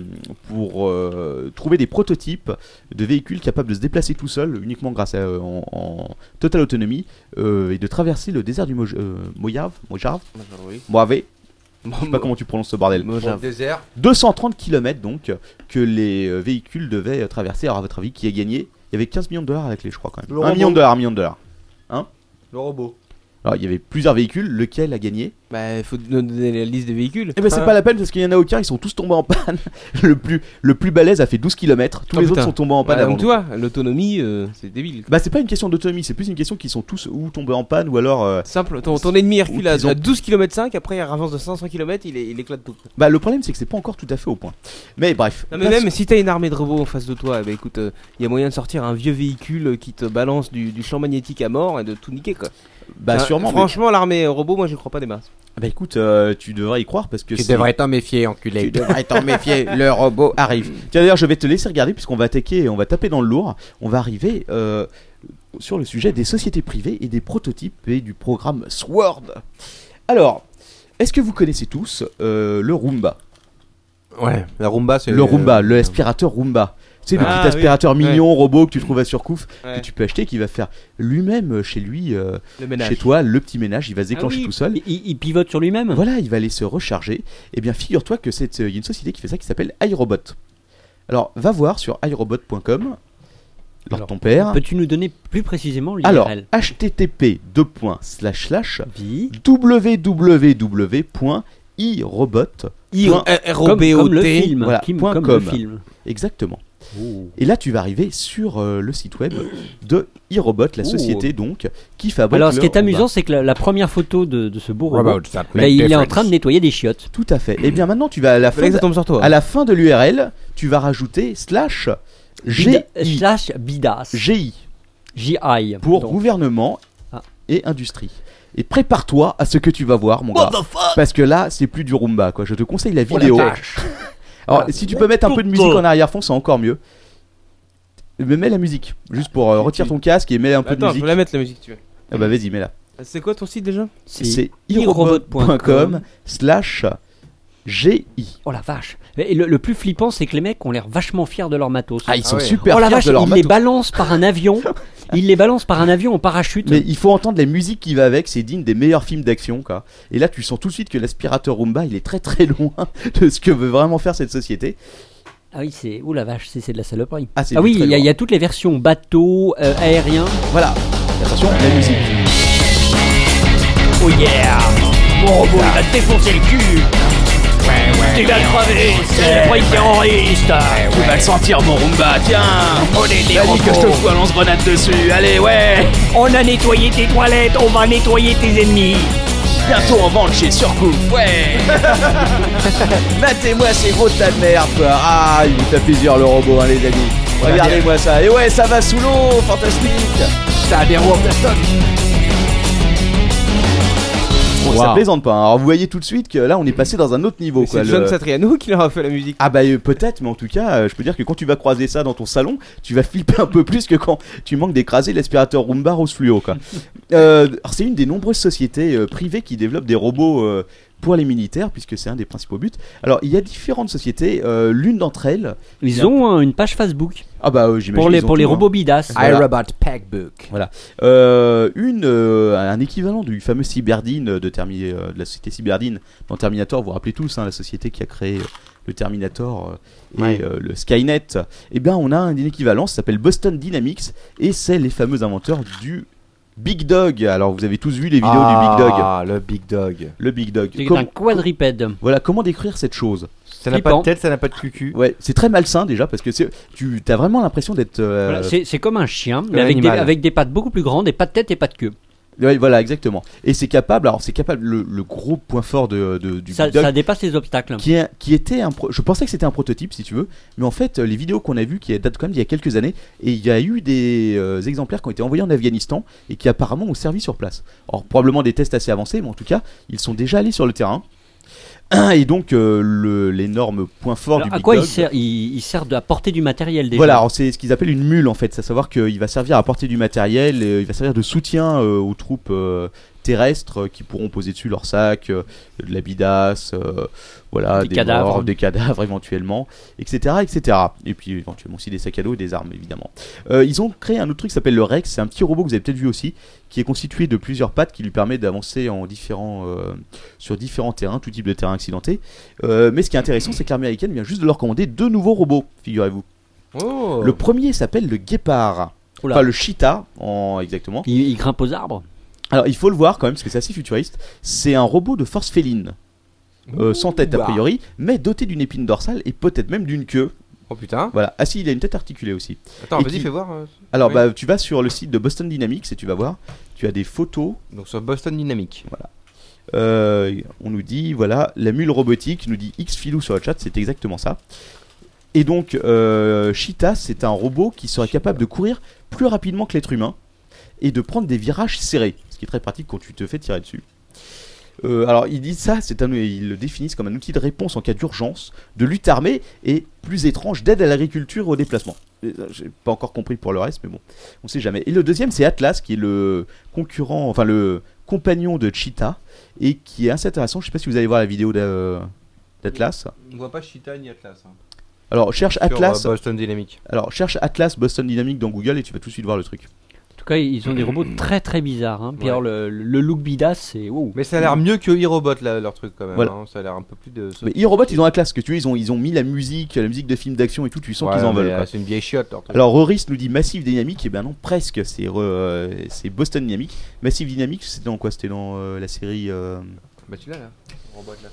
pour euh, trouver des prototypes de véhicules capables de se déplacer tout seuls, uniquement grâce à. euh, en, en totale autonomie, euh, et de traverser le désert du Moj- euh, Mojave. Mojave Mojave Je sais pas comment tu prononces ce bordel. Dans le désert. 230 km donc que les euh, véhicules devaient euh, traverser. Alors à votre avis, qui a gagné Il y avait 15 millions de dollars avec les, je crois quand même. Le 1 robot. million de dollars, 1 million de dollars. Hein Le robot. Alors il y avait plusieurs véhicules, lequel a gagné Bah, il faut nous donner la liste des véhicules. Eh ben c'est Ah. pas la peine parce qu'il y en a aucun, ils sont tous tombés en panne. Le plus le plus balèze a fait 12 km, tous Oh, les putain. autres sont tombés en panne Bah, avant donc, lui. tu vois, l'autonomie, euh, c'est débile. Bah c'est pas une question d'autonomie, c'est plus une question qu'ils sont tous ou tombés en panne ou alors euh, Simple, ton, ton ennemi Ou Hercule à, qu'ils ont- à 12 km 5, après il avance de 500 km, il, est- il éclate tout. bah le problème c'est que c'est pas encore tout à fait au point. Mais bref. Non, mais Parce- même si t'as une armée de robots en face de toi, eh ben, écoute, il y a moyen de sortir un vieux véhicule euh, qui te balance du, du champ magnétique à mort et de tout niquer quoi. bah Enfin, sûrement. mais- Franchement, l'armée euh, robot, moi je crois pas des masses. Bah écoute, euh, tu devrais y croire parce que Tu c'est- devrais t'en méfier, Tu enculé. devrais t'en méfier. Le robot arrive. Tiens, d'ailleurs, je vais te laisser regarder puisqu'on va attaquer, on va taper dans le lourd. On va arriver euh, sur le sujet des sociétés privées et des prototypes et du programme Sword. Alors, est-ce que vous connaissez tous euh, le Roomba Ouais, la Roomba, c'est Le Roomba, le aspirateur Roomba. C'est le Ah, petit aspirateur oui. mignon robot que tu trouves à Surcouf, Ouais. que tu peux acheter, qui va faire lui-même euh, chez lui, euh, Le chez toi, le petit ménage. Il va se déclencher Ah oui, tout seul. Il, il- il pivote sur lui-même Voilà, il va aller se recharger. Eh bien, figure-toi que c'est euh, il y a une société qui fait ça qui s'appelle iRobot. Alors, va voir sur iRobot.com. Alors, Alors, ton père. Peux-tu nous donner plus précisément Alors, l'URL http Vie. www.irobot. Point- Comme, comme le film. Voilà, Kim- point comme com. le film. Exactement. Oh. Et là, tu vas arriver sur euh, le site web de iRobot, la Oh. société donc qui fabrique. Alors, ce le qui est robot. amusant, c'est que la, la première photo de, de ce beau robot, Robot, that bah, make il est en difference. train de nettoyer des chiottes. Tout à fait. Eh bien, maintenant, tu vas à la fin, Fallait que ça de, tombe sur toi. à la fin de l'URL, tu vas rajouter slash Bida- GI. slash bidas. GI. J.I. pour Donc, gouvernement Ah. et industrie. Et prépare-toi à ce que tu vas voir, mon gars. Parce que là, c'est plus du Roomba, quoi. Je te conseille Oh, la vidéo. Alors, si tu peux mettre un peu de musique en arrière-fond, c'est encore mieux. Mais mets la musique, juste pour euh, retire ton casque et mets un peu de Attends, je musique. vais la mettre la musique, tu veux. Ah bah vas-y, mets-la. C'est quoi ton site déjà C'est irobot.com irobot.com slash GI. Oh la vache. Et le, le plus flippant, c'est que les mecs ont l'air vachement fiers de leur matos. Ah, ils sont ouais. super oh la fiers vache, de leur ils les matos. balancent par un avion. ils les balancent par un avion en parachute. Mais il faut entendre la musique qui va avec, c'est digne des meilleurs films d'action, quoi. Et là, tu sens tout de suite que l'aspirateur Roomba, il est très très loin de ce que veut vraiment faire cette société. Ah oui, c'est. Oh la vache, c'est c'est de la saloperie. Ah, c'est Ah oui, très il y, a- loin. il y a toutes les versions bateau, euh, aérien. Voilà. Attention, la musique. Oh yeah Mon robot il va te défoncer le cul Tu vas le crever, c'est le prix terroriste Tu vas le sentir mon Roomba, tiens Prenez des robots que je te fous un lance-grenade dessus, allez ouais On a nettoyé tes toilettes, on va nettoyer tes ennemis Bientôt on vend chez Surcoup, ouais Matez-moi ces gros tas de merde, quoi. Ah, il vous tape plusieurs le robot, hein, les amis. Regardez-moi ça. Et ouais, ça va sous l'eau, fantastique. Ça a des roues en plastoc. Bon, Ça Wow. plaisante pas. hein. Alors vous voyez tout de suite que là on est passé dans un autre niveau. Mais quoi, C'est le- John Satriano qui leur a fait la musique. Ah bah euh, peut-être, mais en tout cas, euh, je peux dire que quand tu vas croiser ça dans ton salon, tu vas flipper un peu plus que quand tu manques d'écraser l'aspirateur Roomba rose fluo. Quoi. Euh, alors c'est une des nombreuses sociétés euh, privées qui développent des robots euh, pour les militaires, puisque c'est un des principaux buts. Alors il y a différentes sociétés, euh, l'une d'entre elles, Ils ont euh, une page Facebook ah bah euh, j'imagine pour les, qu'ils ont pour les tout, hein. robots bidas. Voilà. iRobot Packbook. Euh, une, euh, un équivalent du fameux Cyberdine de, Termi- euh, de la société Cyberdine dans Terminator, vous vous rappelez tous, hein, la société qui a créé euh, le Terminator euh, et Ouais. euh, le Skynet, eh bien on a un équivalent, ça s'appelle Boston Dynamics, et c'est les fameux inventeurs du Big Dog. Alors vous avez tous vu les vidéos du Big Dog. Ah, le Big Dog. Le Big Dog. C'est Com- un quadripède. Voilà, comment décrire cette chose Ça n'a pas Flippant. de tête, ça n'a pas de cucu. Ouais, c'est très malsain déjà, parce que c'est- tu as vraiment l'impression d'être... euh, Voilà, c'est c'est comme un chien, mais un avec des, animal. avec des pattes beaucoup plus grandes et pas de tête et pas de queue. ouais, voilà, exactement. Et c'est capable, alors c'est capable, le, le gros point fort de, de- du Ça, Big Dog, ça dépasse les obstacles. qui, est- qui était un pro- je pensais que c'était un prototype si tu veux mais en fait euh, les vidéos qu'on a vues qui datent quand même d'il y a quelques années et il y a eu des euh, exemplaires qui ont été envoyés en Afghanistan et qui apparemment ont servi sur place alors probablement des tests assez avancés mais en tout cas ils sont déjà allés sur le terrain et donc euh, le- l'énorme point fort Alors, du à Big quoi Dog- il sert il, il sert de- à porter du matériel déjà. voilà, alors c'est ce qu'ils appellent une mule en fait, c'est à savoir qu'il va servir à porter du matériel, et, euh, il va servir de soutien euh, aux troupes euh, terrestres euh, qui pourront poser dessus leurs sacs, euh, de la bidasse, euh, voilà, Des cadavres. morts, des cadavres éventuellement, etc., etc. Et puis éventuellement aussi des sacs à dos et des armes évidemment. Euh, ils ont créé un autre truc qui s'appelle le Rex, c'est un petit robot que vous avez peut-être vu aussi, qui est constitué de plusieurs pattes qui lui permet d'avancer en différents, euh, sur différents terrains, tout type de terrain accidenté. Euh, mais ce qui est intéressant, c'est que l'armée américaine vient juste de leur commander deux nouveaux robots, figurez-vous. Oh. Le premier s'appelle le guépard. Oula. Enfin, le cheetah, en... exactement. Il, il grimpe aux arbres. Alors, il faut le voir quand même, parce que c'est assez futuriste. C'est un robot de force féline. Euh, sans tête a Ouah. priori, mais doté d'une épine dorsale et peut-être même d'une queue. Oh putain. Voilà. Ah si, il a une tête articulée aussi. Attends, Et vas-y, qui- fais voir. euh, Alors, Oui. bah, tu vas sur le site de Boston Dynamics et tu vas voir, tu as des photos. Donc sur Boston Dynamics. Euh, on nous dit, voilà, la mule robotique, nous dit X Filou sur le chat, c'est exactement ça. Et donc, euh, Cheetah, c'est un robot qui serait capable de courir plus rapidement que l'être humain et de prendre des virages serrés, ce qui est très pratique quand tu te fais tirer dessus. Euh, alors, ils disent ça, c'est un, ils le définissent comme un outil de réponse en cas d'urgence, de lutte armée et, plus étrange, d'aide à l'agriculture et au déplacement. Euh, J'ai pas encore compris pour le reste, mais bon, on sait jamais. Et le deuxième, c'est Atlas, qui est le concurrent, enfin le compagnon de Cheetah et qui est assez intéressant. Je sais pas si vous allez voir la vidéo d'A- euh, d'Atlas. On voit pas Cheetah ni Atlas. hein. Alors cherche Atlas. euh, Boston Dynamics. Alors cherche Atlas Boston Dynamics dans Google et tu vas tout de suite voir le truc. En tout cas, ils ont des robots Mm-hmm. très très bizarres. hein. Puis alors, le, le look bidas, c'est. wow. Mais ça a l'air mieux que e-robot là, leur truc quand même. Voilà. hein. Ça a l'air un peu plus de. Mais iRobot ils ont Atlas que tu veux, ils ont ils ont mis la musique, la musique de films d'action et tout, tu sens Ouais, qu'ils en mais, veulent. euh, quoi. C'est une vieille chiotte leur truc. Alors Roris nous dit Massive Dynamics et ben non presque c'est re- euh, c'est Boston Dynamics. Massive Dynamics c'était dans quoi C'était dans euh, la série euh, Bah tu l'as là. Robot là.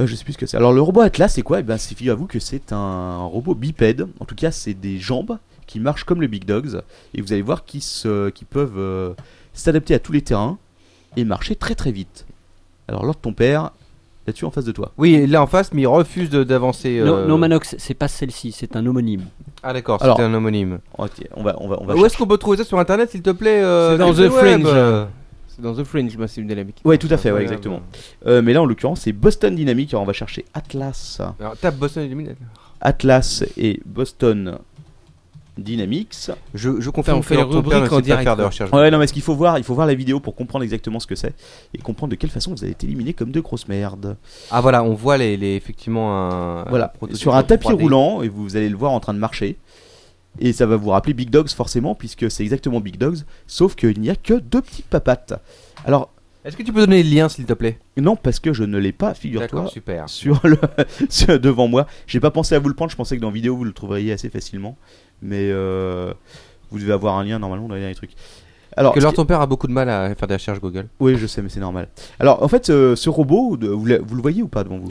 Euh, je sais plus ce que c'est. Alors le robot Atlas, c'est quoi Eh ben, c'est figurez-vous que c'est un robot bipède. En tout cas, c'est des jambes qui marchent comme le Big Dogs. Et vous allez voir qu'ils se, qu'ils peuvent euh, s'adapter à tous les terrains et marcher très très vite. Alors l'ordre de ton père, là-dessus en face de toi. Oui, il est en face, mais il refuse de- d'avancer. No- euh, No Manox, c'est pas celle-ci, c'est un homonyme. Ah d'accord, Alors- c'était un homonyme. Ok, Oh, on va, on va, on va. Où est-ce qu'on peut trouver ça sur internet, s'il te plaît euh, C'est dans Captain The Web, Fringe. euh. C'est dans The Fringe, Massive Dynamic. Ouais, tout à fait, ouais, exactement. Euh, mais là, en l'occurrence, c'est Boston Dynamics. Alors on va chercher Atlas. Alors tape Boston Dynamics. Atlas et Boston Dynamics. Je, je Putain, confirme on que fait les leur ton père ne rubriques en sait pas direct, faire de quoi. recherche. Ouais, non, mais ce qu'il faut voir, il faut voir la vidéo pour comprendre exactement ce que c'est et comprendre de quelle façon vous avez été éliminé comme deux grosses merdes. Ah voilà, on voit les, les- effectivement un. voilà, prototype sur un en tapis 3D. roulant et vous allez le voir en train de marcher. Et ça va vous rappeler Big Dogs forcément puisque c'est exactement Big Dogs, sauf qu'il n'y a que deux petites papates. Alors Est-ce que tu peux donner le lien, s'il te plaît non parce que je ne l'ai pas, figure-toi, D'accord, super. sur le sur- devant moi. J'ai pas pensé à vous le prendre, je pensais que dans vidéo vous le trouveriez assez facilement, mais euh, vous devez avoir un lien normalement dans les derniers trucs. Alors Que ce leur qui- ton père a beaucoup de mal à faire des recherches Google. Oui, je sais, mais c'est normal. Alors, en fait, euh, ce robot, de- vous, la- vous le voyez ou pas devant vous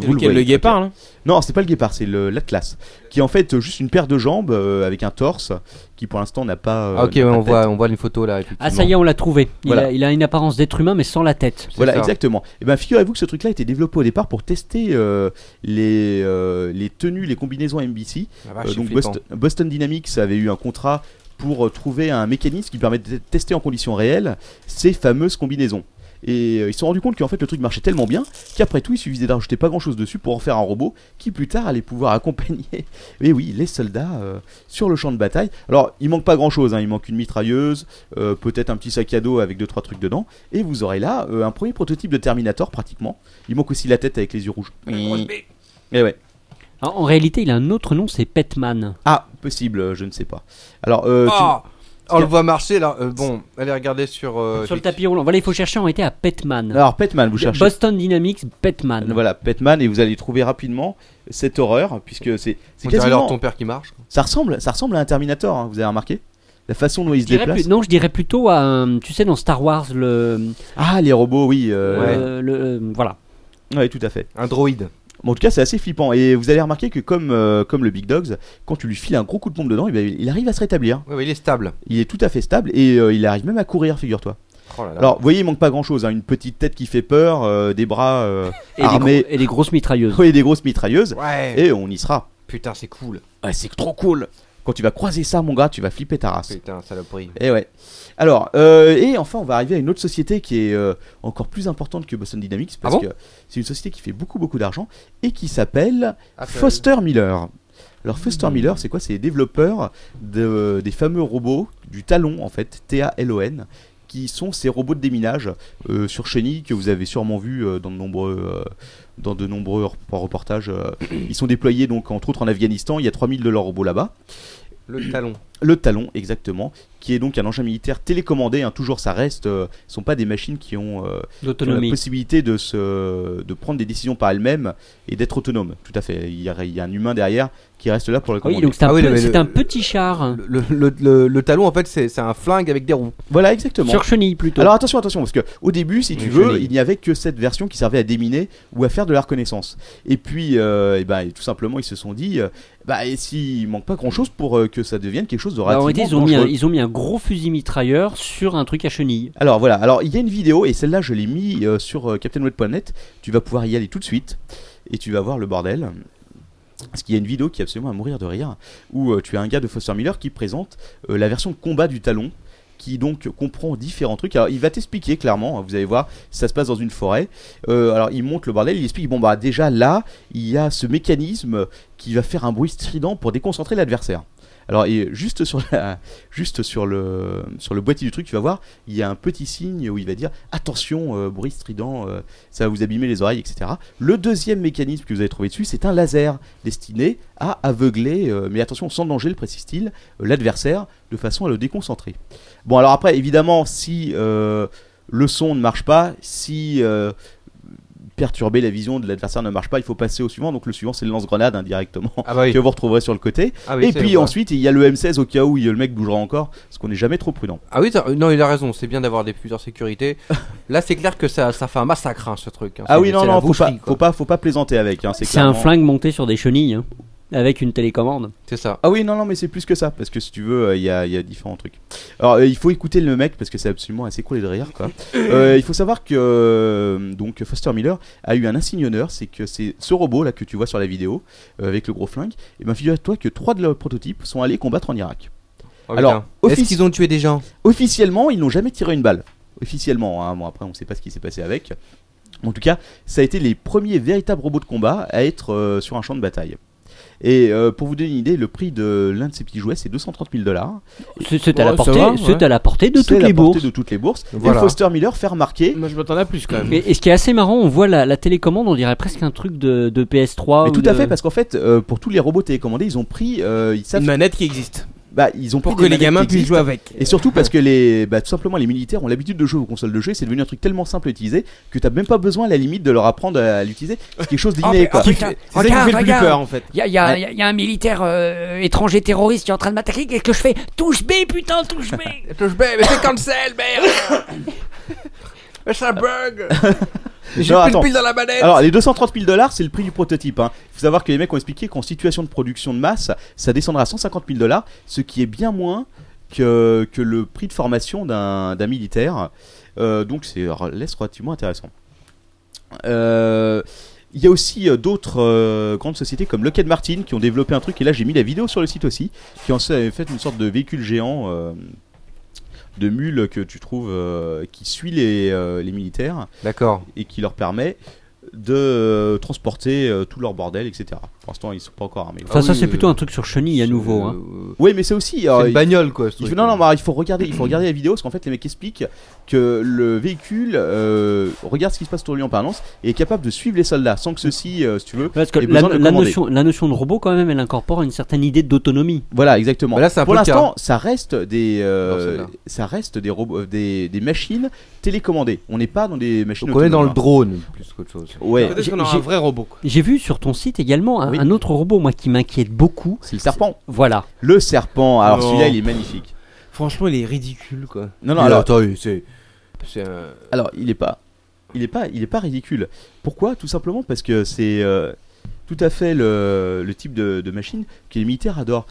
C'est lequel, le voyez, ok. guépard, là Non, c'est pas le guépard, c'est le- l'Atlas, qui est en fait euh, juste une paire de jambes euh, avec un torse, qui pour l'instant n'a pas. euh, ah, ok, n'a ouais, pas de on tête. voit, on voit une photo là. Effectivement. Ah, ça y est, on l'a trouvé. Il, Voilà. a, il a une apparence d'être humain, mais sans la tête. C'est Ah, Voilà, ça. exactement. Et ben, figurez-vous que ce truc-là a été développé au départ pour tester euh, les, euh, les tenues, les combinaisons MBC. Ah, vache, Euh, c'est donc flippant. Boston, Boston Dynamics avait eu un contrat pour euh, trouver un mécanisme qui permet de t- tester en conditions réelles ces fameuses combinaisons. Et euh, ils se sont rendus compte qu'en fait le truc marchait tellement bien qu'après tout il suffisait d'en rajouter pas grand chose dessus pour en faire un robot qui plus tard allait pouvoir accompagner, mais oui, les soldats euh, sur le champ de bataille. Alors il manque pas grand chose, il manque une mitrailleuse, euh, peut-être un petit sac à dos avec deux trois trucs dedans, et vous aurez là euh, un premier prototype de Terminator pratiquement. Il manque aussi la tête avec les yeux rouges. Et ouais. En, en réalité, il a un autre nom, c'est Petman. Ah, possible, euh, je ne sais pas. Alors, euh, tu- Ah on le voit marcher là. Euh, bon, allez regarder sur. euh, Sur le tapis roulant. Voilà, il faut chercher en été à Petman. alors Petman, vous cherchez. Boston Dynamics, Petman. Voilà, Petman, et vous allez trouver rapidement cette horreur, puisque c'est c'est On dirait alors quasiment. ton père qui marche. Ça ressemble, ça ressemble à un Terminator, hein, vous avez remarqué La façon dont il se Je dirais déplace. plus- non, je dirais plutôt à, un- tu sais, dans Star Wars, le, Ah, les robots, oui. euh, euh, le- euh, voilà. ouais. tout à fait. Un droïde. Bon, en tout cas, c'est assez flippant. Et vous allez remarquer que, comme, euh, comme le Big Dogs, quand tu lui files un gros coup de pompe dedans, eh ben, il arrive à se rétablir. Ouais, ouais, il est stable. Il est tout à fait stable et euh, il arrive même à courir, figure-toi. Oh là là. Alors, vous voyez, il manque pas grand-chose. hein. Une petite tête qui fait peur, euh, des bras euh, Et, des armés, gros- et des grosses mitrailleuses. oui, des grosses mitrailleuses. ouais. Et on y sera. Putain, c'est cool. Ouais, c'est trop cool. Quand tu vas croiser ça, mon gars, tu vas flipper ta race. Putain, saloperie. Et ouais. Alors, euh, et enfin, on va arriver à une autre société qui est euh, encore plus importante que Boston Dynamics parce Ah bon que c'est une société qui fait beaucoup beaucoup d'argent et qui s'appelle Apple. Hmm. Foster Miller. Alors Foster Miller, c'est quoi C'est les développeurs de- euh, des fameux robots du Talon en fait, T-A-L-O-N, qui sont ces robots de déminage euh, sur chenille que vous avez sûrement vu euh, dans de nombreux euh, dans de nombreux rep- reportages. euh. Ils sont déployés donc entre autres en Afghanistan. Il y a 3000 de leurs robots là-bas. Le talon. Le talon, exactement, qui est donc un engin militaire télécommandé. hein, toujours, ça reste. euh, ce sont pas des machines qui ont, euh, qui ont la D'autonomie. possibilité de, se, de prendre des décisions par elles-mêmes et d'être autonomes. Tout à fait. Il y, a, il y a un humain derrière qui reste là pour le Ah oui, commander. donc c'est un, Ah oui, peu- le- c'est le- un petit char. Le, le- le- le talon, en fait, c'est c'est un flingue avec des roues. Voilà, exactement. Sur chenille plutôt. Alors attention, attention, parce que au début, si tu Une veux, chenille. il n'y avait que cette version qui servait à déminer ou à faire de la reconnaissance. Et puis, euh, eh ben, tout simplement, ils se sont dit, euh, bah, et s'il manque pas grand-chose pour euh, que ça devienne quelque chose de Bah, en relativement réalité, ils ont, mis un, dangereux. ils ont mis un gros fusil mitrailleur sur un truc à chenille. Alors voilà, alors il y a une vidéo et celle-là je l'ai mis euh, sur euh, CaptainWeb.net. Tu vas pouvoir y aller tout de suite et tu vas voir le bordel. Parce qu'il y a une vidéo qui est absolument à mourir de rire où euh, tu as un gars de Foster Miller qui présente euh, la version combat du talon qui donc comprend différents trucs. Alors il va t'expliquer clairement, hein, vous allez voir, ça se passe dans une forêt. Euh, alors il monte le bordel, il explique bon bah déjà là, il y a ce mécanisme qui va faire un bruit strident pour déconcentrer l'adversaire. Alors et juste sur la, juste sur le sur le boîtier du truc, tu vas voir, il y a un petit signe où il va dire attention euh, bruit strident, euh, ça va vous abîmer les oreilles, etc. Le deuxième mécanisme que vous avez trouvé dessus, c'est un laser destiné à aveugler, euh, mais attention sans danger, le précise-t-il, euh, l'adversaire de façon à le déconcentrer. Bon alors après évidemment si euh, le son ne marche pas, si euh, perturber la vision de l'adversaire ne marche pas, il faut passer au suivant. Donc le suivant c'est le lance-grenade indirectement Ah bah oui. que vous retrouverez sur le côté. Ah oui, et c'est- puis ouais. ensuite, il y a le M16 au cas où il y a le mec bougera encore, parce qu'on n'est jamais trop prudent. Ah oui, t'as- non, il a raison, c'est bien d'avoir des plusieurs sécurités. Là, c'est clair que ça, ça fait un massacre, hein, ce truc. hein. Ah C'est- oui, non, c'est la non, faut pas, boucherie, quoi. faut pas, faut pas plaisanter avec. Hein, c'est C'est un clairement- flingue monté sur des chenilles, hein, avec une télécommande. C'est ça. Ah oui, non, non, mais c'est plus que ça, parce que si tu veux, euh, il y, a, il y a différents trucs. Alors, euh, il faut écouter le mec, parce que c'est absolument assez cool de rire, quoi. Euh, il faut savoir que euh, donc Foster Miller a eu un insigne honneur, c'est que c'est ce robot là que tu vois sur la vidéo, euh, avec le gros flingue, et ben figure-toi que trois de leurs prototypes sont allés combattre en Irak. Oh, Alors, putain. office- est-ce qu'ils ont tué des gens Officiellement, ils n'ont jamais tiré une balle. Officiellement, hein. bon après on ne sait pas ce qui s'est passé avec. En tout cas, ça a été les premiers véritables robots de combat à être euh, sur un champ de bataille. Et euh, pour vous donner une idée, le prix de l'un de ces petits jouets, c'est 230 000 dollars. C'est c'est à, la Ouais, ça portée- va, ouais. c'est à la portée de toutes les bourses. de toutes les bourses. Voilà. Et Foster Miller fait remarquer. Moi, je m'attendais à plus quand même. Et, et ce qui est assez marrant, on voit la, la télécommande, on dirait presque un truc de, de PS3. Mais Oh ou tout de- à fait, parce qu'en fait, euh, pour tous les robots télécommandés, ils ont pris, euh, ils savent, Une manette qui existe. bah, ils ont pris Pour des que les manettes gamins qui puissent existent. jouer avec. Et surtout parce que les, bah, tout simplement les militaires ont l'habitude de jouer aux consoles de jeu, et c'est devenu un truc tellement simple à utiliser que t'as même pas besoin à la limite de leur apprendre à l'utiliser. C'est quelque Ah, chose d'inné. quoi. C'est ça qui me fait le plus peur en fait. Il y a, y a- y a- y a un militaire euh, étranger terroriste qui est en train de m'attaquer. Qu'est-ce que je fais Touche B, putain, touche B mais c'est cancel, merde Mais ça bug J'ai Non, plus attends. de pile dans la manette Alors, les 230 000 dollars, c'est le prix du prototype. hein. Il faut savoir que les mecs ont expliqué qu'en situation de production de masse, ça descendra à 150 000 dollars, ce qui est bien moins que, que le prix de formation d'un d'un militaire. Euh, donc, c'est laisse relativement intéressant. Euh, Il y a aussi euh, d'autres euh, grandes sociétés comme Lockheed Martin qui ont développé un truc, et là j'ai mis la vidéo sur le site aussi, qui en fait une sorte de véhicule géant. euh, de mule que tu trouves euh, qui suit les, euh, les militaires. D'accord. Et qui leur permet de euh, transporter euh, tout leur bordel, etc. Pour l'instant, ils sont pas encore armés. Enfin, ça, c'est euh, plutôt un truc sur chenille à nouveau. hein. Oui, mais c'est aussi. euh, une bagnole, quoi, ce il faut- truc. non, non, mais alors, il faut regarder, il faut regarder la vidéo parce qu'en fait, les mecs expliquent que le véhicule euh, regarde ce qui se passe autour de lui en permanence et est capable de suivre les soldats sans que ceci, euh, si tu veux, Parce que ait la, besoin de le la commander. notion, la notion de robot, quand même, elle incorpore une certaine idée d'autonomie. Voilà, exactement. Bah Là, c'est un Pour peu le cas. hein. l'instant, ça reste des, euh, Non, ça reste des robots, euh, des, des machines télécommandées. On n'est pas dans des machines. Donc on est dans le autonomes. drone hein. plus qu'autre chose. Ouais. Peut-être qu'on J'ai- aura un j'ai- vrai robot. quoi. J'ai vu sur ton site également un, un autre robot, moi, qui m'inquiète beaucoup. C'est le serpent. Voilà. Le serpent. Alors Non. celui-là, il est magnifique. Franchement, il est ridicule quoi. Non, non. Il- alors, attends, il- c'est. c'est un- Alors, il est pas, il est pas, il est pas ridicule. Pourquoi Tout simplement parce que c'est euh, tout à fait le, le type de, de machine que les militaires adorent.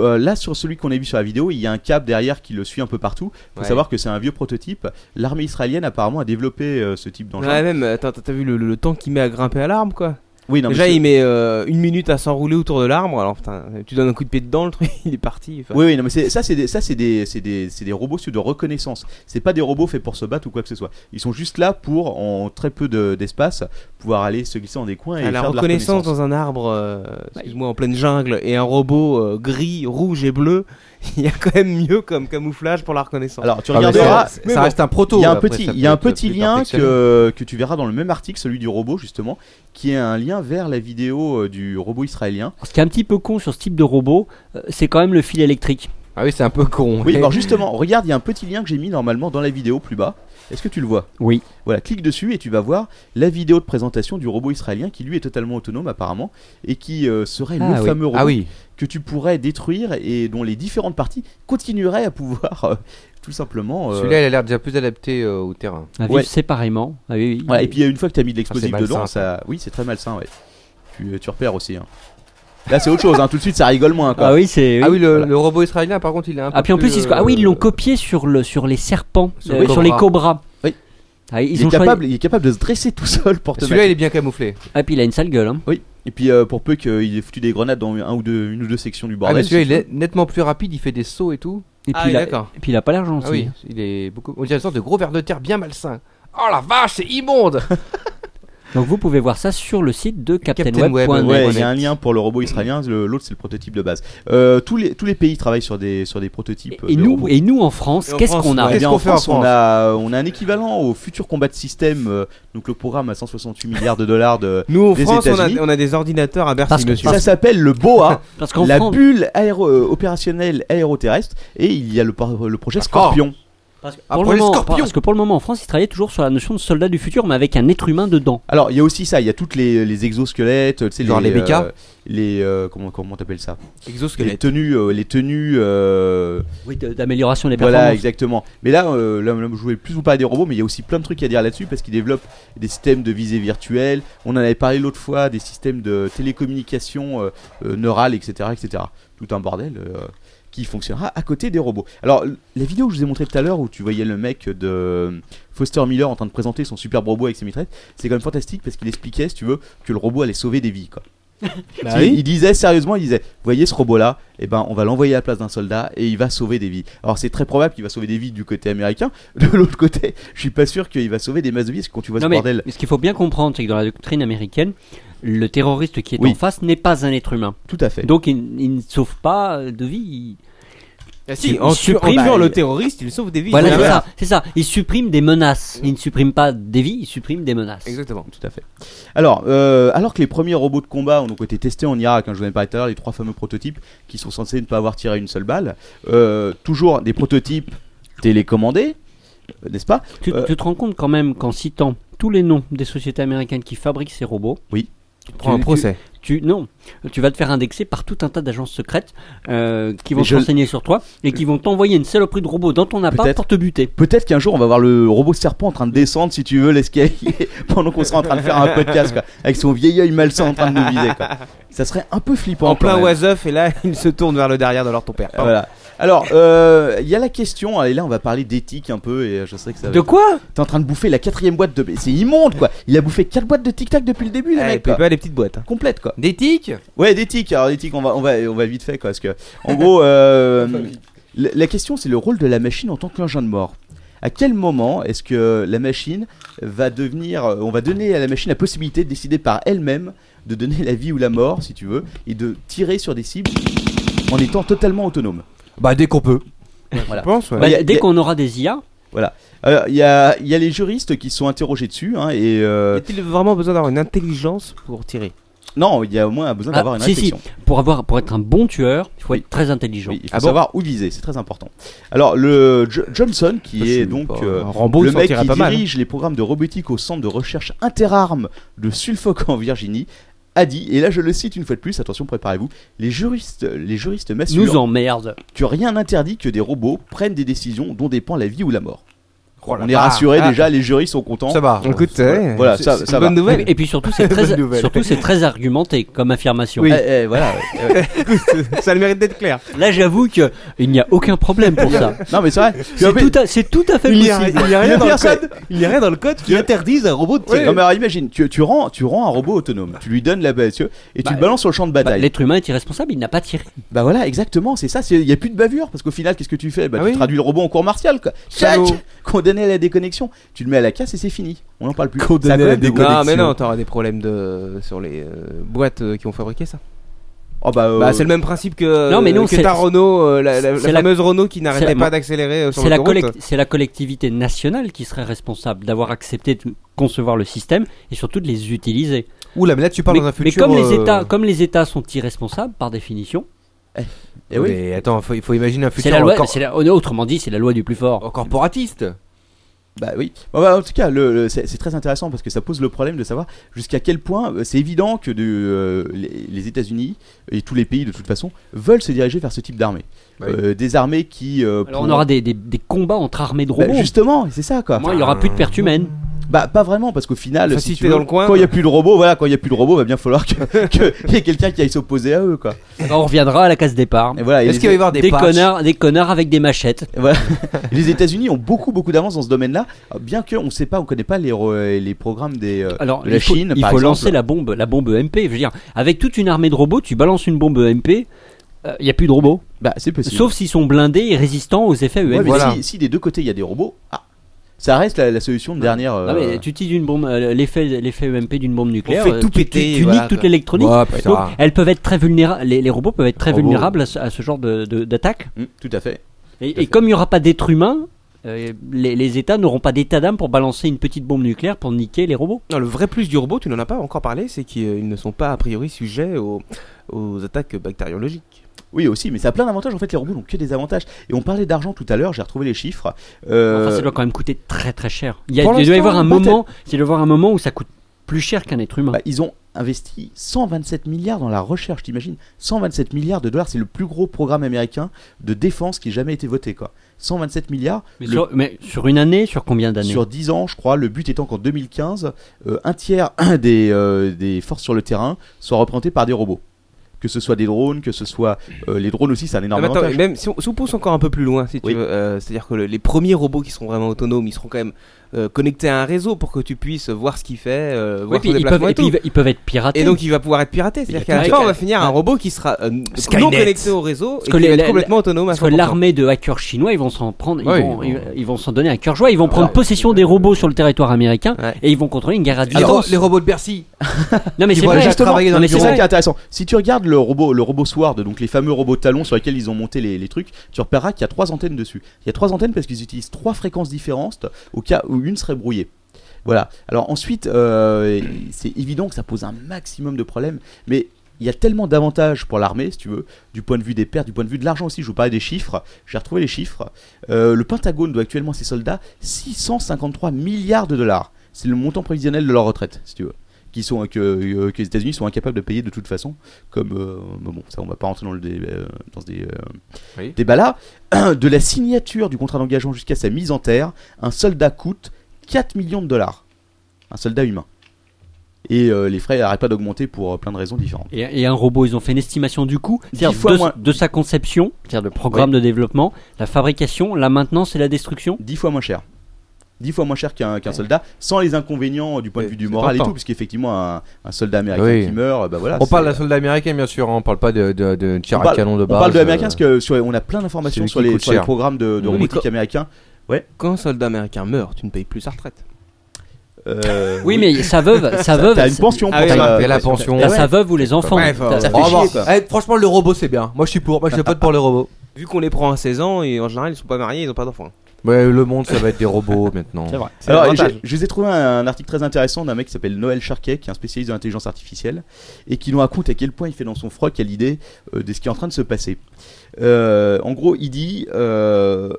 Euh, là, sur celui qu'on a vu sur la vidéo, il y a un câble derrière qui le suit un peu partout. Faut Ouais. savoir que c'est un vieux prototype. L'armée israélienne apparemment a développé euh, ce type d'engin. Ouais, même, attends, t'as t'as vu le, le- le temps qu'il met à grimper à l'arbre quoi Oui, non, mais Déjà, c'est- il met euh, une minute à s'enrouler autour de l'arbre, alors putain, tu donnes un coup de pied dedans, le truc, il est parti. enfin. Oui, oui, non, mais c'est- ça, c'est des, ça, c'est des, c'est des, c'est des robots sur de reconnaissance. C'est pas des robots faits pour se battre ou quoi que ce soit. Ils sont juste là pour, en très peu de- d'espace, pouvoir aller se glisser dans des coins et Ah, la faire de la reconnaissance reconnaissance. dans un arbre, euh, Bah, excuse-moi, en pleine jungle, et un robot euh, gris, rouge et bleu, il y a quand même mieux comme camouflage pour la reconnaissance. Alors, Ah, tu regarderas. mais bon, Il y a un petit, il y a un petit lien que, que tu verras dans le même article, celui du robot justement, qui est un lien vers la vidéo euh, du robot israélien. Ce qui est un petit peu con sur ce type de robot, euh, c'est quand même le fil électrique. Ah oui, c'est un peu con. Oui, alors justement, regarde, il y a un petit lien que j'ai mis normalement dans la vidéo plus bas. Est-ce que tu le vois Oui. Voilà, clique dessus et tu vas voir la vidéo de présentation du robot israélien qui lui est totalement autonome apparemment et qui euh, serait Ah le oui. fameux robot Ah oui. que tu pourrais détruire et dont les différentes parties continueraient à pouvoir euh, tout simplement. euh, Celui-là, il a l'air déjà plus adapté euh, au terrain. À vivre séparément. Ah oui, oui. Ouais, et puis une fois que tu as mis de l'explosif Ah, c'est dedans, malsain, ça... oui, c'est très malsain, ouais. Tu, tu repères aussi. hein. Là, c'est autre chose, hein. tout de suite, ça rigole moins. Quoi. Ah oui, c'est- Ah oui, le, Voilà. le robot israélien, par contre, il est un peu. Ah puis en plus, ils, euh, ah oui, ils l'ont copié sur, le, sur les serpents, euh, sur, sur les les cobras. cobras. Ah, ils il, ont est choisi- capable, il est capable de se dresser tout seul pour te Celui-là, mettre. il est bien camouflé. Ah puis il a une sale gueule. Hein. Oui. Et puis euh, pour peu qu'il ait foutu des grenades dans un ou deux, une ou deux sections du Ah, bordel. mais celui-là, il c'est- est nettement plus rapide, il fait des sauts et tout. Et puis, ah, il a, d'accord. et puis il a pas l'air gentil. Ah oui, il est beaucoup. On dirait une sorte de gros ver de terre bien malsain. Oh la vache, c'est immonde Donc vous pouvez voir ça sur le site de Captain Web, CaptainWeb.net. ouais, il y a un lien pour le robot israélien, le- l'autre c'est le prototype de base. Euh, tous, les, tous les pays travaillent sur des, sur des prototypes. euh, Et de nous, robots. et nous en France, Et en qu'est-ce France, qu'on a eh bien, en France, on a, on a un équivalent au futur combat de système, euh, donc le programme à 168 milliards de dollars de, Nous, en des France, on a, États-Unis. on a des ordinateurs à Bercy, Parce que- monsieur. ça s'appelle le BOA, Parce qu'en la France- bulle aéro- euh, opérationnelle aéroterrestre, et il y a le, par- le Ah, projet Scorpion. Ah, Pour le moment, parce que pour le moment en France, ils travaillaient toujours sur la notion de soldat du futur, mais avec un être humain dedans. Alors, il y a aussi ça, il y a toutes les, les exosquelettes, tu sais, Genre les BK? euh, les euh, comment comment t'appelles ça Exosquelettes. Les tenues, euh, les tenues. euh, Oui, de- d'amélioration des performances. Voilà, exactement. Mais là, euh, là, là, je voulais plus vous parler des robots, mais il y a aussi plein de trucs à dire là-dessus parce qu'ils développent des systèmes de visée virtuelle. On en avait parlé l'autre fois des systèmes de télécommunication euh, euh, neurale, etc., etc. Tout un bordel euh, qui fonctionnera à côté des robots. Alors, l- la vidéo que je vous ai montrée tout à l'heure où tu voyais le mec de euh, Foster Miller en train de présenter son superbe robot avec ses maîtresses, c'est quand même fantastique parce qu'il expliquait, si tu veux, que le robot allait sauver des vies, quoi. Bah Si, oui. Il disait sérieusement, il disait, vous voyez ce robot-là, eh ben, on va l'envoyer à la place d'un soldat et il va sauver des vies. Alors c'est très probable qu'il va sauver des vies du côté américain. De l'autre côté, je suis pas sûr qu'il va sauver des masses de vies parce que quand tu vois Non, ce mais bordel. ce qu'il faut bien comprendre, c'est que dans la doctrine américaine, le terroriste qui est Oui. en face n'est pas un être humain. Tout à fait. Donc il, il ne sauve pas euh, de vie. Il... Ah si, il en tu- en supprime- tuant le terroriste, il sauve des vies. Voilà, C'est c'est l'inverse. ça, c'est ça. Il supprime des menaces. Il ne supprime pas des vies, il supprime des menaces. Exactement. Tout à fait. Alors, euh, alors que les premiers robots de combat ont donc été testés en Irak, hein, je vous en ai parlé tout à l'heure, les trois fameux prototypes qui sont censés ne pas avoir tiré une seule balle, euh, toujours des prototypes télécommandés, euh, n'est-ce pas Tu, Euh, tu te rends compte quand même qu'en citant tous les noms des sociétés américaines qui fabriquent ces robots, oui. tu prends un procès. Tu, non, tu vas te faire indexer par tout un tas d'agences secrètes euh, qui vont Mais se je- renseigner sur toi et qui vont t'envoyer une saloperie de robots dans ton appart Peut-être. pour te buter. Peut-être qu'un jour on va voir le robot serpent en train de descendre, si tu veux, l'escalier pendant qu'on sera en train de faire un podcast, quoi, avec son vieil œil malsain en train de nous viser. Quoi. Ça serait un peu flippant. En plein quand même. oiseuf, et là, il se tourne vers le derrière de leur ton père. Voilà. Alors, euh, il y a la question, et là on va parler d'éthique un peu, et euh, je sais que ça va De être- quoi T'es en train de bouffer la quatrième boîte de. C'est immonde quoi Il a bouffé quatre boîtes de Tic Tac depuis le début, le Eh, mec il peut quoi. pas les petites boîtes. hein. Complète quoi. Des tics Ouais, des tics. Alors, des tics, on va, on va, on va vite fait quoi, parce que en gros, euh, La, la question, c'est le rôle de la machine en tant qu'engin de mort. À quel moment est-ce que la machine va devenir. euh, On va donner à la machine la possibilité de décider par elle-même de donner la vie ou la mort, si tu veux, et de tirer sur des cibles en étant totalement autonome Bah, dès qu'on peut. Voilà. pense, ouais. Il y a- Bah, dès il y a- qu'on aura des IA, Voilà. Alors, Il y, a, il y a les juristes qui sont interrogés dessus. Hein, et, Est-il vraiment besoin d'avoir une intelligence pour tirer Non, il y a au moins besoin d'avoir Ah, une si, réflexion. si. Pour, avoir, pour être un bon tueur, il faut être très intelligent. Ah Il faut Ah savoir où viser, c'est très important. Alors, le Jo- Johnson, qui est donc euh, Rambo, le il mec sortira qui pas mal, hein. dirige les programmes de robotique au centre de recherche interarmes de Suffolk en Virginie, a dit, et là je le cite une fois de plus, attention, préparez-vous, les juristes, les juristes m'assurent Nous emmerde. que rien n'interdit que des robots prennent des décisions dont dépend la vie ou la mort. la On est barre. rassuré Ah. déjà, les juristes sont contents. Ça va. Écoute, voilà, ouais, voilà, c'est- ça, c'est ça une va. bonne nouvelle. Et puis surtout, c'est très, Bonne nouvelle. surtout, c'est très argumenté comme affirmation. Oui. Eh, eh, voilà. ouais, ouais. ça a le mérite d'être clair. Là, j'avoue que il n'y a aucun problème pour ça. Non mais c'est vrai. C'est tout, à- c'est tout à fait Il possible. y a, il y a rien Le dans le pire, c'est- code. Il y a rien dans le code qui interdise un robot de tirer. Non mais alors imagine, tu, tu rends, tu rends un robot autonome, tu lui donnes la bestiole et tu le balances sur le champ de Bah, bataille. L'être humain est irresponsable, il n'a pas tiré. Bah voilà, exactement, c'est ça, il n'y a plus de bavure, parce qu'au final, qu'est-ce que tu fais Bah Ah tu oui. traduis le robot en cours martial, quoi. Salaud. Tchac Condamné à la déconnexion. Tu le mets à la casse et c'est fini. On n'en parle plus. Condamné à Ça a quand la même du goût. déconnexion. Ah, Non, mais connexion. non, t'auras des problèmes de... sur les euh, boîtes euh, qui ont fabriqué ça. Oh bah, euh, Bah, c'est le même principe que, Non, mais non, que c'est- ta Renault, euh, la, la- la c'est la- fameuse Renault qui c'est n'arrêtait la- pas d'accélérer euh, sur C'est la, l'autoroute. collec- c'est la collectivité nationale qui serait responsable d'avoir accepté de concevoir le système et surtout de les utiliser. Oula, mais là tu parles mais, dans un mais futur. comme, les euh, États, comme les États sont irresponsables par définition, Eh oui. Mais attends, faut- il faut imaginer un c'est futur la loi. encore- c'est la- oh, autrement dit, c'est la loi du plus fort. corporatiste. Bah oui. Bon, bah, en tout cas, le, le- c'est c'est très intéressant parce que ça pose le problème de savoir jusqu'à quel point euh, c'est évident que de, euh, les, les États-Unis et tous les pays de toute façon veulent se diriger vers ce type d'armée. Bah oui. Euh, des armées qui. euh, Alors pour- on aura des, des- des combats entre armées de Bah, robots. justement, c'est ça quoi. Moi, il n'y aura plus de pertes humaines. Bah pas vraiment parce qu'au final, Enfin, si si tu t'es veux, dans le coin, quand il n'y a bah- plus de robots, voilà, quand il n'y a plus de robots, va bien falloir que- que il y ait quelqu'un qui aille s'opposer à eux quoi. on reviendra à la case départ. Et voilà, et Est-ce les- qu'il va y avoir des, Des patchs connards, des connards avec des machettes. Voilà. les États-Unis ont beaucoup beaucoup d'avance dans ce domaine-là, bien qu'on ne sait pas, on connaît pas les, re- les programmes des euh, Alors, de la il faut, Chine. il par faut exemple. lancer la bombe, la bombe EMP. Je veux dire, avec toute une armée de robots, tu balances une bombe E EMP, il n'y euh, a plus de robots. Bah c'est possible. Sauf s'ils sont blindés et résistants aux effets E EMP. Ouais, mais voilà. si, si des deux côtés il y a des robots, ah, ça reste la, la solution de dernière. euh, Ah, mais tu utilises une bombe, euh, l'effet, l'effet EMP d'une bombe nucléaire. fait euh, tout tu- tu- péter, Tu, voilà, niques toute quoi. l'électronique. Ouais, putain. Donc, elles peuvent être très vulnérables. Les, les robots peuvent être très Robots. vulnérables à ce, à ce genre de, de- d'attaque. hmm, tout à fait. Et, à et fait. comme il n'y aura pas d'êtres humains, euh, les, les États n'auront pas d'état d'âme pour balancer une petite bombe nucléaire pour niquer les robots. Non, le vrai plus du robot, tu n'en as pas encore parlé, c'est qu'ils euh, ne sont pas a priori sujets aux, aux attaques bactériologiques. Oui aussi, mais ça a plein d'avantages. En fait, les robots n'ont que des avantages. Et on parlait d'argent tout à l'heure. J'ai retrouvé les chiffres. Euh, Enfin, ça doit quand même coûter très très cher. Il, y a- Pour il doit y l'instant, avoir un peut-être. moment, il doit y avoir un moment où ça coûte plus cher qu'un être humain. bah, ils ont investi 127 milliards dans la recherche. T'imagines 127 milliards de dollars. C'est le plus gros programme américain de défense qui ait jamais été voté quoi. 127 milliards. mais, le- sur, mais sur une année, sur combien d'années Sur 10 ans, je crois, le but étant qu'en 2015, euh, un tiers des, euh, des forces sur le terrain soient représentées par des robots. Que ce soit des drones, que ce soit. euh, les drones aussi, c'est un énorme Non, Ah, mais attends, avantage. même si on, si on pousse encore un peu plus loin, si tu Oui. veux, euh, c'est-à-dire que le- les premiers robots qui seront vraiment autonomes, ils seront quand même euh, connectés à un réseau pour que tu puisses voir ce qu'il fait, euh, Oui, voir puis son ils déplacement peuvent, et et puis tout. ils ve- ils peuvent être piratés. Et donc il va pouvoir être piraté, c'est-à-dire qu'à la Ouais. fin on va finir un robot qui sera euh, non connecté au réseau et que qui les- va être la- complètement autonome à parce que 100%. l'armée de hackers chinois, ils vont s'en prendre, ils Ouais, vont, ils ils, vont- ils vont s'en donner un cœur joie. Ils vont prendre possession des robots sur le territoire américain Ouais. et ils vont contrôler une guerre à Les, ro- distance. les robots de Bercy. Non mais qui c'est vont vrai. déjà Justement. travailler Non, dans le mais C'est c'est bureau. ça vrai. qui est intéressant. Si tu regardes le robot, le robot Sword, donc les fameux robots talons sur lesquels ils ont monté les, les trucs, tu repéreras qu'il y a trois antennes dessus. Il y a trois antennes parce qu'ils utilisent trois fréquences différentes au cas où une serait brouillée. Voilà. Alors ensuite, euh, c'est évident que ça pose un maximum de problèmes, mais il y a tellement d'avantages pour l'armée, si tu veux, du point de vue des pertes, du point de vue de l'argent aussi. Je vous parlais des chiffres, j'ai retrouvé les chiffres. Euh, le Pentagone doit actuellement à ses soldats 653 milliards de dollars. C'est le montant prévisionnel de leur retraite, si tu veux qui sont que, euh, que les États-Unis sont incapables de payer de toute façon. Comme euh, mais bon, ça on va pas rentrer dans le dé- euh, dans ce dé- euh, Oui. débat là. De la signature du contrat d'engagement jusqu'à sa mise en terre, un soldat coûte 4 millions de dollars. Un soldat humain. Et euh, les frais n'arrêtent pas d'augmenter pour euh, plein de raisons différentes. Et, et un robot, ils ont fait une estimation du coût, c'est-à-dire fois de, moins. de sa conception, c'est-à-dire le programme de développement, la fabrication, la maintenance et la destruction. 10 fois moins cher. 10 fois moins cher qu'un qu'un soldat, sans les inconvénients euh, du point de vue du moral et tentant. tout, puisqu'effectivement, un, un soldat américain Oui. qui meurt, euh, bah voilà. on c'est- parle d'un soldat américain, bien sûr, hein, on parle pas de, de, de tir on à parle- canon de on base. parle de euh, l'américain parce que sur- on a plein d'informations celui sur qui les, coûte sur les cher. programmes de, de Oui, mais robotique quand- américains. Ouais. Quand un soldat américain meurt, tu ne payes plus sa retraite. Euh, Oui, mais sa veuve, sa veuve, Ah ouais, t'as la pension. T'as sa veuve ou les enfants. Ouais, T'as- faut- Oh, faut bah, voir. Eh, franchement, le robot, c'est bien. Moi, je suis pour. Moi, je suis pote pour le robot. Vu qu'on les prend à 16 ans et en général ils sont pas mariés, ils n'ont pas d'enfants. Ouais, le monde, ça va être des robots maintenant. C'est vrai. Alors, l'avantage. j'ai- je vous ai trouvé un, un article très intéressant d'un mec qui s'appelle Noël Charquet, qui est un spécialiste de l'intelligence artificielle, et qui nous raconte à quel point il fait dans son froc à l'idée euh, de ce qui est en train de se passer. Euh, en gros, il dit euh,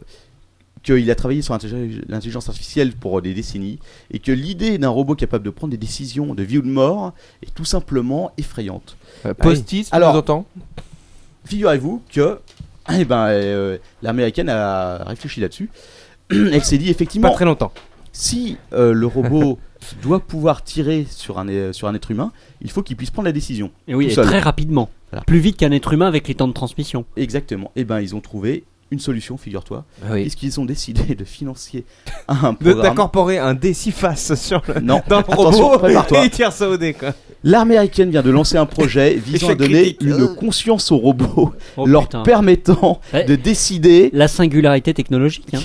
qu'il a travaillé sur l'intelli- l'intelligence artificielle pour des décennies, et que l'idée d'un robot capable de prendre des décisions de vie ou de mort est tout simplement effrayante. Euh, Post-it, tu Alors, nous entends figurez-vous que eh ben, euh, l'américaine a réfléchi là-dessus. Elle s'est dit effectivement. Pas très longtemps. Si euh, le robot doit pouvoir tirer sur un, euh, sur un être humain, il faut qu'il puisse prendre la décision. Et oui, tout et seul. très rapidement. Voilà. Plus vite qu'un être humain avec les temps de transmission. Exactement. Et ben, ils ont trouvé une solution, figure-toi. Ah oui. Puisqu'ils ont décidé de financer un De programme. t'incorporer un dé six faces sur le, Non. dans le Attention, robot prépare-toi. et il tire ça au dé quoi. L'américaine vient de lancer un projet visant à Échec donner critique. une conscience aux robots, leur Oh, putain. permettant Ouais. de décider. La singularité technologique. hein.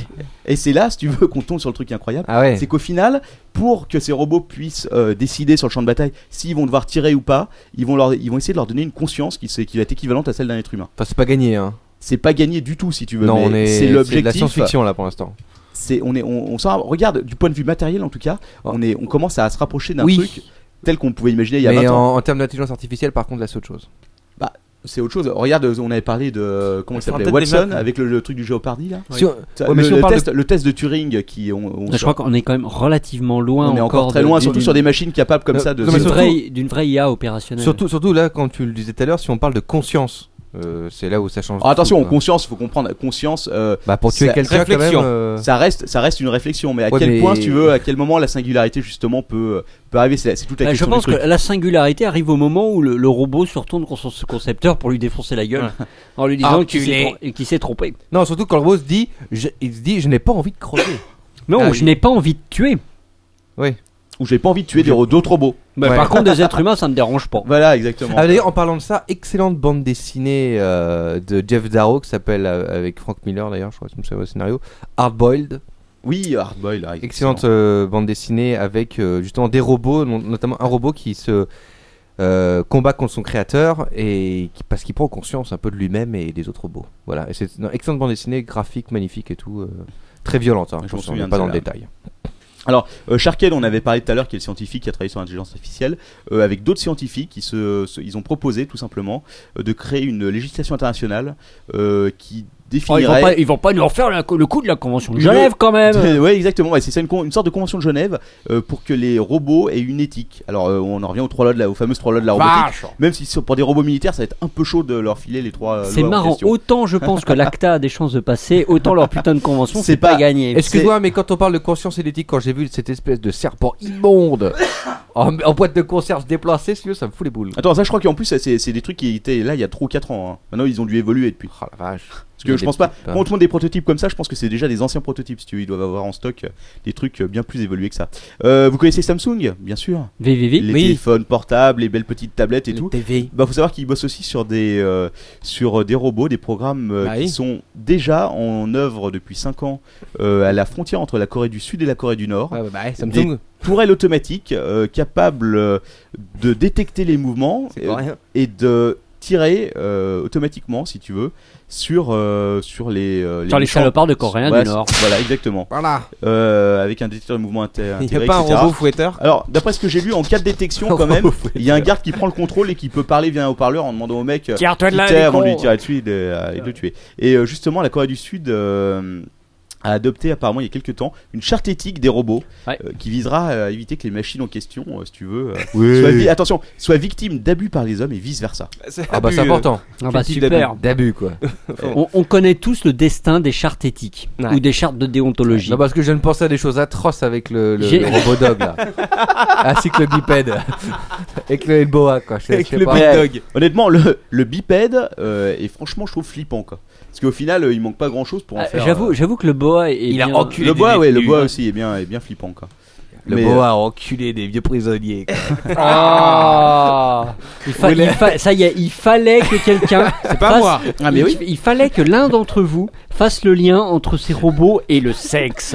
Et c'est là, si tu veux, qu'on tombe sur le truc incroyable. Ah ouais. C'est qu'au final, pour que ces robots puissent euh, décider sur le champ de bataille s'ils vont devoir tirer ou pas, ils vont, leur, ils vont essayer de leur donner une conscience qui, se- qui va être équivalente à celle d'un être humain. Enfin, c'est pas gagné, hein. C'est pas gagné du tout, si tu veux. Non, mais on est. C'est de la l'objectif. science-fiction là pour l'instant. C'est- on est, on, on s'en- regarde du point de vue matériel en tout cas, on est, on commence à se rapprocher d'un Ah. Oui. truc tel qu'on pouvait imaginer il y a Mais 20 ans. en, en termes d'intelligence artificielle, par contre, là, c'est autre chose. Bah, c'est autre chose. Regarde, on avait parlé de comment il fera s'appelait peut-être Watson des maths. avec le, le truc du Géopardy là. Si on- Ça, ouais, mais le, si on le parle test, de- le test de Turing qui on, on Je crois qu'on est quand même relativement loin. On est encore très loin, de- surtout d'une- sur des machines capables comme Euh, ça de. non, d'une mais surtout- vraie- d'une vraie IA opérationnelle. Surtout, surtout là, quand tu le disais tout à l'heure, si on parle de conscience, euh, c'est là où ça change. Alors, Ah, attention, tout, euh, quoi. conscience, faut comprendre, conscience. euh, Bah, pour tuer ça- quelqu'un, quand même, réflexion. euh, Ça reste, ça reste une réflexion, mais à Ouais, quel mais- point, si tu veux, à quel moment la singularité justement peut euh, peut arriver, c'est c'est toute la Bah, je question. pense du que truc. la singularité arrive au moment où le, le robot se retourne contre son concepteur pour lui défoncer la gueule en lui disant qu'il s'est trom- qu'il s'est trompé. Non, surtout quand le boss dit, je, il se dit, je n'ai pas envie de crever. Non, Ah je oui. n'ai pas envie de tuer. oui. Ou j'ai pas envie de tuer des ro- d'autres robots. Bah, Ouais. Par contre, des êtres humains, ça me dérange pas. Voilà, exactement. Ah, d'ailleurs, en parlant de ça, excellente bande dessinée euh, de Jeff Darrow qui s'appelle euh, avec Frank Miller d'ailleurs, je crois que c'est le scénario, Hardboiled. Oui, ah, bah, Hardboy là. Excellente euh, bande dessinée avec euh, justement des robots, non- notamment un robot qui se euh, combat contre son créateur et qui, parce qu'il prend conscience un peu de lui-même et des autres robots. Voilà, et c'est une excellente bande dessinée, graphique, magnifique et tout, euh, très violente. Hein, Je m'en attention, souviens on est pas de dans le celle-là. détail. Alors, euh, Sharkey, dont on avait parlé tout à l'heure, qui est le scientifique qui a travaillé sur l'intelligence artificielle, euh, avec d'autres scientifiques, ils, se, se- ils ont proposé tout simplement euh, de créer une législation internationale euh, qui Oh, ils, vont définirait. pas, ils vont pas nous refaire la- le coup de la Convention de Une- Genève quand même. oui, exactement. Ouais, c'est ça, une, con- une sorte de convention de Genève euh, pour que les robots aient une éthique. Alors, euh, on en revient aux, trois lois de la, aux fameuses trois lois de la Bah, robotique. Vache. Même si sur- pour des robots militaires, ça va être un peu chaud de leur filer les trois. euh, C'est lois en marrant. question. Autant je pense que l'ACTA a des chances de passer, autant leur putain de convention, C'est c'est pas, pas- gagné. Excuse-moi, mais quand on parle de conscience et d'éthique, quand j'ai vu cette espèce de serpent immonde en, en boîte de conserve déplacée, si tu veux, ça me fout les boules. Attends, ça, je crois qu'en plus, ça, c'est c'est des trucs qui étaient là il y a 3 ou 4 ans. hein. Maintenant, ils ont dû évoluer depuis. Oh la vache. Parce que je pense pas. Quand on te montre des prototypes comme ça, je pense que c'est déjà des anciens prototypes. Si tu veux, ils doivent avoir en stock euh, des trucs euh, bien plus évolués que ça. Euh, vous connaissez Samsung, bien sûr. VVV. les téléphones portables, les belles petites tablettes et tout. Bah, faut savoir qu'ils bossent aussi sur des euh, sur des robots, des programmes euh, Ah qui oui. sont déjà en œuvre depuis 5 ans euh, à la frontière entre la Corée du Sud et la Corée du Nord. Ah, bah, bah, Samsung. Des tourelles automatiques euh, capables euh, de détecter les mouvements C'est euh, pas rien. et de tirer euh, automatiquement, si tu veux, sur euh, sur les euh, Sur les méchants. salopards de Coréens Voilà, du Nord. c'est- Voilà, exactement. Voilà. Euh, avec un détecteur de mouvement inter- Il n'y intégré, a pas un etc. robot fouetteur Alors, d'après ce que j'ai lu, en cas de détection, quand même, il y a un garde qui prend le contrôle et qui peut parler via un haut-parleur en demandant au mec euh, Tire-toi de là, qui t'es les avant de cons. lui tirer dessus et de, euh, et de le tuer. Et euh, justement, la Corée du Sud euh, a adopté apparemment il y a quelques temps une charte éthique des robots Ouais. euh, qui visera à éviter que les machines en question, euh, si tu veux, euh, soient, vi- attention, soient victimes d'abus par les hommes et vice versa. Ah bah c'est important. Ah bah, Cultive super. D'abus quoi. On, on connaît tous le destin des chartes éthiques Ouais. ou des chartes de déontologie. bah, Non parce que je ne pensais à des choses atroces avec le, le, J'ai- le robot dog là. Ainsi que le bipède. Avec le le boa quoi. Je, avec je sais le pas. big dog. Honnêtement, le, le bipède euh, est franchement, je trouve flippant quoi. Parce qu'au final, euh, il manque pas grand chose pour en Ah, faire. J'avoue, euh, j'avoue que le boa est Il a bien- enculé Le des boa, détenus, ouais, le boa hein. aussi est bien, est bien flippant, quoi. Le Mais, boa a enculé des vieux prisonniers. Ah il fa- Vous il fa- Ça y est, il fallait que quelqu'un. C'est pas fasse- moi. Ah, mais il- oui. Il, fallait que l'un d'entre vous fasse le lien entre ces robots et le sexe.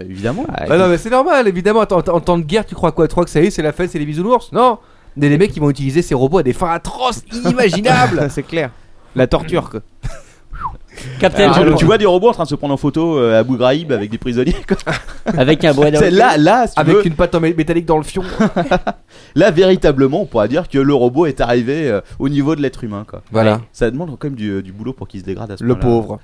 évidemment. Ah, Bah non, mais c'est normal, évidemment. Attends, en temps de guerre, tu crois quoi Tu crois que ça y est, c'est la fête, c'est les bisounours Non Mais les mecs, ils vont utiliser ces robots à des fins atroces, inimaginables C'est clair. La torture, quoi. Ah, tu vois des robots en train de se prendre en photo euh, à Bougraïb avec des prisonniers quoi. Avec un bois C'est là, là, si tu Avec veux, une patte en mé- métallique dans le fion. là véritablement on pourra dire que le robot est arrivé euh, au niveau de l'être humain quoi. Voilà. Ça demande quand même du, du boulot pour qu'il se dégrade à ce Le point-là. pauvre.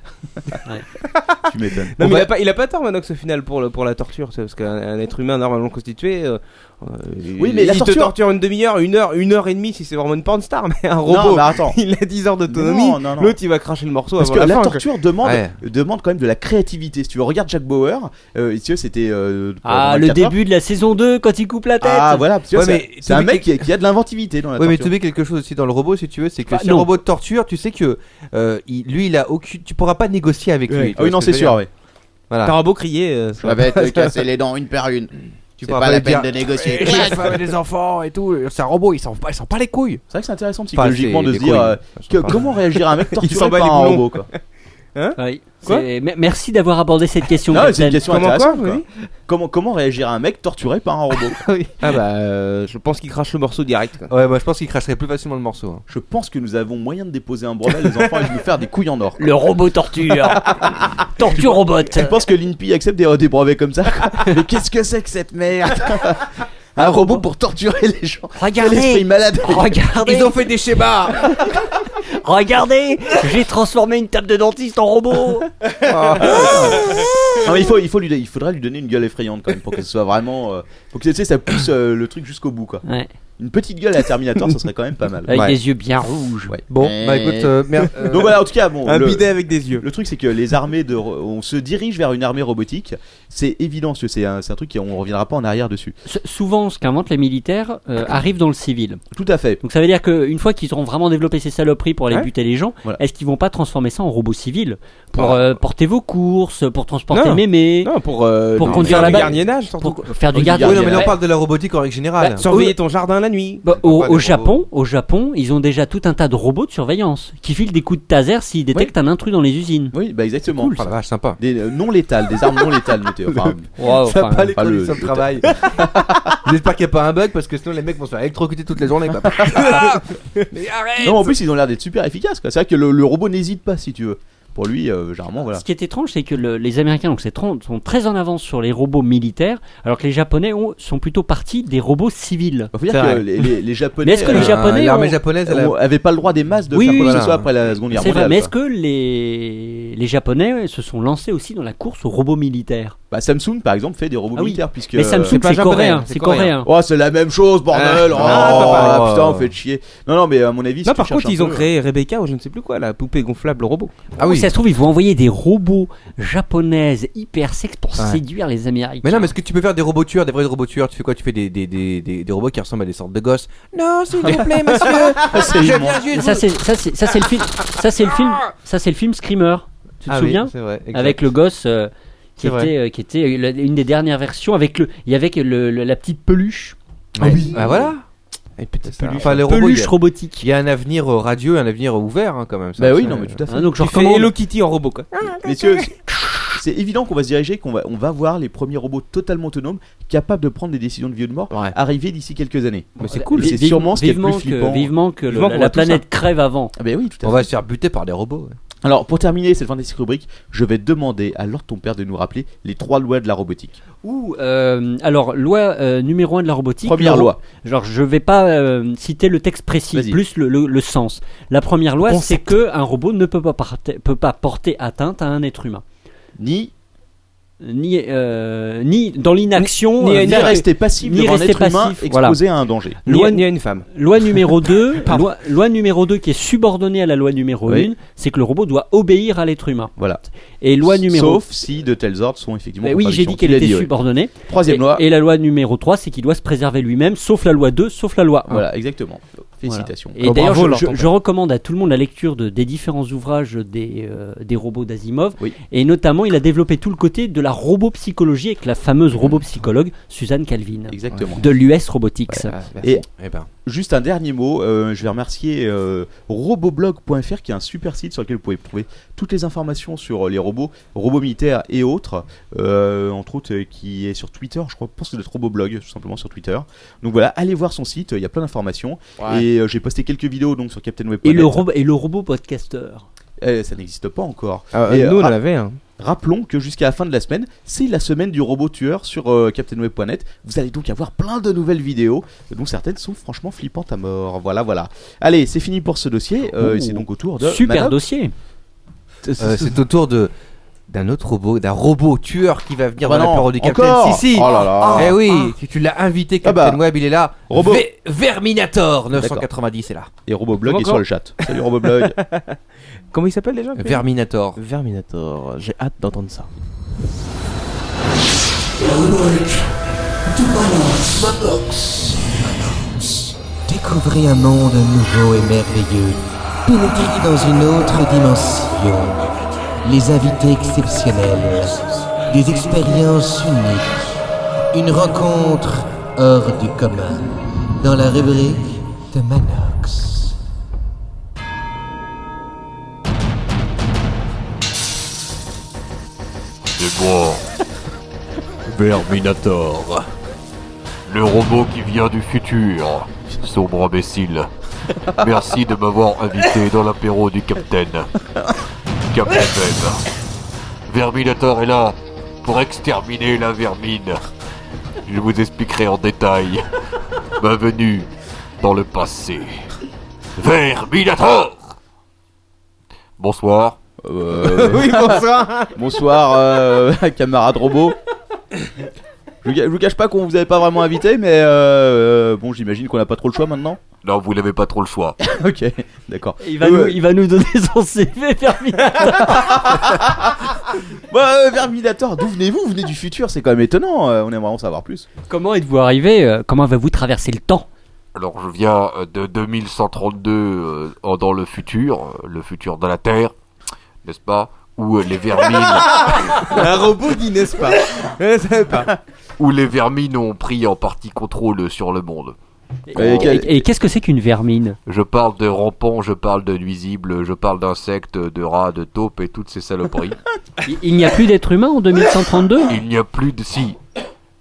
tu m'étonnes. Non, Bon, mais il, bah, a pas, il a pas tort, Manox, au final, pour, le, pour la torture. c'est Parce qu'un un être humain normalement constitué. euh, euh, Oui, mais il la te torture- torture une demi-heure, une heure, une heure et demie si c'est vraiment une porn star. Mais un Non, robot, mais attends. il a 10 heures d'autonomie. Ah Non, non, non. L'autre, il va cracher le morceau Parce que avant la, la fin, quoi. torture demande, Ouais. demande quand même de la créativité. Si tu veux, regarde Jack Bauer, euh, si tu veux, c'était. euh, Ah, pendant le 24 heures. début de la saison 2 quand il coupe la tête. Ah, voilà, parce que Ouais, c'est- mais c'est un tu- mec qui, qui a de l'inventivité dans la Oui, mais torture. tu mets quelque chose aussi dans le robot, si tu veux, c'est que Bah, si le non. robot te torture, tu sais que euh, il- lui, il a aucune. Tu pourras pas négocier avec Ouais. lui. tu Ah vois oui, ce non, que je c'est veux sûr, dire. oui. Voilà. T'as un robot crier. euh, ça- les dents une par une. Tu pourras lui dire- négocier. Et la femme et les enfants et tout, c'est un robot, ils s'en pas, ils s'en pas les couilles. C'est vrai que c'est intéressant psychologiquement c'est de des se dire couilles. euh, Je que- sais pas. comment réagir un mec Il s'en torturé bat par les un boulons. robot quoi. Oui. Quoi C'est- mer- Merci d'avoir abordé cette question. Non, c'est Captain. une question Comment quoi, intéressante. oui quoi. Comment comment réagir un mec torturé par un robot quoi. Ah bah, euh, je pense qu'il crache le morceau direct. Quoi. Ouais, moi je pense qu'il cracherait plus facilement le morceau. hein. Je pense que nous avons moyen de déposer un brevet les enfants et de nous faire des couilles en or. quoi. Le robot torture. torture robot. Tu penses que l'INPI accepte des, des brevets comme ça quoi Mais qu'est-ce que c'est que cette merde Un robot pour torturer les gens. Quel esprit Regardez malade Regardez fait des schémas. Regardez, j'ai transformé une table de dentiste en robot. Non, mais il, faut, il, faut lui, il faudrait lui donner une gueule effrayante quand même pour que ce soit vraiment. euh, pour que tu sais, ça pousse euh, le truc jusqu'au bout quoi. Ouais. Une petite gueule à Terminator, ça serait quand même pas mal. Avec Ouais. des yeux bien rouges. Ouais. Bon, bah Et- écoute, euh, merde. euh, Donc voilà, en tout cas, bon. Un le- bidet avec des yeux. Le truc, c'est que les armées de. ro- On se dirige vers une armée robotique. C'est évident, parce que c'est un, c'est un truc qui on reviendra pas en arrière dessus. S- Souvent, ce qu'inventent les militaires euh, arrive dans le civil. Tout à fait. Donc ça veut dire qu'une fois qu'ils auront vraiment développé ces saloperies pour aller Ouais. buter les gens, Voilà. est-ce qu'ils vont pas transformer ça en robot civil pour Ah. euh, porter vos courses, pour transporter Non. mémé, Non, pour, euh, Pour non, conduire faire la du balle. gardiennage, surtout. pour faire du Oui, gardien oui, ouais, non, mais là on Ouais. parle de la robotique en règle générale. Bah, Surveiller ton jardin la nuit. Bah, au, Ah, pas des au robots. Japon, au Japon, ils ont déjà tout un tas de robots de surveillance qui filent des coups de taser s'ils détectent un intrus dans les usines. Oui, bah exactement. Oh la vache, sympa. Des euh, non létales, des armes non létales, mettez- enfin, Wow, enfin, Sympa les pas le- conditions de le- travail. J'espère qu'il n'y a pas un bug parce que sinon les mecs vont se faire électrocuter toute la journée. bah, quoi. Mais arrête. Non, en plus, ils ont l'air d'être super efficaces. quoi. C'est vrai que le, le robot n'hésite pas, si tu veux. Pour lui, euh, généralement, voilà. Ce qui est étrange, c'est que le- les Américains donc, c'est tr- sont très en avance sur les robots militaires, alors que les Japonais ont- sont plutôt partis des robots civils. Faut dire C'est que vrai. les, les- les Japonais. Mais est-ce que les euh, Japonais L'armée ont- japonaise, elle a- ont- avaient pas le droit des masses de Oui, faire quoi oui, que ce voilà. soit après la Seconde Guerre C'est vrai, mondiale. mais quoi. est-ce que les... les Japonais se sont lancés aussi dans la course aux robots militaires Bah, Samsung, par exemple, fait des robots Ah oui. militaires, puisque. Mais Samsung, pas c'est japonais, coréen, hein, c'est c'est coréen. Oh, c'est la même chose, bordel! Ah, oh, pas pareil. putain, on fait chier. Non, non, mais euh, à mon avis, si Non, tu Bah, par contre, cherches un ils ont peu, créé Rebecca ou je ne sais plus quoi, la poupée gonflable robot. Ah Ou oui. Ça se trouve, ils vont envoyer des robots japonaises hyper sexes pour séduire les Américains. Mais non, mais est-ce que tu peux faire des robots tueurs, des vrais robots tueurs Tu fais quoi Tu fais des, des, des, des, des robots qui ressemblent à des sortes de gosses Non, s'il vous plaît, monsieur euh, c'est immense. Mais ça, c'est ça, c'est ça, c'est le film. Ça, c'est le film. Ça, c'est le film Screamer. Tu te Ah oui, souviens c'est vrai, exact. Avec le gosse. euh, qui C'est vrai. était, euh, qui était la- une des dernières versions avec le, il y avait que le- le- la petite peluche, Ah oui. Bah voilà Et petite Enfin, les robots, il y peluche a- robotique. il y a un avenir euh, radieux, un avenir ouvert hein, quand même. ça, Bah oui, ça, non, mais euh, tout à fait. Hein, donc je Tu fais recommande. Hello Kitty en robot, quoi. Messieurs, c'est- c'est évident qu'on va se diriger, qu'on va, on va voir les premiers robots totalement autonomes, capables de prendre des décisions de vie ou de mort, Ouais. arriver d'ici quelques années. Mais c'est cool. c'est Vive- sûrement ce qui est le vivement plus que- flippant. Vivement que le- Vivement qu'on la, voit la tout ça. planète crève avant. Ah, bah oui, tout à On fait. va se faire buter par des robots. ouais. Alors, pour terminer cette fantastique rubrique, je vais demander à Lord ton père de nous rappeler les trois lois de la robotique. Ou euh, alors loi euh, numéro 1 de la robotique. Première le- loi. Genre je vais pas euh, citer le texte précis, Vas-y. plus le, le- le sens. La première loi, c'est que un robot ne peut pas, parte- peut pas porter atteinte à un être humain, Ni, ni euh, ni dans l'inaction, Ni- ni euh, à ni dire rester passif ni devant un rester être humain passif, voilà. exposé à un danger. Loin- Loin, il y a une femme. Loi numéro 2, loi, loi numéro 2 qui est subordonnée à la loi numéro 1, Oui. c'est que le robot doit obéir à l'être humain. Voilà. Et loi numéro Sauf si de tels ordres sont effectivement. Bah oui, j'ai contradictions. dit Tu qu'elle l'as était oui. subordonnée. Troisième Et- loi. Et la loi numéro 3, c'est qu'il doit se préserver lui-même, sauf la loi 2, sauf la loi 1. Voilà, exactement. Félicitations. Voilà. Et d'ailleurs, je, je- je recommande à tout le monde la lecture de- des différents ouvrages des, euh, des robots d'Asimov. Et notamment, il a développé tout le côté de la robopsychologie avec la fameuse robopsychologue Suzanne Calvin. Exactement. De l'US Robotics. Ah, Et eh ben. juste un dernier mot, euh, je vais remercier euh, roboblog.fr qui est un super site sur lequel vous pouvez trouver toutes les informations sur euh, les robots, robots militaires et autres, euh, entre autres euh, qui est sur Twitter, je crois, je pense que c'est notre roboblog tout simplement sur Twitter. Donc voilà, allez voir son site, euh, il y a plein d'informations Ouais. et euh, j'ai posté quelques vidéos donc sur Captain Web. Et le, robo- et le robot podcasteur. Euh, ça n'existe pas encore. Ah, Et, euh, nous, on rap- en avait un. Rappelons que jusqu'à la fin de la semaine, c'est la semaine du robot tueur sur euh, CaptainWeb.net. Vous allez donc avoir plein de nouvelles vidéos, dont certaines sont franchement flippantes à mort. Voilà, voilà. Allez, c'est fini pour ce dossier. Euh, et c'est donc au tour de. Super Madame- dossier. Euh, c'est au tour de d'un autre robot, d'un robot tueur qui va venir Bah dans non, la parole du Captain. encore si si. Oh là là. Eh oui, Ah. tu- tu l'as invité Ah Captain bah. Web, il est là. Robot. Ve- Verminator 990 est là. Et Roboblog est sur le chat. Salut Roboblog. Comment il s'appelle déjà Verminator. Verminator. J'ai hâte d'entendre ça. Découvrez un monde nouveau et merveilleux. Pénétrez dans une autre dimension. Les invités exceptionnels. Des expériences uniques. Une rencontre hors du commun. Dans la rubrique de Manox. C'est moi, Verminator. Le robot qui vient du futur. Sombre imbécile. Merci de m'avoir invité dans l'apéro du Capitaine. Captain Web. Verminator est là pour exterminer la vermine. Je vous expliquerai en détail ma venue dans le passé. Verminator Bonsoir. oui, bonsoir. Euh, bonsoir, euh, camarade robot. Je vous ga- je vous cache pas qu'on vous avait pas vraiment invité, mais euh, euh, bon, j'imagine qu'on n'a pas trop le choix maintenant. Non, vous n'avez pas trop le choix. ok, d'accord. Il va, Euh, nous, il va nous donner son CV Bah, euh, Verminator, d'où venez-vous Vous venez du futur, c'est quand même étonnant. euh, on aimerait en savoir plus. Comment êtes-vous arrivé euh, Comment avez-vous traversé le temps Alors je viens euh, de 2132 euh, en- dans le futur, euh, le futur de la Terre, n'est-ce pas Où euh, les vermines... Un robot dit n'est-ce pas Où les vermines ont pris en partie contrôle sur le monde. Et, Euh, et- et qu'est-ce que c'est qu'une vermine Je parle de rampants, je parle de nuisibles, je parle d'insectes, de rats, de taupes et toutes ces saloperies. Il- Il n'y a plus d'être humain en 2132 Il n'y a plus de si.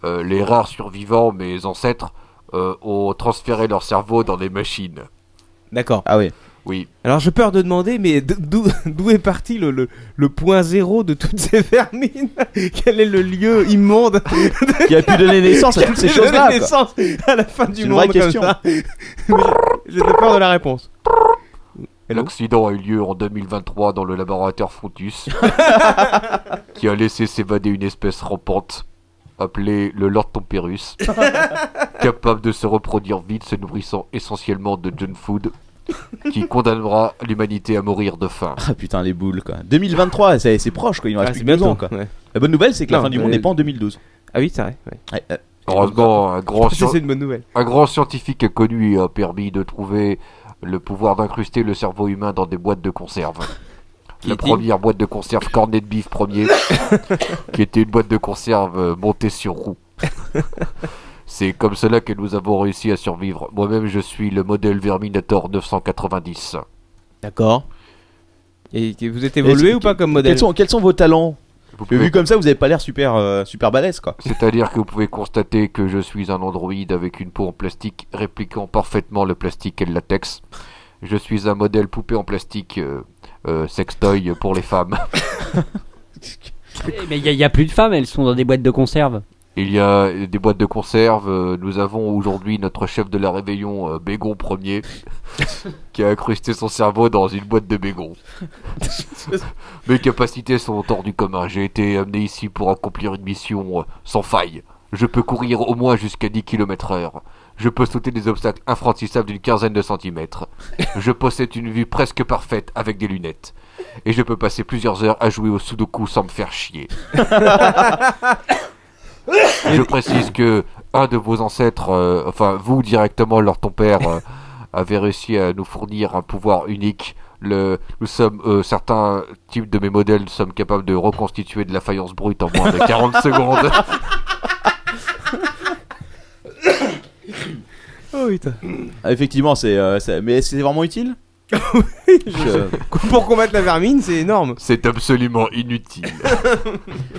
Euh, les rares survivants, mes ancêtres, euh, ont transféré leur cerveau dans des machines. D'accord. Ah oui. Oui. Alors j'ai peur de demander, mais d- d'où d'où est parti le, le, le point zéro de toutes ces vermines Quel est le lieu immonde Qui a pu donner naissance à Qui a toutes ces pu choses-là, quoi. donner naissance à la fin C'est du une monde vraie question. comme ça. Mais J'ai j'ai peur de la réponse. L'accident a eu lieu en 2023 dans le laboratoire Frutus, qui a laissé s'évader une espèce rampante appelée le Lord Tompérus, capable de se reproduire vite, se nourrissant essentiellement de junk food, qui condamnera l'humanité à mourir de faim. Ah putain, les boules quoi. 2023, c'est c'est proche quoi. Il nous reste Ah, plus c'est que deux bientôt, ans quoi. ouais. La bonne nouvelle, c'est que la Non, fin du mais- monde n'est pas en 2012. Ah oui, c'est vrai. Ouais, euh, Heureusement, un grand, Je sais, scien- c'est une bonne nouvelle. un grand scientifique connu a permis de trouver le pouvoir d'incruster le cerveau humain dans des boîtes de conserve. La Qui est-il première boîte de conserve cornet de bif premier, qui était une boîte de conserve euh, montée sur roue. C'est comme cela que nous avons réussi à survivre. Moi-même, je suis le modèle Verminator 990. D'accord. Et que vous êtes est-ce évolué que- ou pas comme modèle quels sont, quels sont vos talents Parce que pouvez- Vu comme ça, vous avez pas l'air super, euh, super balèze quoi. C'est-à-dire que vous pouvez constater que je suis un androïde avec une peau en plastique répliquant parfaitement le plastique et le latex. Je suis un modèle poupée en plastique euh, euh, sextoy pour les femmes. Eh ben, Il n'y a, il y a plus de femmes, elles sont dans des boîtes de conserve. Il y a des boîtes de conserve. euh, Nous avons aujourd'hui notre chef de la réveillon, euh, Bégon Premier, qui a incrusté son cerveau dans une boîte de Bégon. Mes capacités sont hors du commun. J'ai été amené ici pour accomplir une mission euh, sans faille. Je peux courir au moins jusqu'à 10 km heure. Je peux sauter des obstacles infranchissables d'une quinzaine de centimètres. Je possède une vue presque parfaite avec des lunettes. Et je peux passer plusieurs heures à jouer au sudoku sans me faire chier. Je précise que un de vos ancêtres, euh, enfin vous directement, leur ton père, euh, avait réussi à nous fournir un pouvoir unique. Le, nous sommes euh, certains types de mes modèles sommes capables de reconstituer de la faïence brute en moins de 40 secondes. Oh putain. Effectivement, c'est euh, c'est- mais c'est vraiment utile Je- Pour combattre la vermine, c'est énorme. C'est absolument inutile.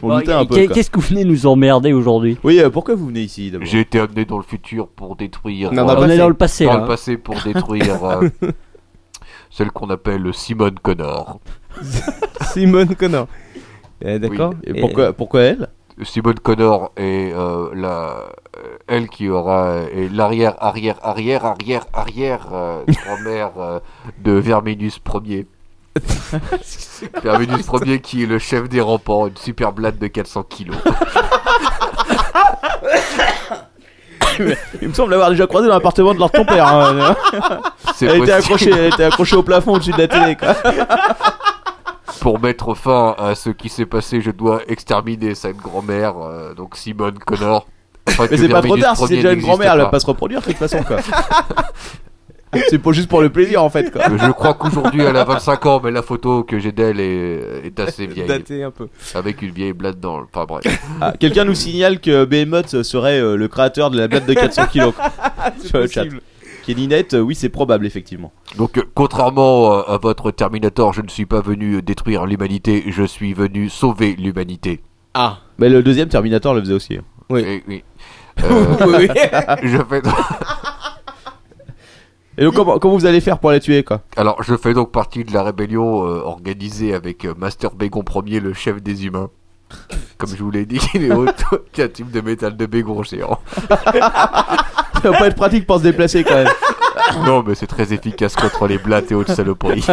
Bon, qu'est- Qu'est-ce que vous venez nous emmerder aujourd'hui Oui, euh, pourquoi vous venez ici J'ai été amené dans le futur pour détruire. euh, Non, dans le On est passé. dans le passé, Dans là. hein. le passé pour détruire euh, celle qu'on appelle Simone Connor. Simone Connor. Euh, D'accord. Et- pourquoi elle Simone Connor est euh, la euh, elle qui aura est l'arrière arrière arrière arrière arrière euh, grand-mère euh, de Verminus Ier. Verminus Ier qui est le chef des rampants, une super blade de 400 kilos. Il me semble l'avoir déjà croisé dans l'appartement de leur ton père. hein. C'est Elle était, possible. accrochée, elle était accrochée au plafond au-dessus de la télé. Quoi. Pour mettre fin à ce qui s'est passé, je dois exterminer cette grand-mère, euh, donc Simone Connor. afin Mais que c'est pas trop Verminus tard, si c'est Ier déjà une n'existe grand-mère, elle va pas. pas se reproduire de toute façon. quoi. c'est pour, juste pour le plaisir en fait. Quoi. Je crois qu'aujourd'hui elle a 25 ans, mais la photo que j'ai d'elle est, est assez vieille. Datée un peu. Avec une vieille blade dans le. Enfin bref. Ah, Quelqu'un nous signale que Behemoth serait euh, le créateur de la blague de 400 kilos. quoi. C'est Sur le chat. possible. Keninette, euh, oui, c'est probable effectivement. Donc, euh, contrairement euh, à votre Terminator, je ne suis pas venu euh, détruire l'humanité, je suis venu sauver l'humanité. Eh Ah. Mais le deuxième Terminator le faisait aussi. hein. Oui. oui. Euh, Oui, oui. je fais... Et donc, comment, comment vous allez faire pour la tuer quoi Alors, je fais donc partie de la rébellion euh, organisée avec euh, Master Bégon Ier, le chef des humains. Comme je vous l'ai dit, il est auto- qui est un type de métal de Bégon géant. Ça va pas être pratique pour se déplacer quand même. Non, mais c'est très efficace contre les blattes et autres saloperies.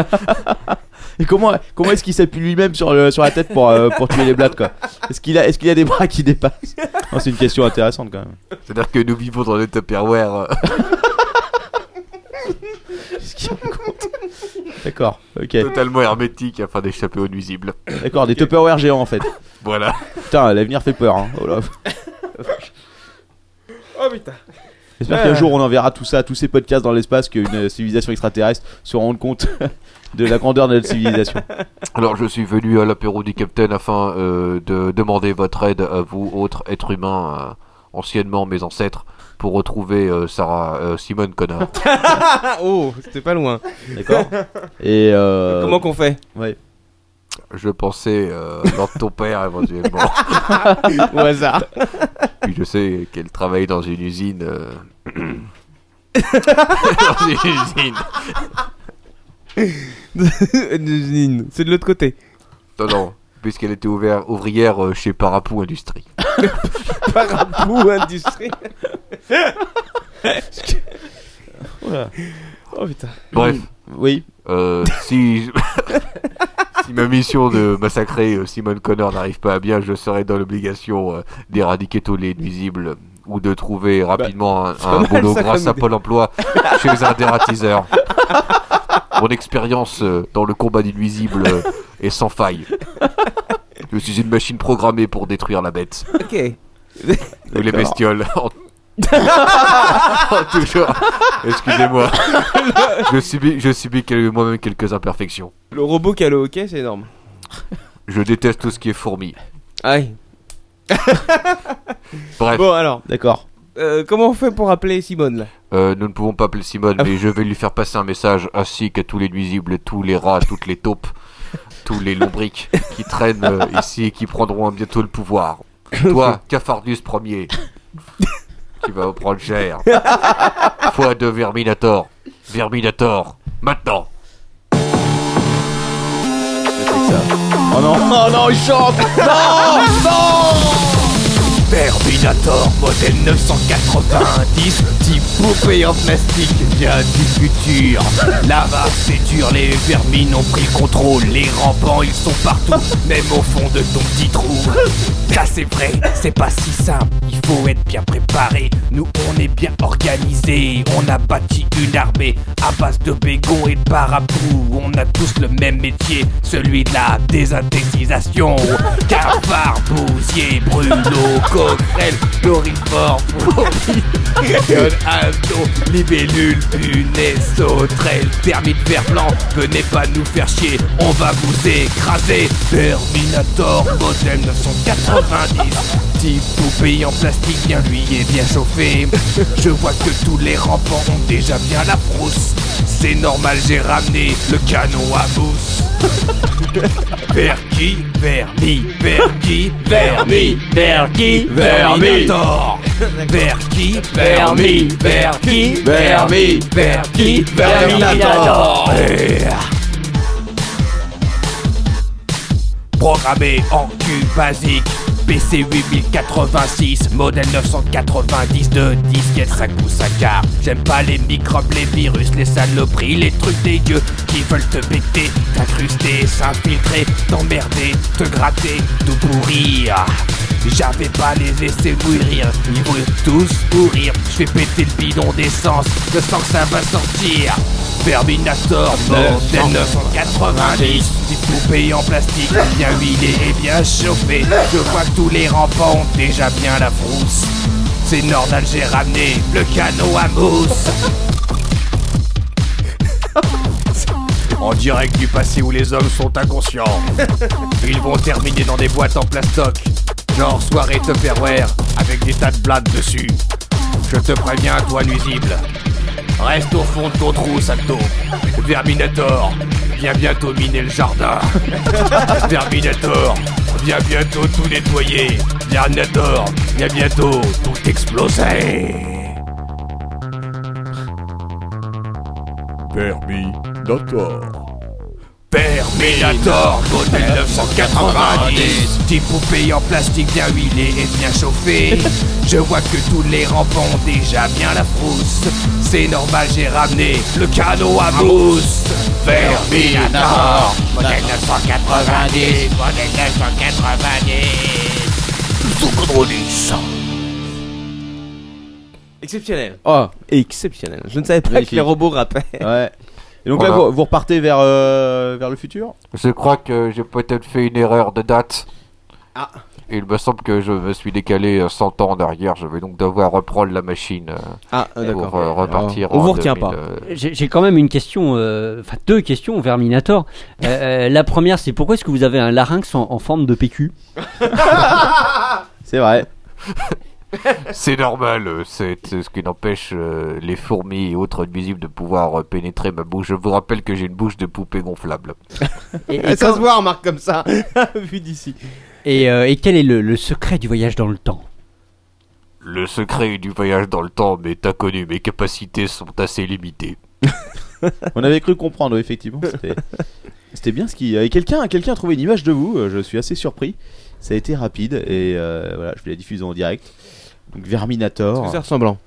Et comment, comment est-ce qu'il s'appuie lui-même sur, le- sur la tête pour, euh, pour tuer les blattes quoi Est-ce qu'il a, est qu'il a des bras qui dépassent Non, C'est une question intéressante quand même. C'est-à-dire que nous vivons dans des Tupperware. euh, D'accord, ok. Totalement hermétique afin d'échapper aux nuisibles. D'accord, des Tupperware géants en fait. Voilà. Putain, l'avenir fait peur. Hein. Oh là. Oh putain. Euh. J'espère qu'un jour on enverra tout ça, tous ces podcasts dans l'espace, qu'une euh, civilisation extraterrestre se rende compte de la grandeur de notre civilisation. Alors je suis venu à l'apéro du Capitaine afin euh, de demander votre aide à vous, autres êtres humains, euh, anciennement mes ancêtres, pour retrouver euh, Sarah euh, Simone Connor. oh, c'était pas loin. D'accord. Et euh, Comment qu'on fait Ouais. Je pensais euh, lors de ton père éventuellement. Euh. Au hasard. Puis je sais qu'elle travaille dans une usine. euh, dans une usine. Usine. C'est de l'autre côté. Non, non, puisqu'elle était ouvert- ouvrière euh, chez Parapou Industrie. Parapou industrie. Voilà. Oh putain. Bref. Oui. Euh, si... si ma mission de massacrer euh, Simone Connor n'arrive pas à bien, je serai dans l'obligation euh, d'éradiquer tous les nuisibles ou de trouver rapidement un- Bah, c'est un, pas mal, boulot ça, grâce comme à idée. Pôle emploi chez un dératiseur. Mon expérience euh, dans le combat des nuisibles euh, est sans faille. Je suis une machine programmée pour détruire la bête. Ok. Ou les D'accord. bestioles. En- Toujours. Excusez-moi. Je subis, je subis quel- moi-même quelques imperfections. Le robot qui a le hockey, c'est énorme. Je déteste tout ce qui est fourmi. Aïe. Bref. Bon alors, D'accord. euh, comment on fait pour appeler Simone là Euh, nous ne pouvons pas appeler Simone, Ah mais je vais lui faire passer un message ainsi qu'à tous les nuisibles, tous les rats, toutes les taupes, tous les lombriques qui traînent euh, ici et qui prendront bientôt le pouvoir. Toi, Cafardus premier, tu vas prendre cher. Fois de Verminator. Verminator, maintenant. Oh non, oh non, il chante Non Non Terminator modèle 990, petite poupée en plastique vient du futur. Là-bas, c'est dur, les vermines ont pris le contrôle, les rampants ils sont partout, même au fond de ton petit trou. Ça c'est vrai, c'est pas si simple, il faut être bien préparé. Nous on est bien organisés, on a bâti une armée à base de bégon et de parapluie. On a tous le même métier, celui de la désintégrisation. Cafard, bousier, Bruno, Coquerel, Dorifort, Fourmi, Abdos, libellule, punaise, sauterelle, termite vert blanc, venez pas nous faire chier, on va vous écraser. Terminator, modèle 990, petite poupée en plastique, bien lui et bien chauffé. Je vois que tous les rampants ont déjà bien la brousse. C'est normal, j'ai ramené le canon à mousse. Verki, Vermi, Verki, Vermi, Verki, Vermi, Verki, Vermi, Verki, Vermi, Verki, Verminator. Programmé en cul basique. PC 8086, modèle 990 de disquette 5 pouces à quart. J'aime pas les microbes, les virus, les saloperies, les trucs dégueux qui veulent te péter, t'incruster, s'infiltrer, t'emmerder, te gratter, tout pourrir. J'avais pas les essais mourir, ils vont tous pourrir. Je fais péter le bidon d'essence, je sens que ça va sortir. Terminator, modèle 990 Petite poupée en plastique, bien huilée et bien chauffée Je vois que tous les rampants ont déjà bien la frousse C'est normal, j'ai ramené le canot à mousse En direct du passé où les hommes sont inconscients. Ils vont terminer dans des boîtes en plastoc, genre soirée Tupperware, avec des tas de blattes dessus. Je te préviens, toi nuisible. Reste au fond de ton trou, Salto. Verminator, viens bientôt miner le jardin. Verminator, viens bientôt tout nettoyer. Verminator, viens bientôt tout exploser. Permis Notor. Perminator, modèle 990 Petit poupée en plastique bien huilé et bien chauffé Je vois que tous les rampants ont déjà bien la frousse C'est normal, j'ai ramené le canot à mousse Perminator, modèle 990 Modèle 990 Sous Exceptionnel. Oh, exceptionnel. Je ne savais pas que les robots rappaient. Ouais. Et donc là, Voilà. vous, vous repartez vers, euh, vers le futur Je crois que j'ai peut-être fait une erreur de date. Ah. Il me semble que je me suis décalé euh, 100 ans en arrière. Je vais donc devoir reprendre la machine euh, Ah, euh, pour d'accord. euh, repartir. On en vous retient pas. 2000, euh, J'ai j'ai quand même une question, euh, enfin deux questions, Verminator. Euh, euh, la première, c'est pourquoi est-ce que vous avez un larynx en, en forme de PQ Ah, C'est vrai. C'est normal, euh, c'est c'est ce qui n'empêche euh, les fourmis et autres nuisibles de pouvoir euh, pénétrer ma bouche. Je vous rappelle que j'ai une bouche de poupée gonflable. ça se voit, remarque comme ça, vu d'ici. Et, euh, et quel est le, le secret du voyage dans le temps Le secret du voyage dans le temps m'est inconnu, mes capacités sont assez limitées. On avait cru comprendre, effectivement. C'était- C'était bien ce qui. euh, Et quelqu'un quelqu'un a trouvé une image de vous, euh, je suis assez surpris. Ça a été rapide et euh, voilà, je vais la diffuser en direct. Donc Verminator. Est-ce que c'est ressemblant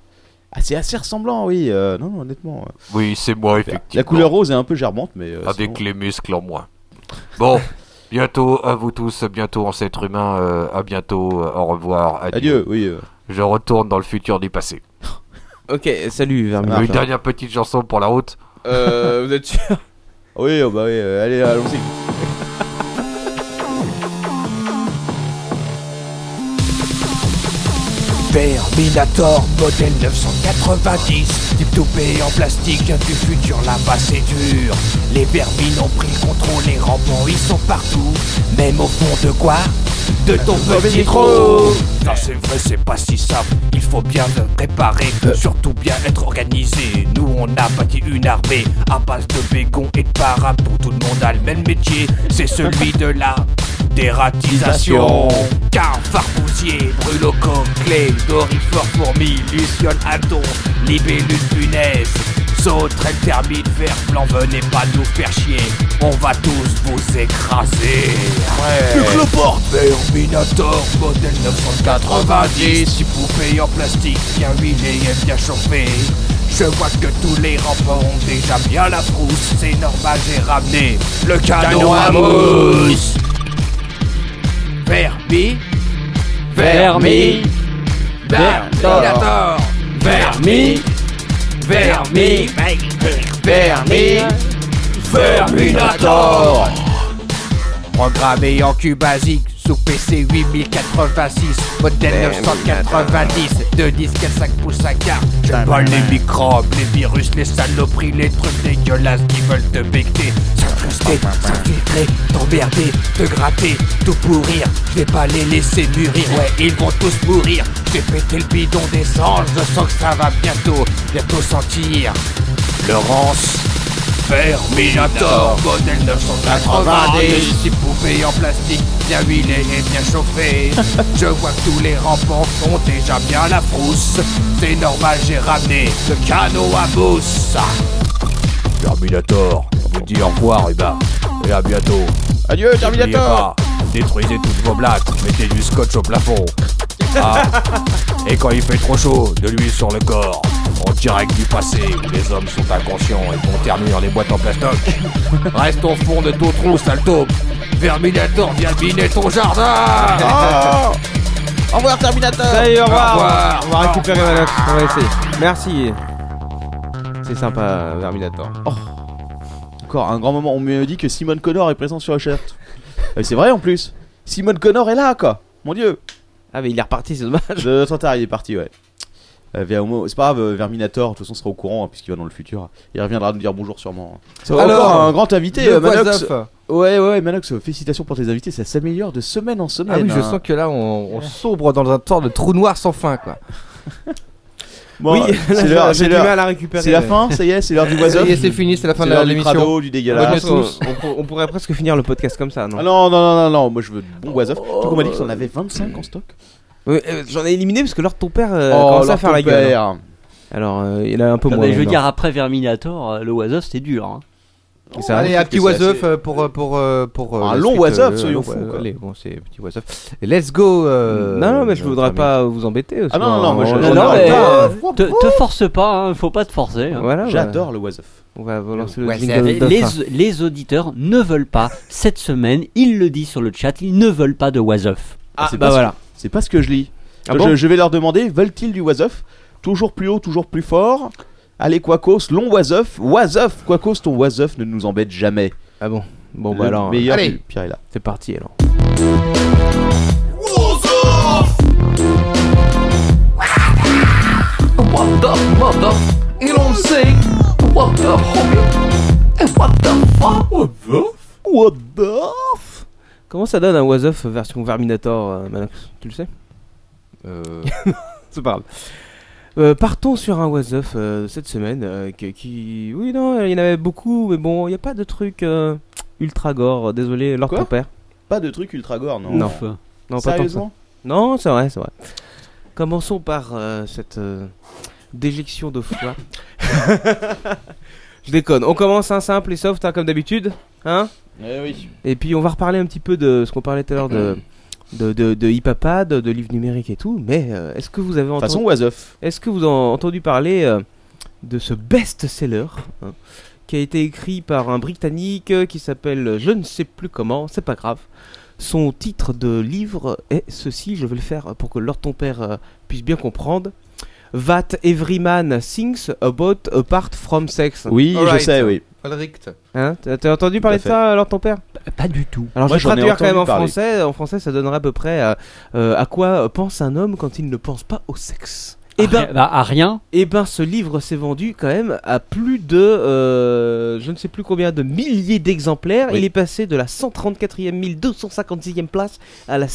Ah, c'est assez ressemblant, oui. euh, non, non, honnêtement. euh. Oui, c'est moi, effectivement. La couleur rose est un peu germante, mais. Bah, Ah, euh, Avec les muscles en moins. Bon, bientôt à vous tous, à bientôt ancêtres humains, euh, à bientôt, euh, au revoir, adieu. Adieu, oui. euh. Je retourne dans le futur du passé. Ok, salut, Vermin. Ah, Une dernière petite chanson pour la route. Euh, vous êtes sûr Oui, oh, bah oui, euh, allez, allons-y. Terminator modèle 990 Type toupé en plastique vient du futur, là-bas c'est dur Les vermines ont pris le contrôle, les rampants ils sont partout Même au fond de quoi De ton petit trou Non c'est vrai c'est pas si simple, il faut bien le préparer Surtout bien être organisé Nous on a bâti une armée à base de bégon et de paras Pour tout le monde a le même métier, c'est celui de la dératisation Car farbousier, brûle clé, dorifort fourmi, luciole aton, libellule punaise, sauterelle thermite, vert blanc, venez pas nous faire chier, on va tous vous écraser. Ouais. Huc le porte, Terminator, modèle 990, six poupées en plastique, bien huilé et bien chauffé. Je vois que tous les rampants ont déjà bien la frousse, c'est normal, j'ai ramené le canon à mousse. Vermi, Vermi, Verminator, Vermi, Vermi, Vermi, Verminator. Programmé en cul basique, sous PC 8086, modèle 990, de disquettes 5 pouces à quart. Je vole les microbes, les virus, les saloperies, les trucs dégueulasses qui veulent te becter, s'incruster, s'infiltrer, t'emmerder, te gratter, tout pourrir. Je vais pas les laisser mûrir, ouais, ils vont tous mourir. J'ai pété le bidon d'essence, je sens que ça va bientôt, bientôt sentir. Laurence Ferminator, modèle 990 Six poupées en plastique, bien huilées et bien chauffées Je vois que tous les rampants sont déjà bien la frousse C'est normal, j'ai ramené le canot à mousse Terminator, on vous dit au revoir, et ben, et à bientôt. Adieu, Terminator Détruisez toutes vos blattes, mettez du scotch au plafond. Ah. Et quand il fait trop chaud, de l'huile sur le corps. En direct du passé, où les hommes sont inconscients et vont ternir les boîtes en plastoc. Reste au fond de ton trou, sale taupe. Verminator vient miner ton jardin Oh Au revoir, Terminator Allez, au Au revoir. revoir. On va récupérer ma note. On va essayer. Merci. C'est sympa, Verminator. Encore un grand moment. On me dit que Simone Connor est présent sur le chat. Et c'est vrai en plus. Simone Connor est là, quoi. Mon dieu. Ah, mais il est reparti, c'est dommage. De trop tard, il est parti, ouais. Euh, Vermo- c'est pas grave, euh, Verminator, de toute façon, sera au courant hein, puisqu'il va dans le futur. Il reviendra nous dire bonjour sûrement. C'est Alors, encore un grand invité, le euh, Manox. What's Up. Ouais, ouais, ouais, Manox, euh, félicitations pour tes invités, ça s'améliore de semaine en semaine. Ah oui, je hein. sens que là, on, on sombre dans un sort de trou noir sans fin, quoi. Bon, Oui, là, euh, c'est j'ai- l'heure, j'ai c'est du l'heure. mal à récupérer. C'est la fin, ça y est, c'est l'heure du Ça oiseau. y est, c'est fini, c'est la fin de la- l'heure du l'émission. crado, du dégueulasse. Euh, On, on pourrait presque finir le podcast comme ça, non Ah non, non, non, non, non, moi je veux du bon oiseau. on m'a dit que Oh. t'en avais 25 en stock. Oui, euh, J'en ai éliminé parce que leur ton père euh, Oh, a commencé à Lord faire ton la gueule. père. hein. Alors, euh, il a un peu Non, moins. mais je veux maintenant. dire, après Verminator, euh, le Wasoff c'était dur. hein. C'est un Allez, truc un que petit c'est was assez- up pour, euh, pour, euh, pour, euh, Un la long suite, was up, euh, soyons long fous, was up. quoi. Allez, bon, c'est petit was up. Et Let's go. euh, Non, non, mais je euh, voudrais Vermin- pas vous embêter. Ah non, non, non, moi, je- on- j'adore on- le on- Wasoff. Euh, te, te force pas, hein, faut pas te forcer. hein. Oh, Voilà, Ah, J'adore le oiseau. On va lancer le Ouais, jingle c'est- de les, fin. les auditeurs ne veulent pas, cette semaine, il le dit sur le chat, ils ne veulent pas de Wasoff. C'est bah pas ce- C'est pas ce que je lis. Ah je, bon je vais leur demander veulent-ils du Wasoff Toujours plus haut, toujours plus fort Allez, Quacos, long Wasoff. Wasoff Quacos, ton Wasoff ne nous embête jamais. Ah bon Bon, Le bah alors. meilleur allez. du pire est là. C'est parti alors. What the mother Et l'on sait What the homie And what the fuck What the What the Comment ça donne un was Off version Verminator, euh, Manox Tu le sais Euh, C'est pas grave. Euh, partons sur un was Off euh, cette semaine euh, qui, qui- Oui, non, il y en avait beaucoup, mais bon, il n'y a pas de truc euh, ultra gore. Désolé, Lord Quoi ton père. Pas de truc ultra gore, non Non. Bah, Ouf. Non, pas tant que ça. Sérieusement Non, c'est vrai, c'est vrai. Commençons par euh, cette euh, déjection de foi. Je déconne. On commence un simple et soft, hein, comme d'habitude. Hein Eh oui. et puis on va reparler un petit peu de ce qu'on parlait tout à l'heure de, de, de, de e-papade, de livres numériques et tout. Mais euh, est-ce que vous avez entendu, Façon Wasoff. est-ce que vous en- entendu parler euh, de ce best-seller hein, qui a été écrit par un Britannique euh, qui s'appelle euh, je ne sais plus comment, c'est pas grave. Son titre de livre est ceci, je vais le faire pour que Lord ton père euh, puisse bien comprendre. What Everyman Thinks About Apart From Sex. Oui, Alright. je sais, oui. Ulrich. Hein, t'as t'as entendu parler de fait. ça, Lord ton père Bah, Pas du tout. alors Moi, je j'en ai vais traduire quand entendu même en parler. français. En français, ça donnerait à peu près euh, euh, à quoi pense un homme quand il ne pense pas au sexe. Eh Ah, ben, bah, à rien. eh ben, ce livre s'est vendu quand même à plus de, euh, je ne sais plus combien de milliers d'exemplaires. Oui. Il est passé de la 134e, 1256e place à la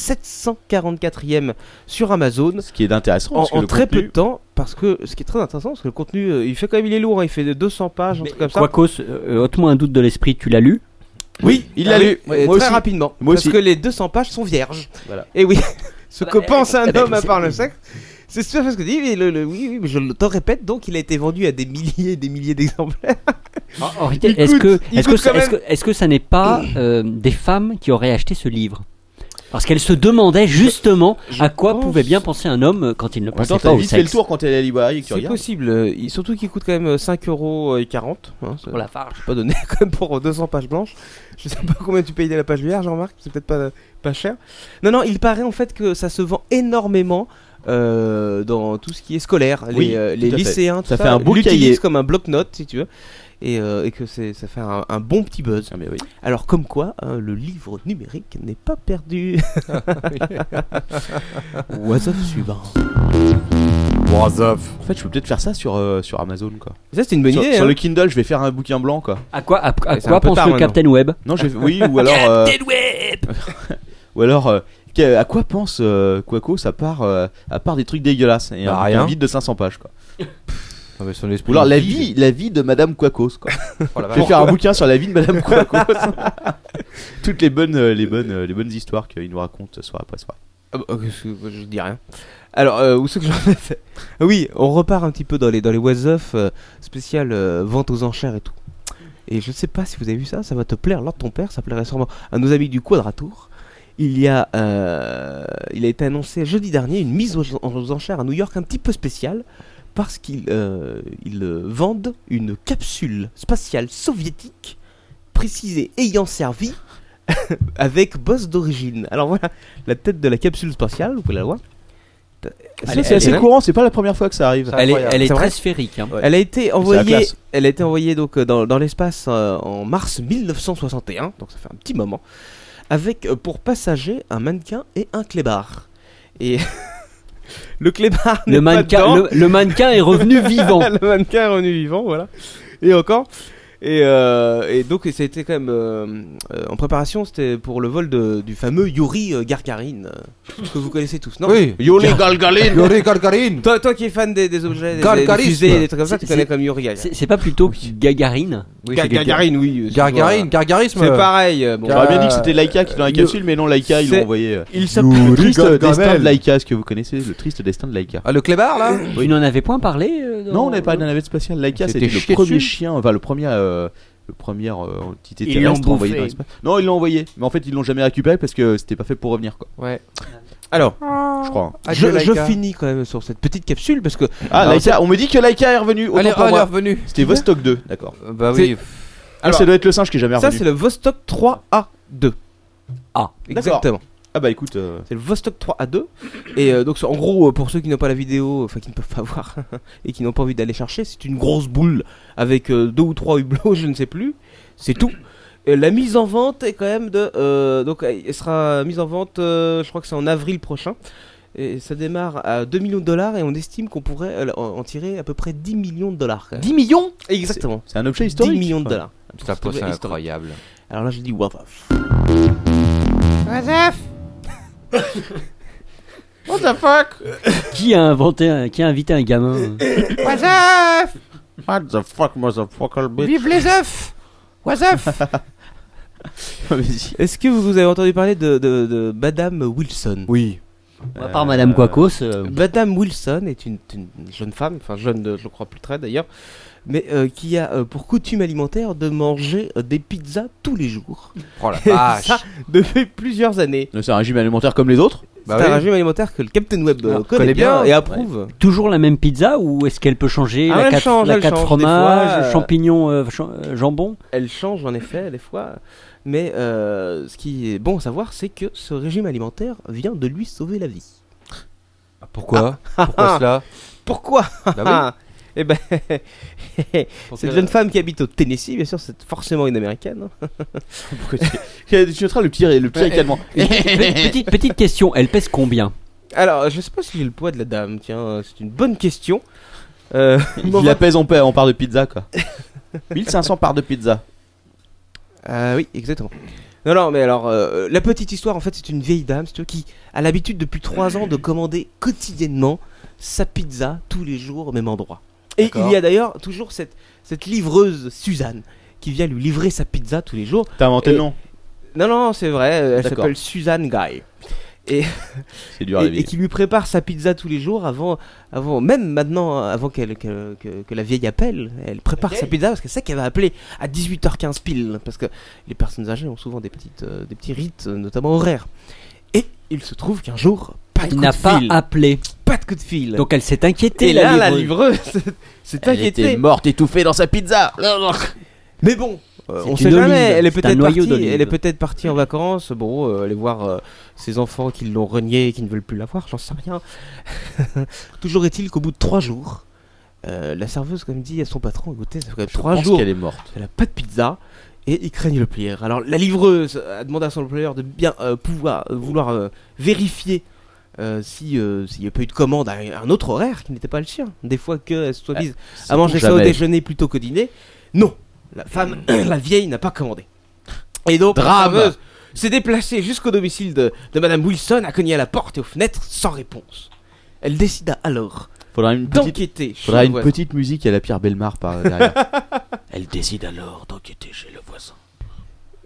744e sur Amazon Ce qui est intéressant, en, parce que en le très peu contenu- de temps. Parce que ce qui est très intéressant, parce que le contenu, euh, il fait quand même, il est lourd. hein, il fait 200 pages, un truc comme ça. Quacos, euh, ôte-moi un doute de l'esprit, tu l'as lu Oui, il l'a Ah lu. oui, Moi très aussi. rapidement. Moi parce aussi. que les 200 pages sont vierges. Voilà. Bah, Et oui, ce que pense un eh ben, homme à c'est- part le sexe, c'est tout à fait ce que dit. mais le- le- oui, oui, mais je le- t'en répète, donc il a été vendu à des milliers et des milliers d'exemplaires. En réalité, Ah, Il est-ce coûte- que, il est-ce que, coûte ça- quand est-ce que, même. est-ce que ça n'est pas euh, des femmes qui auraient acheté ce livre Parce qu'elles se demandaient justement à quoi pense- pouvait bien penser un homme euh, quand il ne En même pensait temps, pas t'as au vite fait le sexe. tour quand t'es à la librairie et que tu C'est regardes. possible, euh, il- surtout qu'il coûte quand même euh, 5,40€. Hein, ça- Oh la vache. pas donné quand même pour 200 pages blanches. Je sais pas combien tu payes de la page vierge, Jean-Marc, c'est peut-être pas, pas cher. Non, non, il paraît en fait que ça se vend énormément euh, dans tout ce qui est scolaire. Les, Oui, euh, tout les à fait. lycéens, tout Ça ça, fait un beau l'utilisent cahier. comme un bloc-notes, si tu veux. et, euh, et que c'est- ça fait un, un bon petit buzz. Alors comme quoi, hein, le livre numérique n'est pas perdu. Oiseau suivant. En fait, je peux peut-être faire ça sur, euh, sur Amazon quoi. Ça, c'est une bonne Sur- idée, Sur hein. le Kindle, je vais faire un bouquin blanc quoi. À quoi, à, à Et c'est un quoi peu pense tard le maintenant. Captain Web Non, je vais- oui, ou alors. euh, Captain Web ou alors, euh, que- à quoi pense euh, Quaco à part, euh, à part des trucs dégueulasses hein, et Bah, un, rien. bouquin vide de 500 pages quoi. Ah, mais son Ou esprit alors la vide. vie, la vie de Madame Quacos quoi. Oh la je vais vache. faire un bouquin sur la vie de Madame Quacos. Toutes les bonnes, euh, les bonnes, euh, les bonnes histoires qu'il nous raconte euh, soir après soir. Ah bah, ok, je, je dis rien. Alors, euh, où c'est que j'en étais Ah Oui, on repart un petit peu dans les, dans les was of euh, spécial euh, vente aux enchères et tout. Et je ne sais pas si vous avez vu ça, ça va te plaire, l'un de ton père, ça plairait sûrement à nos amis du Quadratour. Il y a, euh, il a été annoncé jeudi dernier une mise aux, aux enchères à New York un petit peu spéciale parce qu'ils euh, ils, euh, vendent une capsule spatiale soviétique précisée ayant servi avec boss d'origine. Alors voilà, la tête de la capsule spatiale, vous pouvez la voir. Ça, c'est assez courant, c'est pas la première fois que ça arrive. Elle est, elle est C'est vrai très sphérique. hein. Elle a été envoyée, classe. elle a été envoyée donc euh, dans, dans l'espace euh, en mars 1961, donc ça fait un petit moment, avec euh, pour passager un mannequin et un clébard. Et le clébard Le n'est pas mannequin- dedans. le- le mannequin est revenu vivant. le mannequin est revenu vivant, voilà. Et encore. Et, euh, et donc c'était quand même euh, euh, en préparation, c'était pour le vol de- du fameux Yuri euh, Gargarine euh, que vous connaissez tous, non Oui. Yuri Gagarin. Yuri Gargarine. Toi, toi qui es fan des, des objets, des, des Gargarisme. fusées, des trucs comme ça, tu C'est- connais c'est- comme Yuri Gagarin. C'est c'est pas plutôt Gagarine Oui, Ga- c'est Gagarine, Gagarine, oui, euh, excuse-moi. Gargarine, gargarisme. C'est pareil, euh, bon. J'aurais bien dit que c'était Laika qui est dans la Yo- capsule, mais non, Laika, ils C'est- l'ont envoyé. euh, il s'appelle Le Yuri triste Gagarin. destin de Laika, est-ce que vous connaissez le triste destin de Laika Ah, le clébard là Tu n'en avais point parlé euh, dans- Non, on n'avait pas de navette spatiale. Laika, C'était c'était le chié premier dessus. chien, enfin le premier, euh, le premier euh, entité Ils terrestre l'ont envoyé bouffé. dans l'espace. Non, ils l'ont envoyé, mais en fait, ils l'ont jamais récupéré parce que c'était pas fait pour revenir quoi. Ouais. Alors, je crois. hein. je, je finis quand même sur cette petite capsule parce que Ah, Alors, Laika, c'est- on me dit que Laika est revenue. autant Elle est- pour elle moi. est revenue. C'était Vostok 2, d'accord. Bah oui. Alors, ça doit être le singe qui est jamais Ça, revenu. c'est le Vostok 3A2. Ah, exactement. Ah bah écoute. C'est le Vostok 3A2. Et euh, donc, c'est- en gros, euh, pour ceux qui n'ont pas la vidéo, enfin qui ne peuvent pas voir et qui n'ont pas envie d'aller chercher, c'est une grosse boule avec euh, deux ou trois hublots, je ne sais plus. C'est tout. Et la mise en vente est quand même de. euh, donc, euh, elle sera mise en vente, euh, je crois que c'est en avril prochain. Et ça démarre à 2 millions de dollars et on estime qu'on pourrait euh, en en tirer à peu près 10 millions de dollars. quand même. 10 millions Exactement. C'est un objet historique. 10 millions de dollars. Putain, Objet c'est historique. incroyable. Alors là, je dis what the f- Joseph What the fuck Qui a inventé, un- qui a invité un gamin euh Joseph What Ah, the fuck, motherfucker, bitch. Vive les œufs Joseph Est-ce que vous avez entendu parler de, de- de Madame Wilson Oui. À part Madame Quacos, euh, Madame Wilson est une, une jeune femme, enfin jeune, euh, je ne crois plus très d'ailleurs, mais euh, qui a euh, pour coutume alimentaire de manger euh, des pizzas tous les jours. Oh la Et vache. ça, depuis plusieurs années. C'est un régime alimentaire comme les autres C'est un régime alimentaire que le Captain Web euh, Alors, Bah connaît, connaît bien, bien, et approuve. toujours la même pizza ou est-ce qu'elle peut changer Ah, la elle 4 change, elle change, des fromages, fois, euh, champignons, euh, cha- euh, jambon Elle change en effet des fois, mais euh, ce qui est bon à savoir, c'est que ce régime alimentaire vient de lui sauver la vie. Pourquoi Ah. Pourquoi cela Pourquoi Bah Eh ben, Pourquoi- cette jeune femme qui habite au Tennessee, bien sûr, c'est forcément une américaine. hein. tu noteras le pire, le pire Ouais, également. et- petite, petite question, elle pèse combien Alors, je sais pas si j'ai le poids de la dame, tiens, euh, c'est une bonne question. Euh, Il bon, la bah- pèse en, pa- en part de pizza quoi. 1500 parts de pizza. Euh, oui, exactement. Non, non, mais alors, euh, la petite histoire, en fait, c'est une vieille dame, si tu veux, qui a l'habitude depuis 3 ans de commander quotidiennement sa pizza tous les jours au même endroit. Et D'accord. il y a d'ailleurs toujours cette, cette livreuse Suzanne qui vient lui livrer sa pizza tous les jours. T'as inventé Et- le nom Non, non, c'est vrai, euh, elle D'accord. s'appelle Suzanne Guy. Et, C'est dur à et- deviner. et qui lui prépare sa pizza tous les jours avant, avant même maintenant, avant qu'elle, que, que- que la vieille appelle, elle prépare sa pizza parce qu'elle sait qu'elle va appeler à 18h15 pile, parce que les personnes âgées ont souvent des, petites, euh, des petits rites, euh, notamment horaires. Et il se trouve qu'un jour, pas de Elle coup n'a de pas fil. appelé. Pas de coup de fil. Donc elle s'est inquiétée. et là, la livreuse s'est Elle inquiétée. était morte étouffée dans sa pizza. Mais bon, euh, C'est on une sait jamais. olive, Elle est c'est un peut-être noyau partie. d'olive. Elle est peut-être partie en vacances. Bon, euh, aller voir euh, ses enfants qui l'ont reniée et qui ne veulent plus la voir. J'en sais rien. Toujours est-il qu'au bout de trois jours, euh, la serveuse, comme dit à son patron, écoutez, ça fait quand même Je trois pense jours qu'elle est morte. Elle a pas de pizza et ils craignent le plier. Alors la livreuse a demandé à son employeur de bien euh, pouvoir euh, vouloir euh, vérifier euh, si euh, s'il n'y a pas eu de commande à un autre horaire qui n'était pas le sien. Des fois qu'elle se soit Ah, mise c'est à manger pour ça au jamais. Mm. déjeuner plutôt qu'au dîner. Non, la femme, la vieille n'a pas commandé. Et donc, Drame. la serveuse s'est déplacée jusqu'au domicile de, de Madame Wilson, a cogné à la porte et aux fenêtres sans réponse. Elle décida alors Faudra une petite, d'enquêter chez faudra le une voisin. petite musique à la Pierre Belmar par derrière. Elle décide alors d'enquêter chez le voisin.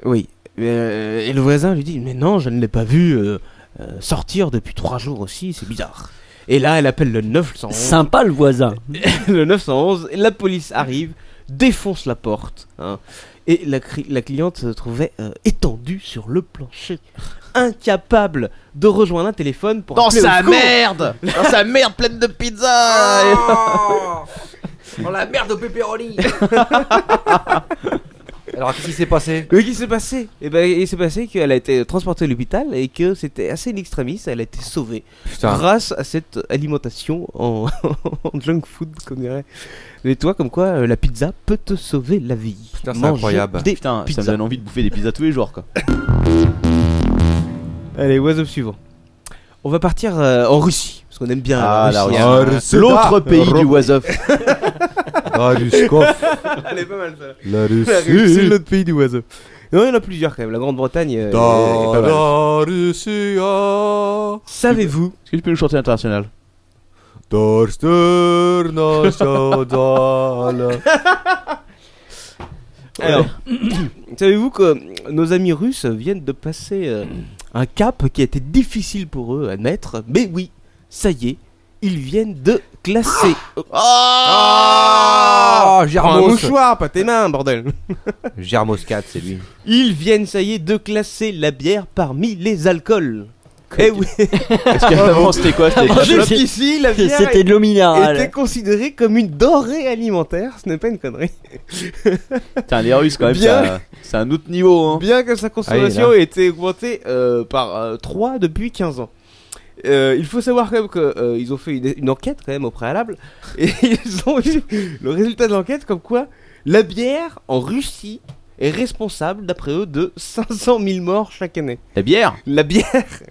Oui. euh, et le voisin lui dit Mais non, je ne l'ai pas vu euh, euh, sortir depuis trois jours aussi, c'est bizarre. Et là, elle appelle le 911. Sympa le voisin. le 911, la police arrive, défonce la porte. hein, et la, cri- la cliente se trouvait euh, étendue sur le plancher, incapable de rejoindre un téléphone pour. Dans appeler au sa secours. merde Dans sa merde pleine de pizza Oh la merde au pepperoni Alors qu'est-ce qui s'est passé Qu'est-ce qui s'est passé Eh ben, il s'est passé qu'elle a été transportée à l'hôpital et que c'était assez in extremis, elle a été sauvée Putain. grâce à cette alimentation en, en junk food comme dirait. Mais toi, comme quoi, euh, la pizza peut te sauver la vie. Putain, c'est Manger incroyable. Des Putain, ça me pizzas. donne envie de bouffer des pizzas tous les jours quoi. Allez, oiseau suivant. On va partir euh, en Russie parce qu'on aime bien Ah, la hein. Russie. L'autre pays du Oiseau. Ah, Ruskov. Elle est pas mal celle-là. La Russie. Russie, l'autre pays du oiseau. Non, il y en a plusieurs quand même. La Grande-Bretagne. euh, est- est pas mal. Savez-vous Est-ce que tu peux nous chanter international Alors, savez-vous que euh, nos amis russes viennent de passer euh, un cap qui a été difficile pour eux à mettre Mais oui, ça y est, ils viennent de classer. Euh, Ah Prends un Germos. mouchoir, pas tes mains, bordel Germos 4, c'est lui. Ils viennent, ça y est, de classer la bière parmi les alcools. Eh oui Parce qu'avant, c'était quoi C'était de la flotte Jusqu'ici, la bière C'était de l'eau minérale. était considérée comme une denrée alimentaire, ce n'est pas une connerie. Putain, les Russes quand même, Bien. ça- c'est un autre niveau. Hein. Bien que sa consommation ait été augmentée euh, par 3 depuis 15 ans. Euh, il faut savoir quand même qu'ils ont fait une, une enquête quand même au préalable et ils ont eu le résultat de l'enquête comme quoi la bière en Russie est responsable d'après eux de 500 000 morts chaque année. La bière La bière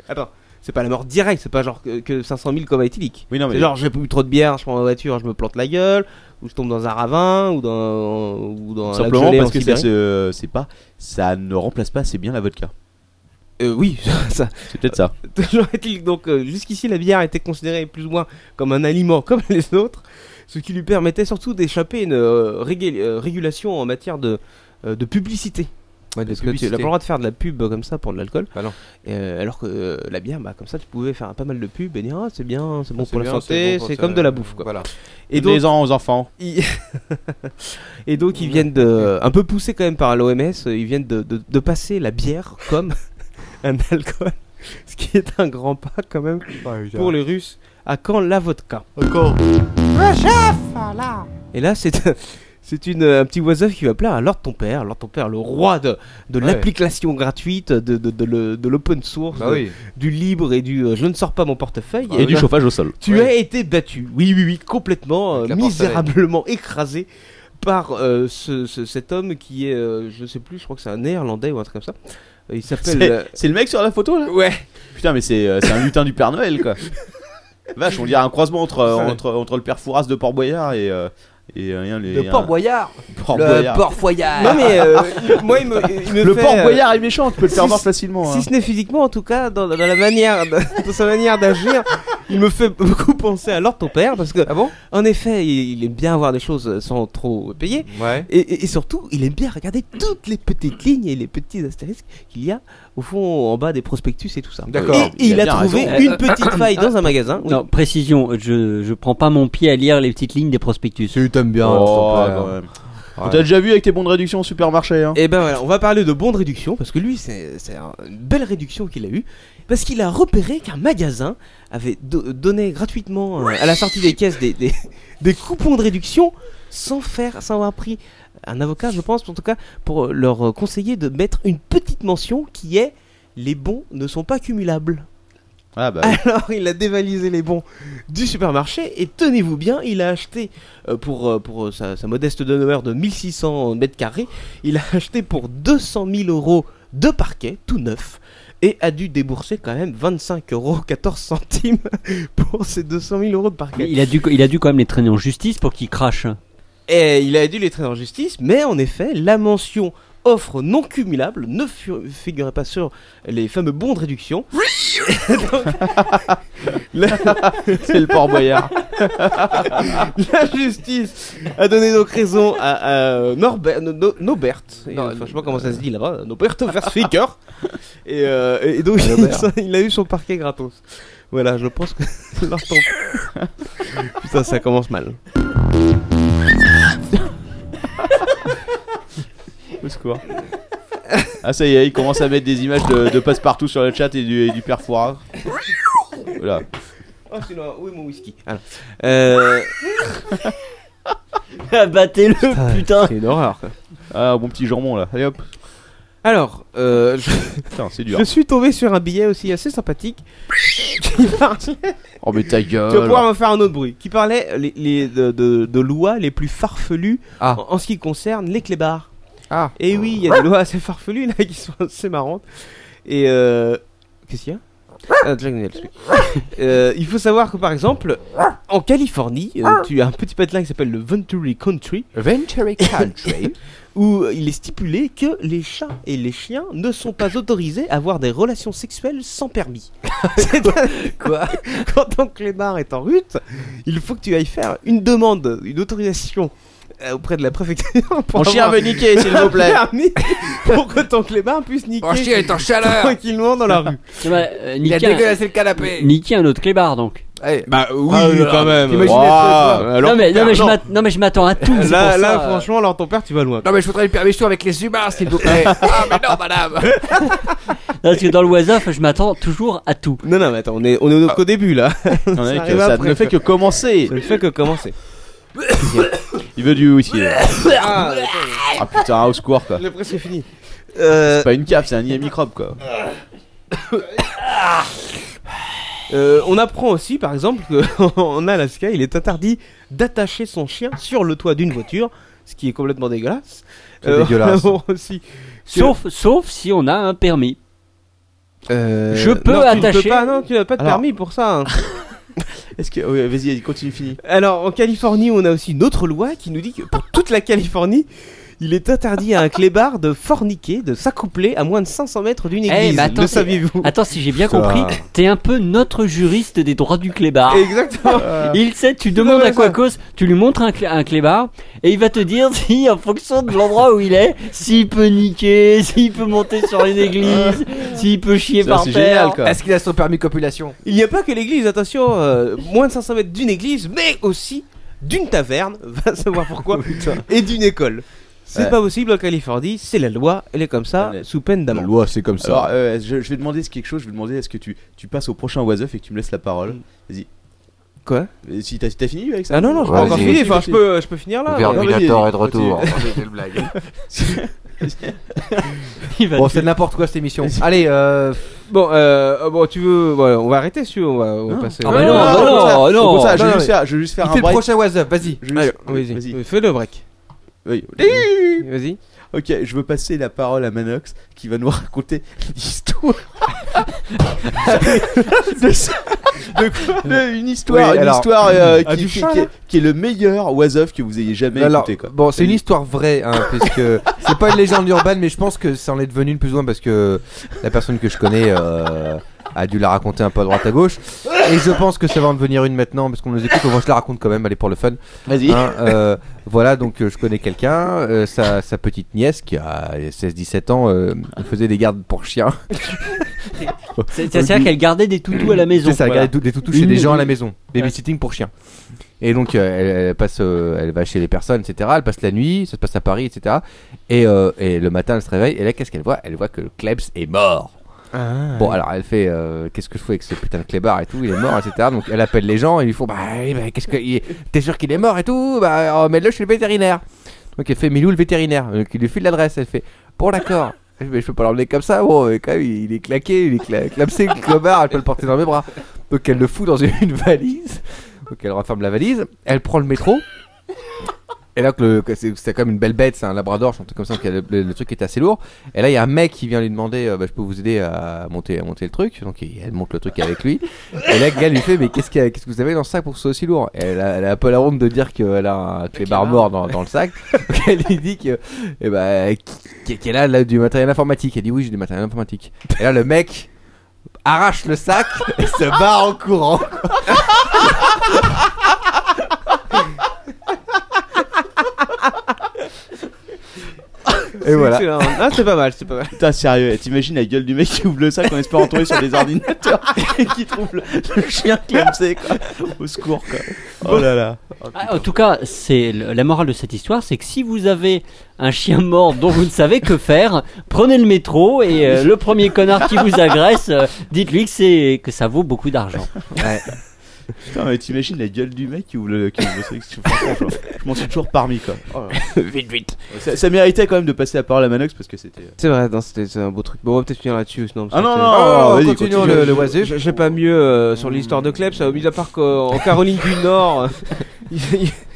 Attends, c'est pas la mort directe, c'est pas genre que, que 500 000 comme à Éthylique. Oui, non, mais- C'est genre j'ai bu trop de bière, je prends ma voiture, je me plante la gueule, ou je tombe dans un ravin, ou dans, ou dans un lac Simplement gelé en parce que ça Sibérie. se- c'est pas, ça ne remplace pas assez bien la vodka. Euh, oui, ça. C'est peut-être ça. Toujours est-il que donc euh, jusqu'ici la bière était considérée plus ou moins comme un aliment comme les autres, ce qui lui permettait surtout d'échapper à une euh, régul- euh, régulation en matière de, euh, de publicité. Ouais, de Parce que tu n'as publicité. pas le droit de faire de la pub euh, comme ça pour de l'alcool. Bah non. Euh, alors que euh, la bière, bah, comme ça, tu pouvais faire pas mal de pubs et dire ah, c'est bien, c'est bon c'est pour bien, la c'est santé, bon pour c'est ça, comme de euh, la bouffe. Quoi. voilà. Et donc, Donnez-en aux enfants. ils- et donc ils viennent de, un peu poussés quand même par l'OMS, euh, ils viennent de, de- de passer la bière comme un alcool, ce qui est un grand pas quand même pour les Russes. À quand la vodka Encore. Et là c'est c'est une un petit oiseau qui va plaire à Lord ton père, Lord ton père, le roi de, de Ouais. l'application gratuite, de, de, de le- de l'open source, Bah de- oui. Bah du libre et du euh, je ne sors pas mon portefeuille Et du là- chauffage au sol. tu as été battu, oui, oui, oui, complètement, euh, la porcelaine. misérablement écrasé par euh, ce, ce- cet homme qui est, euh, je sais plus, je crois que c'est un néerlandais ou un truc comme ça. Euh, Il s'appelle. euh, C'est c'est le mec sur la photo là Ouais. Putain, mais c'est euh, c'est un lutin du Père Noël quoi. Vache, on dirait un croisement entre, euh, Ouais. entre, entre le Père Fouras de Port-Boyard et. euh, et rien, les. Le Port-Boyard Port-Boyard. ah, Port-Foyard Non mais euh, il- moi il me, il me Le fait, Port-Boyard est méchant, tu peux le faire si- mort facilement. Si hein. ce n'est physiquement, en tout cas, dans, dans la manière, dans sa manière d'agir, il me fait beaucoup penser à Lord ton père, parce que, Ah en effet, il, il aime bien avoir des choses euh, sans trop payer. Ouais. Et, et- et surtout, il aime bien regarder toutes les petites lignes et les petits astérisques qu'il y a au fond, en bas des prospectus et tout ça. D'accord. Et, et il, Il a a bien trouvé raison. une petite faille dans un magasin. Oui. Non, précision, je, je prends pas mon pied à lire les petites lignes des prospectus. Tu t'aimes bien. Oh, quand même. On t'a déjà vu avec tes bons de réduction au supermarché. Hein. Et ben voilà, on va parler de bons de réduction parce que lui, c'est c'est un- une belle réduction qu'il a eue parce qu'il a repéré qu'un magasin avait do- donné gratuitement euh, à la sortie des caisses des, des, des coupons de réduction sans faire, sans avoir pris un avocat, je pense, en tout cas, pour leur euh, conseiller de mettre une petite mention qui est les bons ne sont pas cumulables. Ah, bah bah Alors il a dévalisé les bons du supermarché et tenez-vous bien, il a acheté euh, pour, euh, pour euh, sa, sa modeste demeure de 1600 mètres carrés, il a acheté pour 200 000 euros de parquet tout neuf et a dû débourser quand même 25 euros 14 centimes pour ces 200 000 euros de parquet. Il a, dû, il a dû quand même les traîner en justice pour qu'ils crachent. Et il a dû les traîner en justice, mais en effet, la mention offre non cumulable ne fu- figurait pas sur les fameux bons de réduction. C'est le port Boyard. La justice a donné donc raison à, à Norbert, no- no- Nobert. Et, euh, enfin, je sais pas comment ça se dit là-bas. Norbert Versficker. et, euh, et donc, Ah, Nobert. ça, il a eu son parquet gratos. Voilà, je pense que leur temps- Putain, ça commence mal. Au secours. Ah ça y est, il commence à mettre des images de, de passe-partout sur le chat et du, et du père Fouras. Voilà. Oh, c'est là, où est mon whisky Alors, euh... Abattez-le, putain. C'est une horreur. Quoi. Ah, bon petit jambon là. Allez hop. Alors, euh, je... Putain, c'est dur. je suis tombé sur un billet aussi assez sympathique. qui parlait- Oh mais ta gueule. Euh, Tu vas pouvoir me faire un autre bruit. Qui parlait les, les- de, de- de lois les plus farfelues en, en ce qui concerne les clébards. Ah. Et oui, il y a des lois assez farfelues là qui sont assez marrantes. Et euh... Qu'est-ce qu'il y a Ah, Jack Daniels, oui. Euh, il faut savoir que par exemple, en Californie, euh, tu as un petit patelin qui s'appelle le Venturi Country. Venturi Country. où il est stipulé que les chats et les chiens ne sont pas autorisés à avoir des relations sexuelles sans permis. C'est quoi Quand ton clébard est en rut, il faut que tu ailles faire une demande, une autorisation euh, auprès de la préfecture pour Mon chien avoir veut niquer, s'il un vous plaît. permis pour que ton clébard puisse niquer. Mon chien est en chaleur. Tranquillement dans la rue. Non, bah, euh, Il a niquer un- dégueulassé le canapé. Niquer un autre clébard donc. Bah oui, Ah, là, quand même. t'imagines Wow. être, toi. non, mais, non, mais je Non. m'att- non, mais je m'attends à tout. c'est Là, pour là, ça, euh. franchement, alors ton père, tu vas loin. Non mais je voudrais une permission avec les humains s'il vous plaît. ah mais non madame. Oh. Parce que dans le was-off, je m'attends toujours à tout. Non, non, mais attends, on est, on est au début là. On est que ça ne fait que commencer. Ça ne fait que commencer. Il veut du whisky. là. Ah, Ah putain, au secours quoi. le presque fini. C'est pas une cave, c'est un nid à microbes quoi. Euh, on apprend aussi, par exemple, qu'en Alaska, il est interdit d'attacher son chien sur le toit d'une voiture, ce qui est complètement dégueulasse. C'est dégueulasse. on apprend aussi que- Sauf, sauf si on a un permis. je peux Euh, non, tu ne peux attacher. pas, non, tu n'as pas de Alors- permis pour ça. hein. Est-ce que oui, vas-y, continue fini. Alors, en Californie, on a aussi une autre loi qui nous dit que pour toute la Californie, il est interdit à un clébard de forniquer, de s'accoupler à moins de 500 mètres d'une Eh, église. mais attends, le si- saviez-vous Attends, si j'ai bien Ça. compris, t'es un peu notre juriste des droits du clébard. Ah. Exactement. il sait, tu demandes à Quacos, tu lui montres un, clé- un clébard, et il va te dire si, en fonction de l'endroit où il est, s'il peut niquer, s'il peut monter sur une église, s'il peut chier par terre. Ah, Est-ce qu'il a son permis copulation Il n'y a pas que l'église, attention, euh, moins de 500 mètres d'une église, mais aussi d'une taverne, va savoir Oh, pourquoi, et d'une école. C'est Ouais. pas possible en Californie, c'est la loi, elle est comme ça, sous peine d'amende. La loi, c'est comme Alors, euh, je, je vais demander ce- quelque chose. Je vais demander est-ce que tu, tu passes au prochain was Up et que tu me laisses la parole. Vas-y. Euh, Quoi Si t'as t'as fini avec ça Ah non, non, j'ai pas encore fini, enfin, je peux, je peux finir là. Vers mais- Minator est de retour. continue. C'était une blague. Bah, Bon, c'est de n'importe quoi cette émission. Allez, euh... Bon, euh, bon, tu veux, voilà, on va arrêter si tu veux, on va, on va passer. Ah, bah non, bah non, non. Pour ça, je Non, vais non, juste mais- faire, je vais juste faire Il un fait le break. prochain was up, vas-y. Je vais Allez, juste- vas-y, vas-y. fais le break. Oui. Vas-y. Ok, je veux passer la parole à Manox qui va nous raconter l'histoire. de ça- de quoi- de- une histoire, Oui, une alors- histoire euh, Ah, qui, du qui- chat, qui là Bah, est, qui est le meilleur was of que vous ayez jamais Alors, écouté. Quoi. Bon, c'est une Salut. histoire vraie, hein, puisque c'est pas une légende urbaine, mais je pense que ça en est devenu une plus ou moins parce que la personne que je connais euh, a dû la raconter un peu à droite à gauche. Et je pense que ça va en devenir une maintenant, parce qu'on nous écoute. Moi, je la raconte quand même, allez pour le fun. Vas-y. Hein, euh, voilà, donc euh, je connais quelqu'un, euh, sa, sa petite nièce qui a 16-17 ans, euh, faisait des gardes pour chiens. C'est- C'est-à-dire qu'elle gardait des toutous à la maison. C'est ça, Voilà. elle garde des toutous chez Une- des gens à la maison. Babysitting pour chiens. Et donc, euh, elle, elle passe, euh, elle va chez les personnes, etc. Elle passe la nuit, ça se passe à Paris, etc. Et, euh, et le matin, elle se réveille. Et là, qu'est-ce qu'elle voit Elle voit que le Klebs est mort. Ah. bon, alors elle fait euh, Qu'est-ce que je fais avec ce putain de clébard et tout Il est mort, etc. Donc elle appelle les gens et ils font Bah, eh ben, qu'est-ce que. il- T'es sûr qu'il est mort et tout euh, Bah, emmène-le chez le vétérinaire. Donc elle fait Milou le vétérinaire. Donc il lui file l'adresse. Elle fait Bon, d'accord. Mais je peux pas l'emmener comme ça, bon, mais quand même, il est claqué, il est cla clapsé, le clobard, elle peut le porter dans mes bras. Donc elle le fout dans une, une valise. Donc elle referme la valise, elle prend le métro. Et là, que le- que c'est c'est quand même une belle bête, c'est un labrador, c'est un truc comme ça, donc le, le- le truc est assez lourd. Et là, il y a un mec qui vient lui demander, euh, bah, je peux vous aider à monter, à monter le truc. Donc il- elle monte le truc avec lui. Et là, le gars lui fait, mais qu'est-ce qu'il y a- qu'est-ce que vous avez dans ce sac pour que ce soit aussi lourd Et elle a, elle a un peu la honte de dire qu'elle a un clébard mort dans, dans le sac. Donc elle lui dit que, eh ben, qui- qu'elle a là, du matériel informatique. Elle dit, oui, j'ai du matériel informatique. Et là, le mec arrache le sac et se barre en courant. Et voilà. Excellent. Ah, c'est pas mal, c'est pas mal. Putain, sérieux, et t'imagines la gueule du mec qui ouvre le sac en espérant tomber sur des ordinateurs et qui trouve le, le chien clamsé, quoi. Au secours, quoi. Oh là là. Ah, en tout cas, c'est le- la morale de cette histoire, c'est que si vous avez un chien mort dont vous ne savez que faire, prenez le métro et euh, le premier connard qui vous agresse, euh, dites-lui que c'est que ça vaut beaucoup d'argent. Putain, mais t'imagines la gueule du mec qui ouvre le, qui ouvre le sac. Franchement, je, je m'en suis toujours parmi, quoi. Oh là là. Vite, vite. Ça, ça méritait quand même de passer la parole à Manox parce que c'était. euh, C'est vrai, non, c'était c'est un beau truc. Bon, on va peut-être finir là-dessus. sinon, Ah non, c'était- non, Oh, non, vas-y, continue. le, oiseau. J'ai pas mieux euh, sur l'histoire de Klebs, euh, mis à part qu'en Caroline du Nord. euh,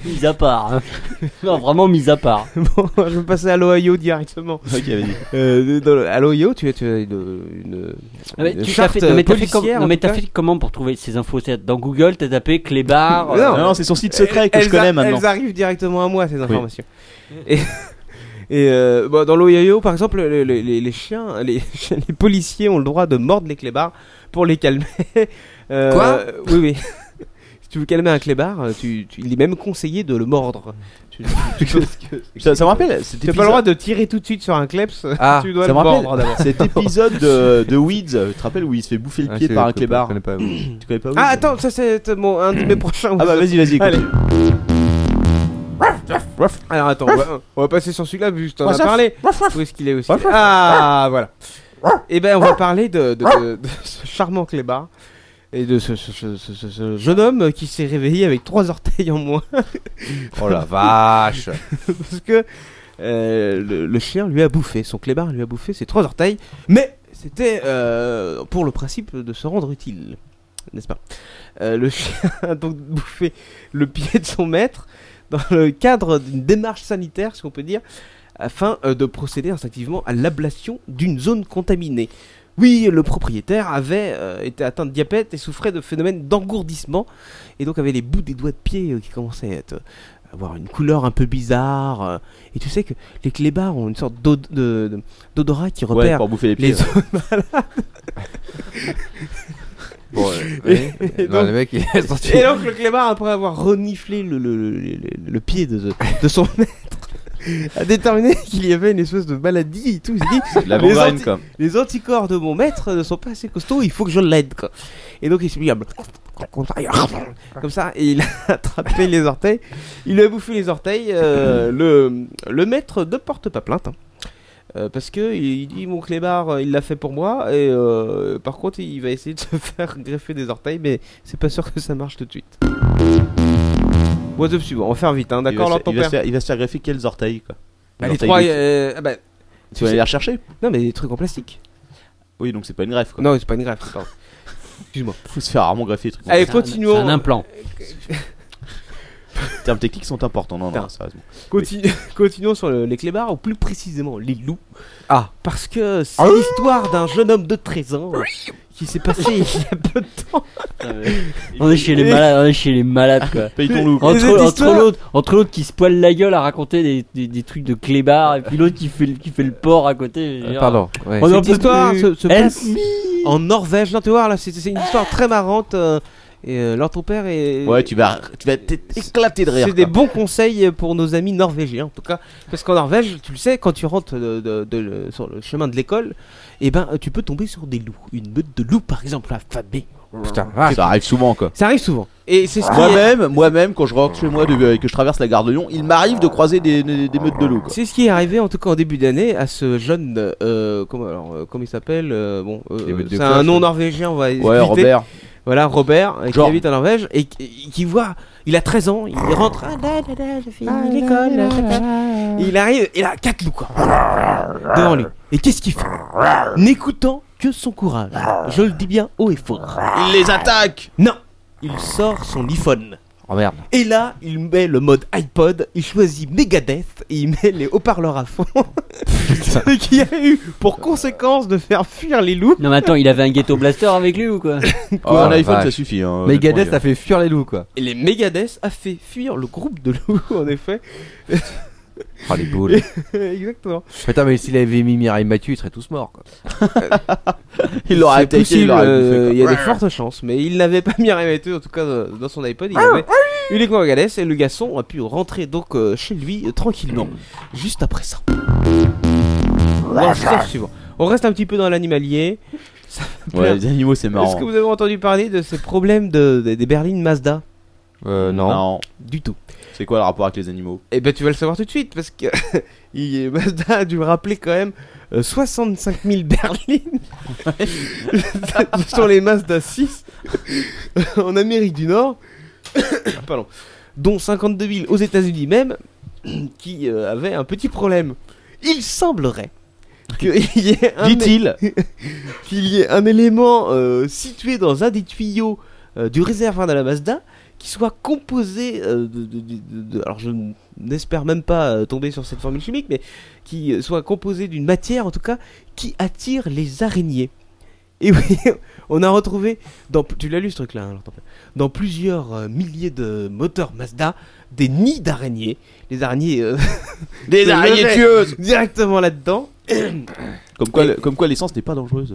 mis à part. hein. Non, vraiment mis à part. bon, je vais passer à l'Ohio directement. Ok, vas-y. Euh, dans le- à l'Ohio, tu as, tu as une, une, Ah, mais une tu t'as charte fait, non, mais t'as fait policière, comme- non, euh, en mais tout t'as cas. fait comment pour trouver ces infos C'est- Dans Google, t'as tapé clébard. euh, Oh, Elles- elles- Elles arrivent directement à moi, ces informations. Et, et, euh, bon, dans l'Ohio, par exemple, le- le- les, les chiens, les, chiens- les policiers ont le droit de mordre les clébards pour les calmer. Euh, Quoi Oui, oui. si tu veux calmer un clébard, tu, tu- il est même conseillé de le mordre. Tu- tu- tu- Ça, ça me rappelle, cet Tu n'as pas le droit épisode- de tirer tout de suite sur un kleps. Ah, tu dois ça le me rappelle mordre d'abord. cet épisode de, de Weeds, euh, tu te rappelles où il se fait bouffer le Ah, pied c'est- par un je connais clébard pas- je connais pas, oui. Tu connais pas Weeds Ah, attends, ça c'est euh, mon, un de mes prochains. Ah bah, vas-y, vas-y, écoute. Allez. Alors attends, on va, on va passer sur celui-là vu que je t'en Ruff, as ruff, parlé. Où est-ce qu'il est aussi Ah voilà. Et ben on va parler de, de- de- de ce charmant clébard et de ce, ce- ce- ce- ce- ce jeune homme qui s'est réveillé avec trois orteils en moins. Oh la vache Parce que euh, le, le chien lui a bouffé, son clébard lui a bouffé ses trois orteils, mais c'était euh, pour le principe de se rendre utile, n'est-ce pas Euh, Le chien a donc bouffé le pied de son maître dans le cadre d'une démarche sanitaire, si on peut dire, afin euh, de procéder instinctivement à l'ablation d'une zone contaminée. Oui, le propriétaire avait euh, été atteint de diabète et souffrait de phénomènes d'engourdissement, et donc avait les bouts des doigts de pied euh, qui commençaient à être- euh, avoir une couleur un peu bizarre. euh, et tu sais que les clébards ont une sorte d'o- de- de- d'odorat qui Ouais, repère pour bouffer les pieds, ouais. zones malades. Bon, euh, ouais. Non, le mec, il est sorti. et donc, le clébard, après avoir reniflé le, le- le- le- le- le pied de, de son maître, a déterminé qu'il y avait une espèce de maladie et tout. Il s'est dit La les, gangrène, quoi. les anticorps de mon maître ne sont pas assez costauds, il faut que je l'aide. quoi. Et donc, il s'est mis à comme ça, et il a attrapé les orteils. Il lui a bouffé les orteils. euh, le, le maître ne porte pas plainte. hein. Euh, parce que il il dit mon clébard euh, il l'a fait pour moi et euh, par contre il va essayer de se faire greffer des orteils mais c'est pas sûr que ça marche tout de suite. What's up suivant, on va faire vite hein, Il va d'accord se- Laure, ton il va se père faire- Il va se faire greffer quels orteils, quoi Les Bah, les orteils trois, de- euh, ah bah, Tu vas aller les rechercher Non, mais des trucs en plastique. Oui, donc c'est pas une greffe, quoi. Non, c'est pas une greffe, pardon. Excuse-moi. Faut se faire rarement greffer les trucs. en Allez, plastique. continuons. C'est un implant. Eh. Les termes techniques sont importants, non, non, sérieusement. Continu- Continuons sur le- les clébards, ou plus précisément les loups. Ah, parce que c'est l'histoire d'un jeune homme de 13 ans qui s'est passé il y a peu de temps. On est chez les malades, on est chez les malades quoi. Paye ton loup. Et Entre, cette entre histoire- l'autre, entre l'autre qui se poile la gueule à raconter des, des, des trucs de clébard et puis l'autre qui fait le- qui fait le porc à côté. je veux dire. On en Cette peut histoire plus. se, se Help passe en Norvège. Non, tu vois, là, c'est c'est une histoire très marrante. euh, et euh, alors ton père est. Ouais, tu vas, tu vas t'éclater de rire. C'est quoi. des bons conseils pour nos amis norvégiens, en tout cas. Parce qu'en Norvège, tu le sais, quand tu rentres de- de- de le- sur le chemin de l'école, eh ben, tu peux tomber sur des loups. Une meute de loups, par exemple, affamés. Putain, Ça arrive souvent, quoi. Ça arrive souvent. Et c'est ce qui Moi-même, moi-même, quand je rentre chez moi de- euh, et que je traverse la gare de Lyon, il m'arrive de croiser des, des- des meutes de loups, quoi. C'est ce qui est arrivé en tout cas en début d'année à ce jeune, euh, comment, alors, euh, comment il s'appelle euh, Bon, euh, Il y avait deux c'est cloches, un nom ouais. norvégien, on va Ouais, éviter. Robert. Voilà, Robert, euh, qui Genre. habite en Norvège et qui, qui voit, il a 13 ans, il rentre, ah, da, da, da, j'ai fini l'école, da, da, da. il arrive, il a quatre loups quoi, devant lui. Et qu'est-ce qu'il fait N'écoutant que son courage. Je le dis bien haut et fort. Il les attaque Non Il sort son iPhone. Oh merde. Et là, il met le mode iPod, il choisit Megadeth et il met les haut-parleurs à fond. Ce qui a eu pour conséquence de faire fuir les loups. Non mais attends, il avait un ghetto blaster avec lui ou quoi Oh, un iPhone, ça suffit. Hein, honnêtement, il y a- fait fuir les loups quoi. Et les Megadeth a fait fuir le groupe de loups en effet. Oh les boules. Exactement. Putain, mais s'il avait mis Mireille Mathieu, ils seraient tous morts quoi. Il l'aurait C'est attaqué, possible, il l'aurait euh, bouffé, quoi. Il y a des fortes chances, mais il n'avait pas mis Remetteux, en tout cas euh, dans son iPod, il Ah, avait uniquement Galès et le garçon a pu rentrer donc euh, chez lui euh, tranquillement. Mm. Juste après ça. Voilà, c'est ça, suivant. On reste un petit peu dans l'animalier. Ça va Ouais, plaire. les animaux, c'est Est-ce marrant. que vous avez entendu parler de ces problèmes de, de- des berlines Mazda Euh, non. Non. Du tout. C'est quoi le rapport avec les animaux Eh ben tu vas le savoir tout de suite parce que il- Mazda a dû me rappeler quand même euh, 65 000 berlines. Ce sont les Mazda 6 en Amérique du Nord. Pardon. Dont 52 000 aux États-Unis même qui euh, avaient un petit problème. Il semblerait qu'il y ait un Dit-il. qu'il y ait un élément euh, situé dans un des tuyaux euh, du réservoir de la Mazda qui soit composé euh, de, de- de- de- Alors je n- n'espère même pas euh, tomber sur cette formule chimique, mais qui euh, soit composé d'une matière en tout cas qui attire les araignées. Et oui, on a retrouvé, dans, tu l'as lu ce truc-là, hein, alors, tant pis. dans plusieurs euh, milliers de moteurs Mazda, des nids d'araignées. Les araignées... euh, Des se araignées levaient tueuses Directement là-dedans. Comme quoi, le- comme quoi l'essence n'est pas dangereuse.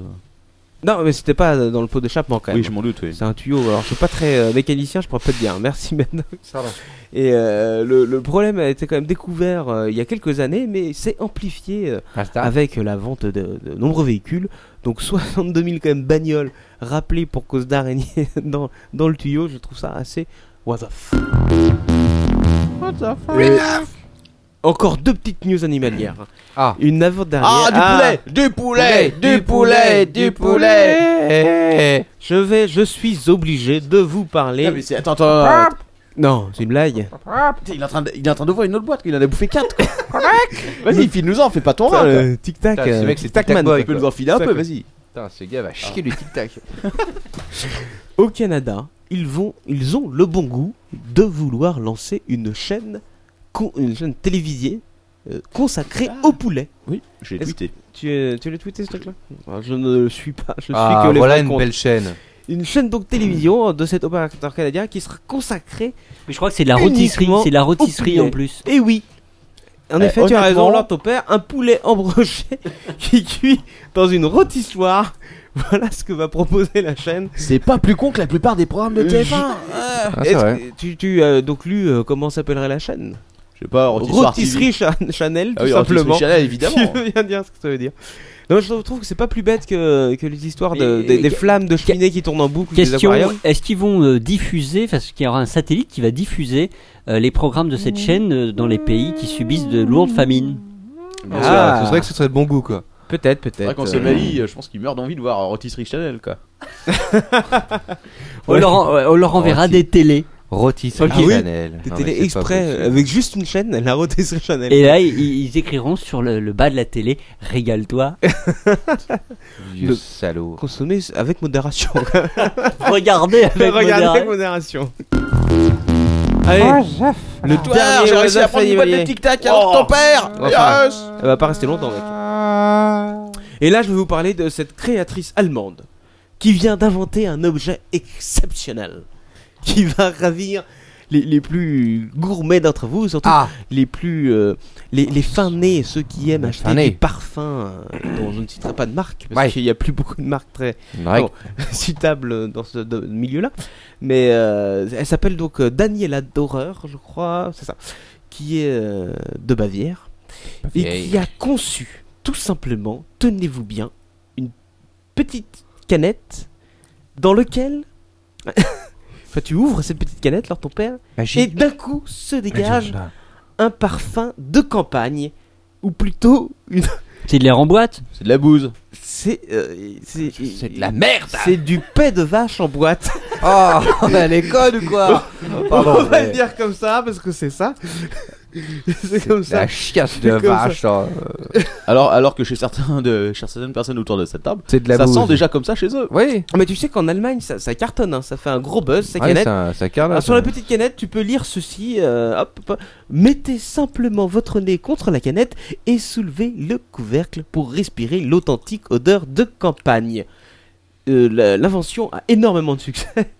Non, mais c'était pas euh, dans le pot d'échappement quand même. Oui, je m'en doute, oui. C'est un tuyau. Alors, je suis pas très euh, mécanicien, je pourrais pas te dire. Merci, Manox. Et euh, le, le problème a été quand même découvert euh, il y a quelques années, mais s'est amplifié euh, avec la vente de, de nombreux véhicules. Donc, 62 000 quand même bagnoles rappelées pour cause d'araignées dans, dans le tuyau. Je trouve ça assez what the f- What the fuck Et Encore deux petites news animalières. Une avant-dernière. Ah, du poulet, du poulet, du poulet, du poulet. Je vais, je suis obligé de vous parler. Non, mais c'est- attends, attends, attends. Non, c'est une blague. Putain, il, est en train de, il est en train d'ouvrir une autre boîte, il en a bouffé 4 quoi. vas-y, file-nous-en, fais pas ton Putain, râle. le tic-tac, Putain, ce euh, mec, c'est Tic-Tac Tac Man, Boy, Tu peux quoi. nous enfiler un Ça, peu, quoi. vas-y. Putain, ce Ah. gars va chier du tic-tac. Au Canada, ils vont, ils ont le bon goût de vouloir lancer une chaîne, con- une chaîne télévisée euh, consacrée au poulet. Ah. Oui, j'ai tweeté. Tu, euh, tu l'as tweeté ce truc-là Ah, Je ne le suis pas. Je Ah, suis que les voilà vrais une comptes. belle chaîne. Une chaîne donc télévision de cet opérateur canadien qui sera consacrée. Mais je crois que c'est de la rôtisserie, c'est de la rôtisserie en plus. Et oui. En Eh, effet, tu as raison, honnêtement- Lord ton père, un poulet embroché qui cuit dans une rôtissoire. Voilà ce que va proposer la chaîne. C'est pas plus con que la plupart des programmes de Euh, TF1. je- Ah, Est-ce que tu, tu as donc lu euh, comment s'appellerait la chaîne Je sais pas, rôtissoire Rôtisserie TV. Chan- Chanel, tout Ah oui, rôtisserie simplement. Chanel, évidemment. Tu veux bien dire ce que ça veut dire. Non, je trouve que c'est pas plus bête que, que les histoires de- Mais- des, des que- flammes de cheminée qui tournent en boucle. ou des Question aquariums. est-ce qu'ils vont euh, diffuser, parce qu'il y aura un satellite qui va diffuser euh, les programmes de cette chaîne euh, dans les pays qui subissent de lourdes famines Ah, ce serait que ce serait de bon goût quoi. Peut-être, C'est vrai peut-être. qu'en Somalie, euh, je pense qu'ils meurent d'envie de voir euh, Rôtisserie Chanel quoi. On leur en- ouais, on leur enverra Rôti- des télés. Rôtisserie Ah oui, Chanel. Des Non, mais télés c'est pas exprès, possible. avec juste une chaîne, la rôtisserie Chanel. Et là, ils, ils écriront sur le, le bas de la télé Régale-toi, Vieux Le- salaud. Consommer avec modération. regardez avec Oh, Regardez avec modération. modération. Allez, le Toi, dernier j'ai réussi Rosa à prendre une boîte de Faye-Vallier. tic-tac alors ton père Enfin, Yes Elle va pas rester longtemps, mec. Et là, je vais vous parler de cette créatrice allemande qui vient d'inventer un objet exceptionnel qui va ravir les, les plus gourmets d'entre vous, surtout les plus euh, les, les fins nés, ceux qui aiment acheter fins-nés. des parfums euh, dont je ne citerai pas de marque parce Ouais. qu'il n'y a plus beaucoup de marques très Ouais. bon, citables dans ce do- milieu-là. Mais euh, elle s'appelle donc euh, Daniela Dorer, je crois, c'est ça, qui est euh, de Bavière et qui a conçu tout simplement, tenez-vous bien, une petite canette dans lequel enfin, tu ouvres cette petite canette lors ton père Magique. et d'un coup se dégage un parfum de campagne ou plutôt une C'est de l'air en boîte C'est de la bouse. c'est euh, c'est c'est Ah, de la merde. c'est du paix de vache en boîte Oh, on a les codes ou quoi Pardon. on va mais- le dire comme ça parce que c'est ça C'est comme ça. La chiasse C'est de comme vache. hein. ça. ça. Alors, alors que chez, certains de, chez certaines personnes autour de cette table, de la ça sent bouse. déjà comme ça chez eux. Oui. Mais tu sais qu'en Allemagne, ça, ça cartonne, hein, ça fait un gros buzz, ces Ouais, canettes. ça- ça cartonne, Ah, sur ça. la petite canette, tu peux lire ceci. euh, hop, hop, hop. Mettez simplement votre nez contre la canette et soulevez le couvercle pour respirer l'authentique odeur de campagne. Euh, la- L'invention a énormément de succès.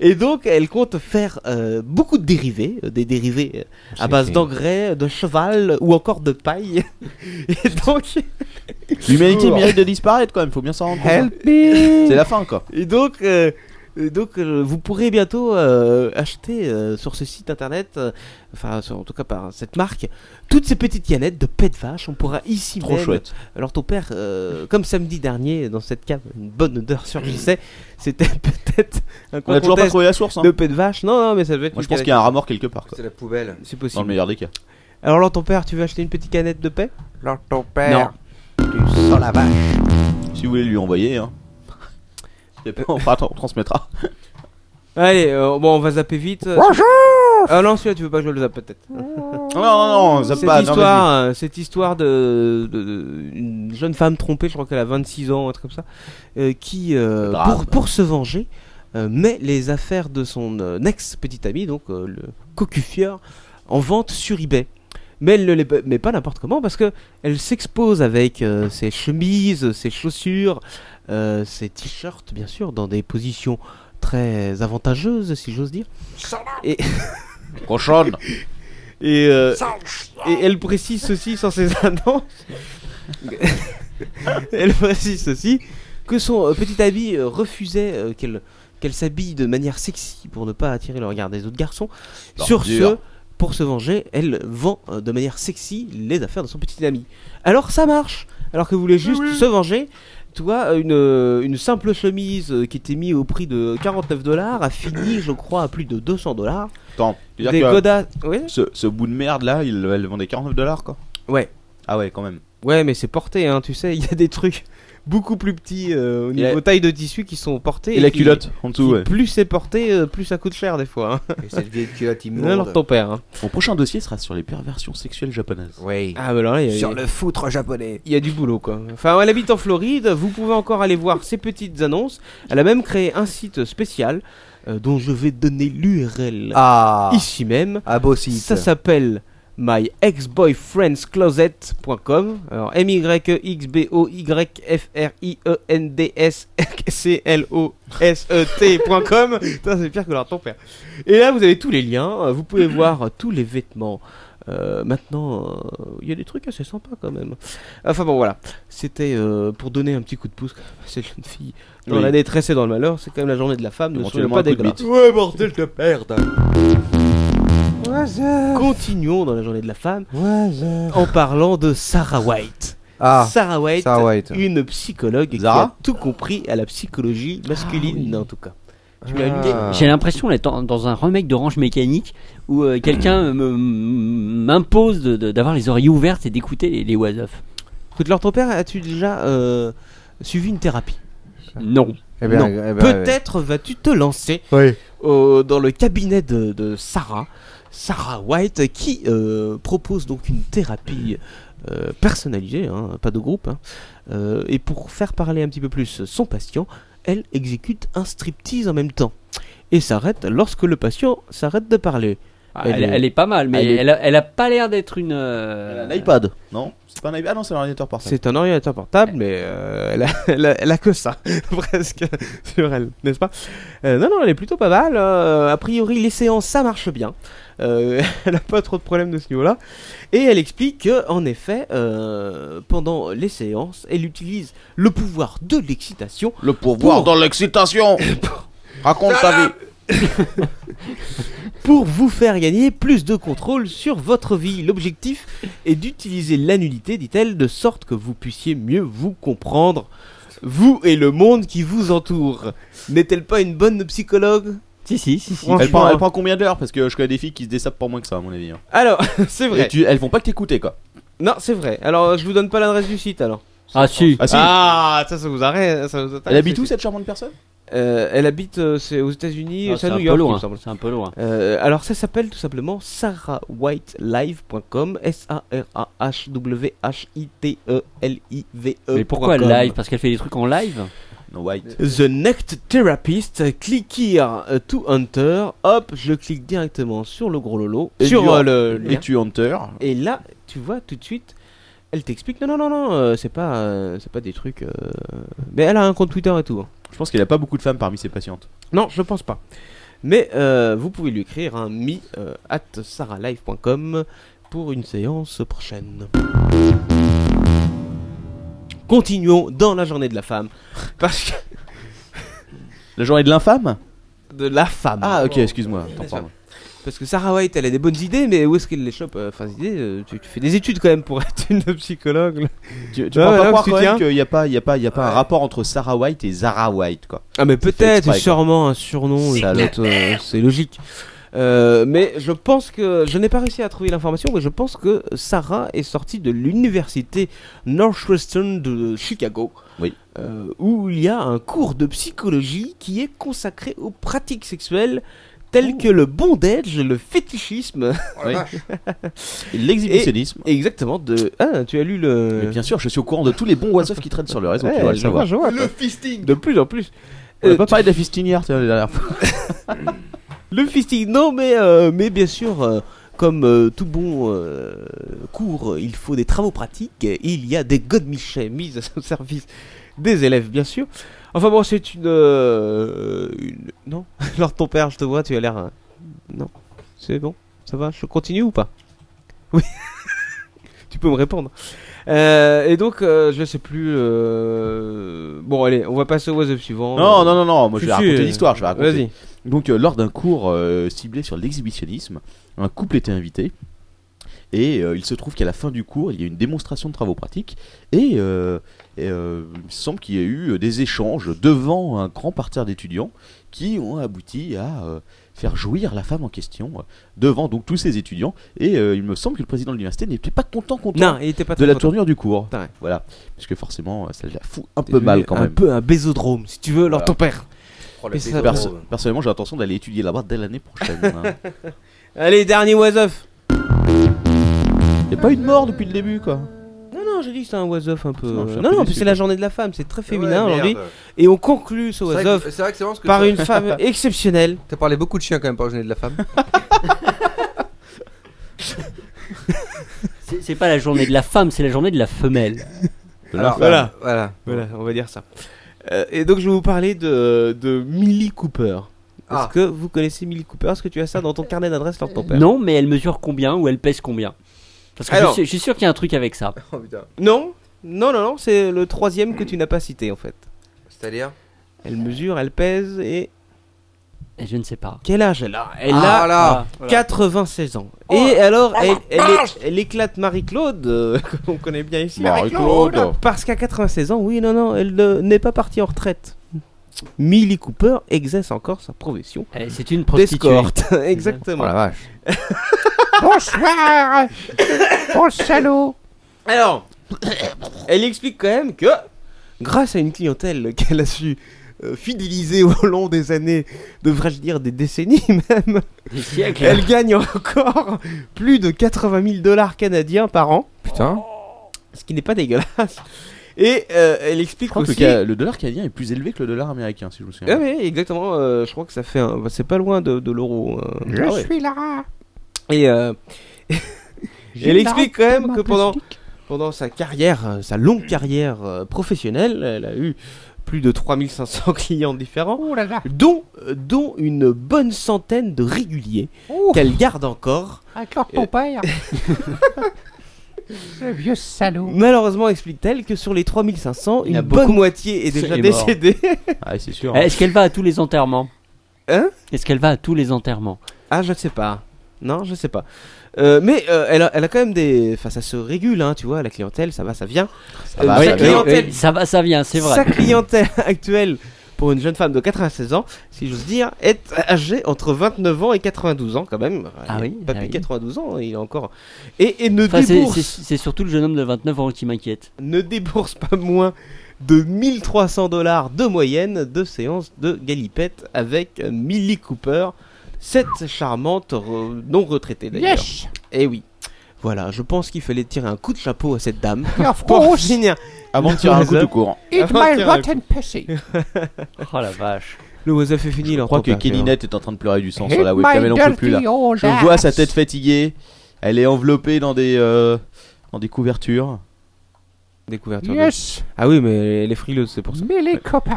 Et donc, elle compte faire euh, beaucoup de dérivés, euh, des dérivés euh, à Oh, C'est- base c'est- d'engrais, de cheval ou encore de paille. Et donc, L'humanité mérite de disparaître quand même, faut bien s'en rendre compte. hein. Help me. C'est la fin quoi. Et donc, euh, et donc euh, vous pourrez bientôt euh, acheter euh, sur ce site internet, euh, enfin sur- en tout cas par cette marque, toutes ces petites canettes de pet de vache. On pourra ici Trop même- chouette. Alors ton père, euh, comme samedi dernier dans cette cave, une bonne odeur surgissait. C'était peut-être un On a toujours pas contexte trouvé la source, hein. de pet de vache. Non, non, mais ça devait être. Moi, je une pense canette. qu'il y a un rat mort quelque part, quoi. C'est la poubelle. C'est possible. Dans le meilleur des cas. Alors là, ton père, tu veux acheter une petite canette de paix Alors ton père, tu sens la vache. Si vous voulez lui envoyer, hein. C'est pas- enfin, attends, on transmettra. Allez, euh, bon, on va zapper vite. euh, Bonjour Ah non, celui-là, tu veux pas que je le zappe peut-être. non, non, zappe cette pas, non, Histoire, euh, cette histoire de, de- de- une jeune femme trompée, je crois qu'elle a 26 ans, un truc comme ça, euh, qui, euh, Drame. pour, pour se venger, euh, met les affaires de son euh, ex-petit ami, donc euh, le cocufieur, en vente sur eBay. Mais elle ne les met pas n'importe comment parce que elle s'expose avec euh, ses chemises, ses chaussures, euh, ses t-shirts, bien sûr, dans des positions très avantageuses, si j'ose dire. Et... Cochonne et, euh, et elle précise ceci sans ses annonces. elle précise ceci que son euh, petit ami euh, refusait euh, qu'elle qu'elle s'habille de manière sexy pour ne pas attirer le regard des autres garçons. Leur Sur dur. ce, pour se venger, elle vend euh, de manière sexy les affaires de son petit ami. Alors ça marche. Alors que vous voulez juste se venger, toi, une, euh, une simple chemise euh, qui était mise au prix de 49 dollars a fini, je crois, à plus de 200 dollars. Attends, tu veux dire que Des godasses- ce, ce bout de merde là, il, elle vendait 49 dollars quoi. Ouais. Ah ouais, quand même. Ouais, mais c'est porté, hein, tu sais, il y a des trucs beaucoup plus petits euh, au niveau la- taille de tissu qui sont portés. et la qui- culotte, en dessous, qui ouais. Plus c'est porté, euh, plus ça coûte cher des fois. hein. Et cette vieille culotte immonde. Non, alors ton père. hein. Mon prochain dossier sera sur les perversions sexuelles japonaises. Oui. Ah, bah alors là, il y a- Sur le foutre japonais. Il y a du boulot quoi. Enfin, elle habite en Floride, vous pouvez encore aller voir ses petites annonces. Elle a même créé un site spécial euh, dont je vais donner l'URL Ah. ici même. Ah, beau site. Ça s'appelle myexboyfriendscloset.com. Alors M Y E X B O Y F R I E N D S C L O S E T.com. Putain, c'est pire que leur ton père. Et là, vous avez tous les liens, euh, vous pouvez voir euh, tous les vêtements. Euh, maintenant, euh, il y a des trucs assez sympas quand même. Enfin bon, voilà. C'était euh, pour donner un petit coup de pouce à cette jeune fille dans Oui. la détresse et dans le malheur. C'est quand même la journée de la femme. Ne soyons Éventuellement pas un coup des de gras. bite. Ouais, bordel de merde. Continuons dans la journée de la femme en parlant de Sarah White. Ah, Sarah White, Sarah White. une psychologue qui a Zara Ah tout compris à la psychologie masculine en tout cas. Tu m'as une idée J'ai l'impression d'être en- dans un remake d'Orange Mécanique où euh, quelqu'un me- m'impose de- de- d'avoir les oreilles ouvertes et d'écouter les, les was-of. Écoute, leur ton père, as-tu déjà euh, suivi une thérapie Non. Eh bien, Non. eh bien, Peut-être vas-tu te lancer Oui. au- dans le cabinet de, de Sarah, Sarah White, qui euh, propose donc une thérapie euh, personnalisée, hein, pas de groupe. hein. Euh, et pour faire parler un petit peu plus son patient, elle exécute un striptease en même temps et s'arrête lorsque le patient s'arrête de parler. Ah, Elle, elle est pas mal, mais elle elle, est- a, elle a pas l'air d'être une. euh, Un iPad, non C'est pas un iPad, ah non, c'est un ordinateur par C'est un ordinateur portable, mais euh, elle, a, elle a- elle a que ça, presque, sur elle, n'est-ce pas Euh, Non, non, elle est plutôt pas mal. euh, a priori, les séances, ça marche bien. Euh, elle n'a pas trop de problèmes de ce niveau-là. Et elle explique que, en effet, euh, pendant les séances, elle utilise le pouvoir de l'excitation. Le pouvoir dans l'excitation Raconte ta vie pour vous faire gagner plus de contrôle sur votre vie. L'objectif est d'utiliser la nullité, dit-elle, de sorte que vous puissiez mieux vous comprendre, vous et le monde qui vous entoure. N'est-elle pas une bonne psychologue Si, si, si, Elle prend, elle prend combien d'heures Parce que je connais des filles qui se désapent pour moins que ça, à mon avis. hein. Alors, c'est vrai. Et tu- elles vont pas que t'écouter, quoi. Non, c'est vrai. Alors, je vous donne pas l'adresse du site alors. Ah si. Ah si. Ah, ça, ça vous arrête. Ça vous intéresse, Elle habite où c'est- cette charmante personne Euh, elle habite euh, c'est aux États-Unis, Ah, c'est à c'est New un peu York, il me loin, semble. c'est un peu loin. Euh, alors ça s'appelle tout simplement sarahwhitelive.com, E S-A-R-A-H-W-H-I-T-E-L-I-V-E. Mais Euh, pourquoi live Parce qu'elle fait des trucs en live Non, white. The Next Therapist, euh, click here euh, to enter. Hop, je clique directement sur le gros lolo. Et sur tu- euh, le et lien. tu enter. Et là, tu vois tout de suite, elle t'explique non, non, non, non, euh, c'est pas, euh, c'est pas des trucs. euh, Mais elle a un compte Twitter et tout. hein. Je pense qu'il a pas beaucoup de femmes parmi ses patientes. Non, je pense pas. Mais euh, vous pouvez lui écrire un mi euh, at sarahlive.com pour une séance prochaine. Continuons dans la journée de la femme. Parce que. La journée de l'infâme De la femme. Ah, ok, excuse-moi. Attends, Bien sûr. pardon. Parce que Sarah White, elle a des bonnes idées, mais où est-ce qu'elle les chope Enfin, des idées, euh, tu, tu fais des études quand même pour être une psychologue. là. Tu, tu Ah peux ouais, pas là, croire tu quand tiens. même qu'il n'y a pas, il y a pas, il y a pas un rapport entre Sarah White et Zara White, quoi. Ah mais C'est fait peut-être, exprès, quoi. sûrement un surnom, C'est et la l'autre, euh, c'est logique. Euh, mais je pense que je n'ai pas réussi à trouver l'information, mais je pense que Sarah est sortie de l'université Northwestern de Chicago, euh, où il y a un cours de psychologie qui est consacré aux pratiques sexuelles telles que le bondage, le fétichisme, Oui. Et l'exhibitionnisme. Et- Exactement. De... Ah, tu as lu le. bien sûr, je suis au courant de tous les bons oiseaux qui traînent sur le réseau. Ouais, tu dois le je savoir. vois, je vois, quoi. De plus en plus. On a Euh, pas tu- parlé de la fistinière tiens, la dernière fois. Le fisting, non, mais, euh, mais bien sûr, euh, comme euh, tout bon euh, cours, il faut des travaux pratiques. et Il y a des godmichets mis au service des élèves, bien sûr. Enfin bon, c'est une, euh, une- Non Alors ton père, je te vois, tu as l'air... euh, Non. C'est bon Ça va Je continue ou pas Oui. tu peux me répondre. Euh, et donc, euh, je sais plus... euh, Bon, allez, on va passer au WhatsApp suivant. Non, non, non, non, moi je Si, vais si, raconter euh, l'histoire, je vais raconter. Vas-y. Donc, euh, lors d'un cours euh, ciblé sur l'exhibitionnisme, un couple était invité. Et euh, il se trouve qu'à la fin du cours, il y a une démonstration de travaux pratiques. Et, euh, et, euh, il me semble qu'il y a eu euh, des échanges devant un grand parterre d'étudiants qui ont abouti à euh, faire jouir la femme en question euh, devant donc tous ces étudiants. Et euh, il me semble que le président de l'université n'était pas content, content Non, il était pas de très la content. tournure du cours. Putain, ouais. Voilà. Parce que forcément, euh, ça la fout un T'es peu devenu mal quand un même. peu un bésodrome, si tu veux, alors Voilà. ton père. Perso- Mais ça- personnellement, j'ai l'intention d'aller étudier là-bas dès l'année prochaine. hein. Allez, dernier was-off. Y a pas eu de mort depuis le début, quoi. Non, non, j'ai dit que c'était un was-off un peu. Non, Non, je suis un non, peu en plus déçu, c'est la quoi. journée de la femme, c'est très féminin merde. aujourd'hui. Et on conclut ce C'est vrai was-off que- c'est vrai que c'est vraiment ce que par ça- une femme exceptionnelle. T'as parlé beaucoup de chiens quand même pour la journée de la femme. C'est c'est pas la journée de la femme, c'est la journée de la femelle. Alors, voilà, voilà. voilà, on va dire ça. Euh, et donc, je vais vous parler de, de Millie Cooper. Est-ce Ah. que vous connaissez Millie Cooper Est-ce que tu as ça dans ton carnet d'adresse lors de ton père Non, mais elle mesure combien ou elle pèse combien Parce que je Alors- suis- je suis sûr qu'il y a un truc avec ça. Non, non, non, non, c'est le troisième que tu n'as pas cité en fait. C'est-à-dire Elle mesure, elle pèse et. je ne sais pas. Quel âge elle a Elle Ah a là, voilà. voilà. 96 ans. et alors, elle, elle est- elle éclate Marie-Claude, euh, qu'on connaît bien ici. Marie-Claude. Parce qu'à 96 ans, oui, non, non, elle euh, n'est pas partie en retraite. Millie Cooper exerce encore sa profession. Eh, C'est une prostituée. d'escorte. Exactement. Oh la vache. Bonsoir Bon salaud Alors, elle explique quand même que, grâce à une clientèle qu'elle a su euh, fidéliser au long des années, devrais-je dire des décennies même, Des siècles. elle gagne encore plus de 80 000 dollars canadiens par an. Putain. Ce qui n'est pas dégueulasse. Et euh, elle explique Je crois que le, aussi... ca- le dollar canadien est plus élevé que le dollar américain, si je me souviens. Ah oui, exactement. euh, je crois que ça fait, un- bah, c'est pas loin de, de l'euro. euh. Ah ouais. Lara. Et euh, J'ai elle la explique quand robe même que en pendant, pendant sa carrière, euh, sa longue carrière euh, professionnelle, elle a eu plus de 3500 clients différents, dont, euh, dont une bonne centaine de réguliers Ouh. qu'elle garde encore. Avec leur ton père. Ce vieux salaud. Malheureusement, explique-t-elle que sur les 3500, Il y une a bonne beaucoup- moitié est déjà C'est mort. décédée. Ah, c'est sûr. Est-ce qu'elle va à tous les enterrements Hein Est-ce qu'elle va à tous les enterrements Ah, je ne sais pas. Non, je ne sais pas. Euh, mais euh, elle, a, elle a quand même des. Enfin, ça se régule, hein, tu vois, la clientèle, ça va, ça vient. Euh, Ça va, sa Ah, ça vient. Oui, ça va, ça vient, c'est vrai. Sa clientèle actuelle pour une jeune femme de 96 ans, si j'ose dire, est âgée entre 29 ans et 92 ans quand même. Ah oui, Pas ah plus oui. de 92 ans, il est encore. Et, et ne Enfin, c'est- débourse c'est c'est surtout le jeune homme de 29 ans qui m'inquiète. ne débourse pas moins de 1300 dollars de moyenne de séance de galipette avec Millie Cooper, cette charmante re- non retraitée d'ailleurs. Yes. Et oui. Voilà, je pense qu'il fallait tirer un coup de chapeau à cette dame. Et of pour course. finir. Avant de tirer un coup de courant. Eat Avant de my tirer un rotten pussy. Oh la vache. Le WhatsApp est fini, Je il crois entend que pas, Pierre. Kélinette est en train de pleurer du sang Hit sur la webcam, my elle en peut plus là. dirty old Je vois ass. sa tête fatiguée, elle est enveloppée dans des, euh, dans des couvertures. Des couvertures de- Yes. Ah oui, mais elle est frileuse, c'est pour ça. Millie Cooper.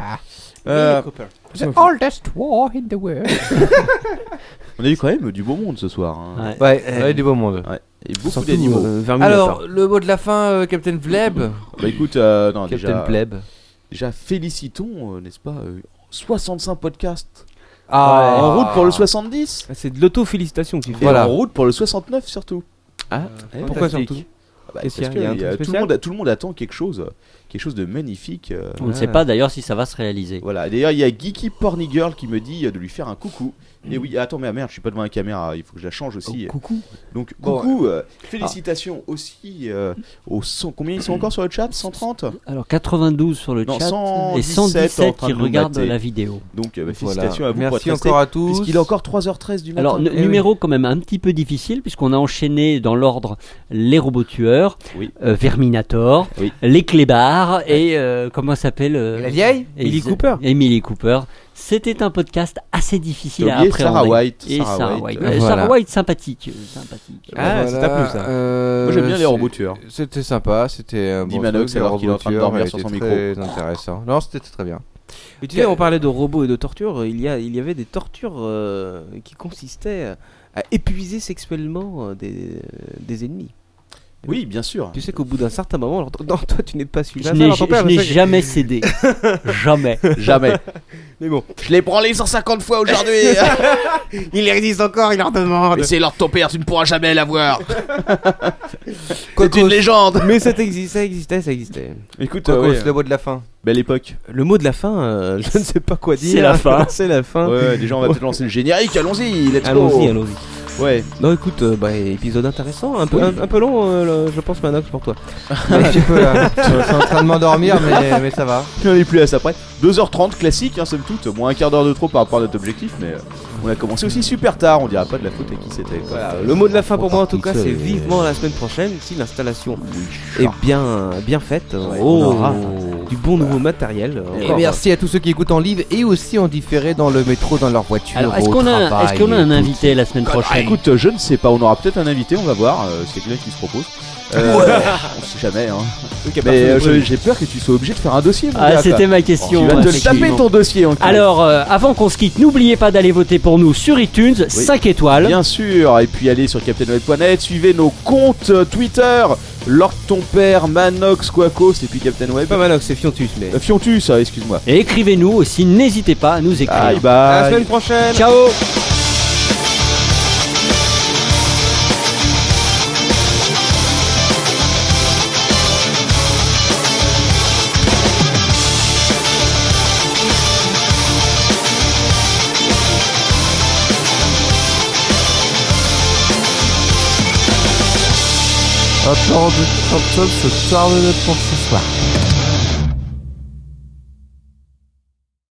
Euh, Cooper. The oldest war in the world. On a eu quand même du beau monde ce soir. hein. Ouais. Ouais, euh, du beau monde. Ouais. Et beaucoup Surtout, d'animaux. euh, Verminator. Alors, le mot de la fin, euh, Captain Vleb. Bah écoute, euh, non, Captain déjà, Pleb. Déjà, félicitons, euh, n'est-ce pas, euh, 65 podcasts. Ah. en route pour le 70. Ah, C'est de l'auto-félicitation que tu Et fais. en route pour le 69 surtout. Ah, Eh, pourquoi fantastique. surtout Ah bah, Qu'est-ce parce qu'il y a, que un il y a- truc tout, le spécial monde, tout le monde attend quelque chose, euh, quelque chose de magnifique. euh. On ne sait pas d'ailleurs si ça va se réaliser. Voilà. D'ailleurs, il y a Geeky Porny Girl qui me dit euh, de lui faire un coucou. Et oui, attends, mais ah, merde, je suis pas devant la caméra, il faut que je la change aussi. Oh, coucou. Donc, Bon, coucou, euh, félicitations aussi euh, aux 100. Combien ils sont encore sur le chat 130 Alors 92 sur le Non, chat 117 et en 117 train qui de nous regardent mater. la vidéo. Donc, euh, bah, Voilà. félicitations à vous Merci pour être encore restés, à tous. Puisqu'il est encore 3h13 du matin. Alors, n- Eh oui. numéro quand même un petit peu difficile, puisqu'on a enchaîné dans l'ordre les robots tueurs, euh, Verminator, les clébards et euh, comment s'appelle euh, la vieille et- Emily Cooper. Emily Cooper. C'était un podcast assez difficile T'as à oublié appréhender. Sarah White, Et Sarah Sarah White. White. Euh, Voilà. Sarah White, sympathique. euh, sympathique. Ah, ça t'a plu, ça Moi, j'aime bien les Euh, c'est- robots tueurs. C'était sympa, c'était un Dis bon Manox, truc, les alors qu'il est en robots train de tueurs dormir étaient sur son très micro. intéressant. Non, c'était très bien. Mais tu sais, on parlait de robots et de tortures. Il y, a, il y avait des tortures euh, qui consistaient à épuiser sexuellement euh, des, des ennemis. Oui, bien sûr. Tu sais qu'au bout d'un certain moment, alors, non, toi tu n'es pas celui-là. Je ça, n'ai- alors, ton père, je n'ai sais que- jamais cédé. jamais. Jamais. Mais bon. Je les prends les 150 fois aujourd'hui. il les résiste encore, il leur demande. Mais c'est l'ordre de ton père, tu ne pourras jamais l'avoir. C'est une légende. Mais ça existe, ça existait, ça existait. Écoute, Quoi euh, cause, ouais. le mot de la fin. Belle époque. Le mot de la fin, euh, je ne sais pas quoi dire. C'est la fin. c'est la fin. Ouais, ouais, déjà on va peut-être lancer le générique, allons-y, let's go. Hein Allons-y, allons-y. Ouais. Non, écoute, euh, bah, épisode intéressant, un peu, Oui. un, un peu long, euh, le- je pense, Manox, pour toi. Un petit peu, là. Je suis en train de m'endormir, mais- mais ça va. On est plus à ça près. 2h30 classique, hein, somme toute, moins un quart d'heure de trop par rapport à notre objectif, mais euh, on a commencé aussi super tard, on dira pas de la faute à qui c'était. quoi. Le mot de la fin pour moi en tout cas c'est Euh, vivement la semaine prochaine si l'installation est bien, bien faite. on on aura aura du bon nouveau matériel. Et oh. Eh, merci à tous ceux qui écoutent en live et aussi en différé dans le métro, dans leur voiture. Alors, est-ce au qu'on a, travail. est-ce qu'on a un invité la semaine Ah, prochaine écoute, euh, je ne sais pas, on aura peut-être un invité, on va voir, euh, c'est quelqu'un qui se propose. Euh, Ouais. On sait jamais, hein. Ok, personne Mais ne euh, je- brûle. j'ai peur que tu sois obligé de faire un dossier. mon Ah, gars, c'était quoi. ma question. Tu vas te le Effectivement. taper ton dossier. enculé. Alors, euh, avant qu'on se quitte, n'oubliez pas d'aller voter pour nous sur iTunes, 5 étoiles. Bien sûr, et puis allez sur CaptainWeb.net, suivez nos comptes euh, Twitter, Lord Ton Père, Manox, Quacos, et puis Captain Web. Pas Manox, c'est Fiontus, Euh, mais. Fiontus, ah, excuse-moi. Et écrivez-nous aussi, n'hésitez pas à nous écrire. Bye bye. À la semaine prochaine. Ciao. Attends, je suis en train de se charmer pour ce soir.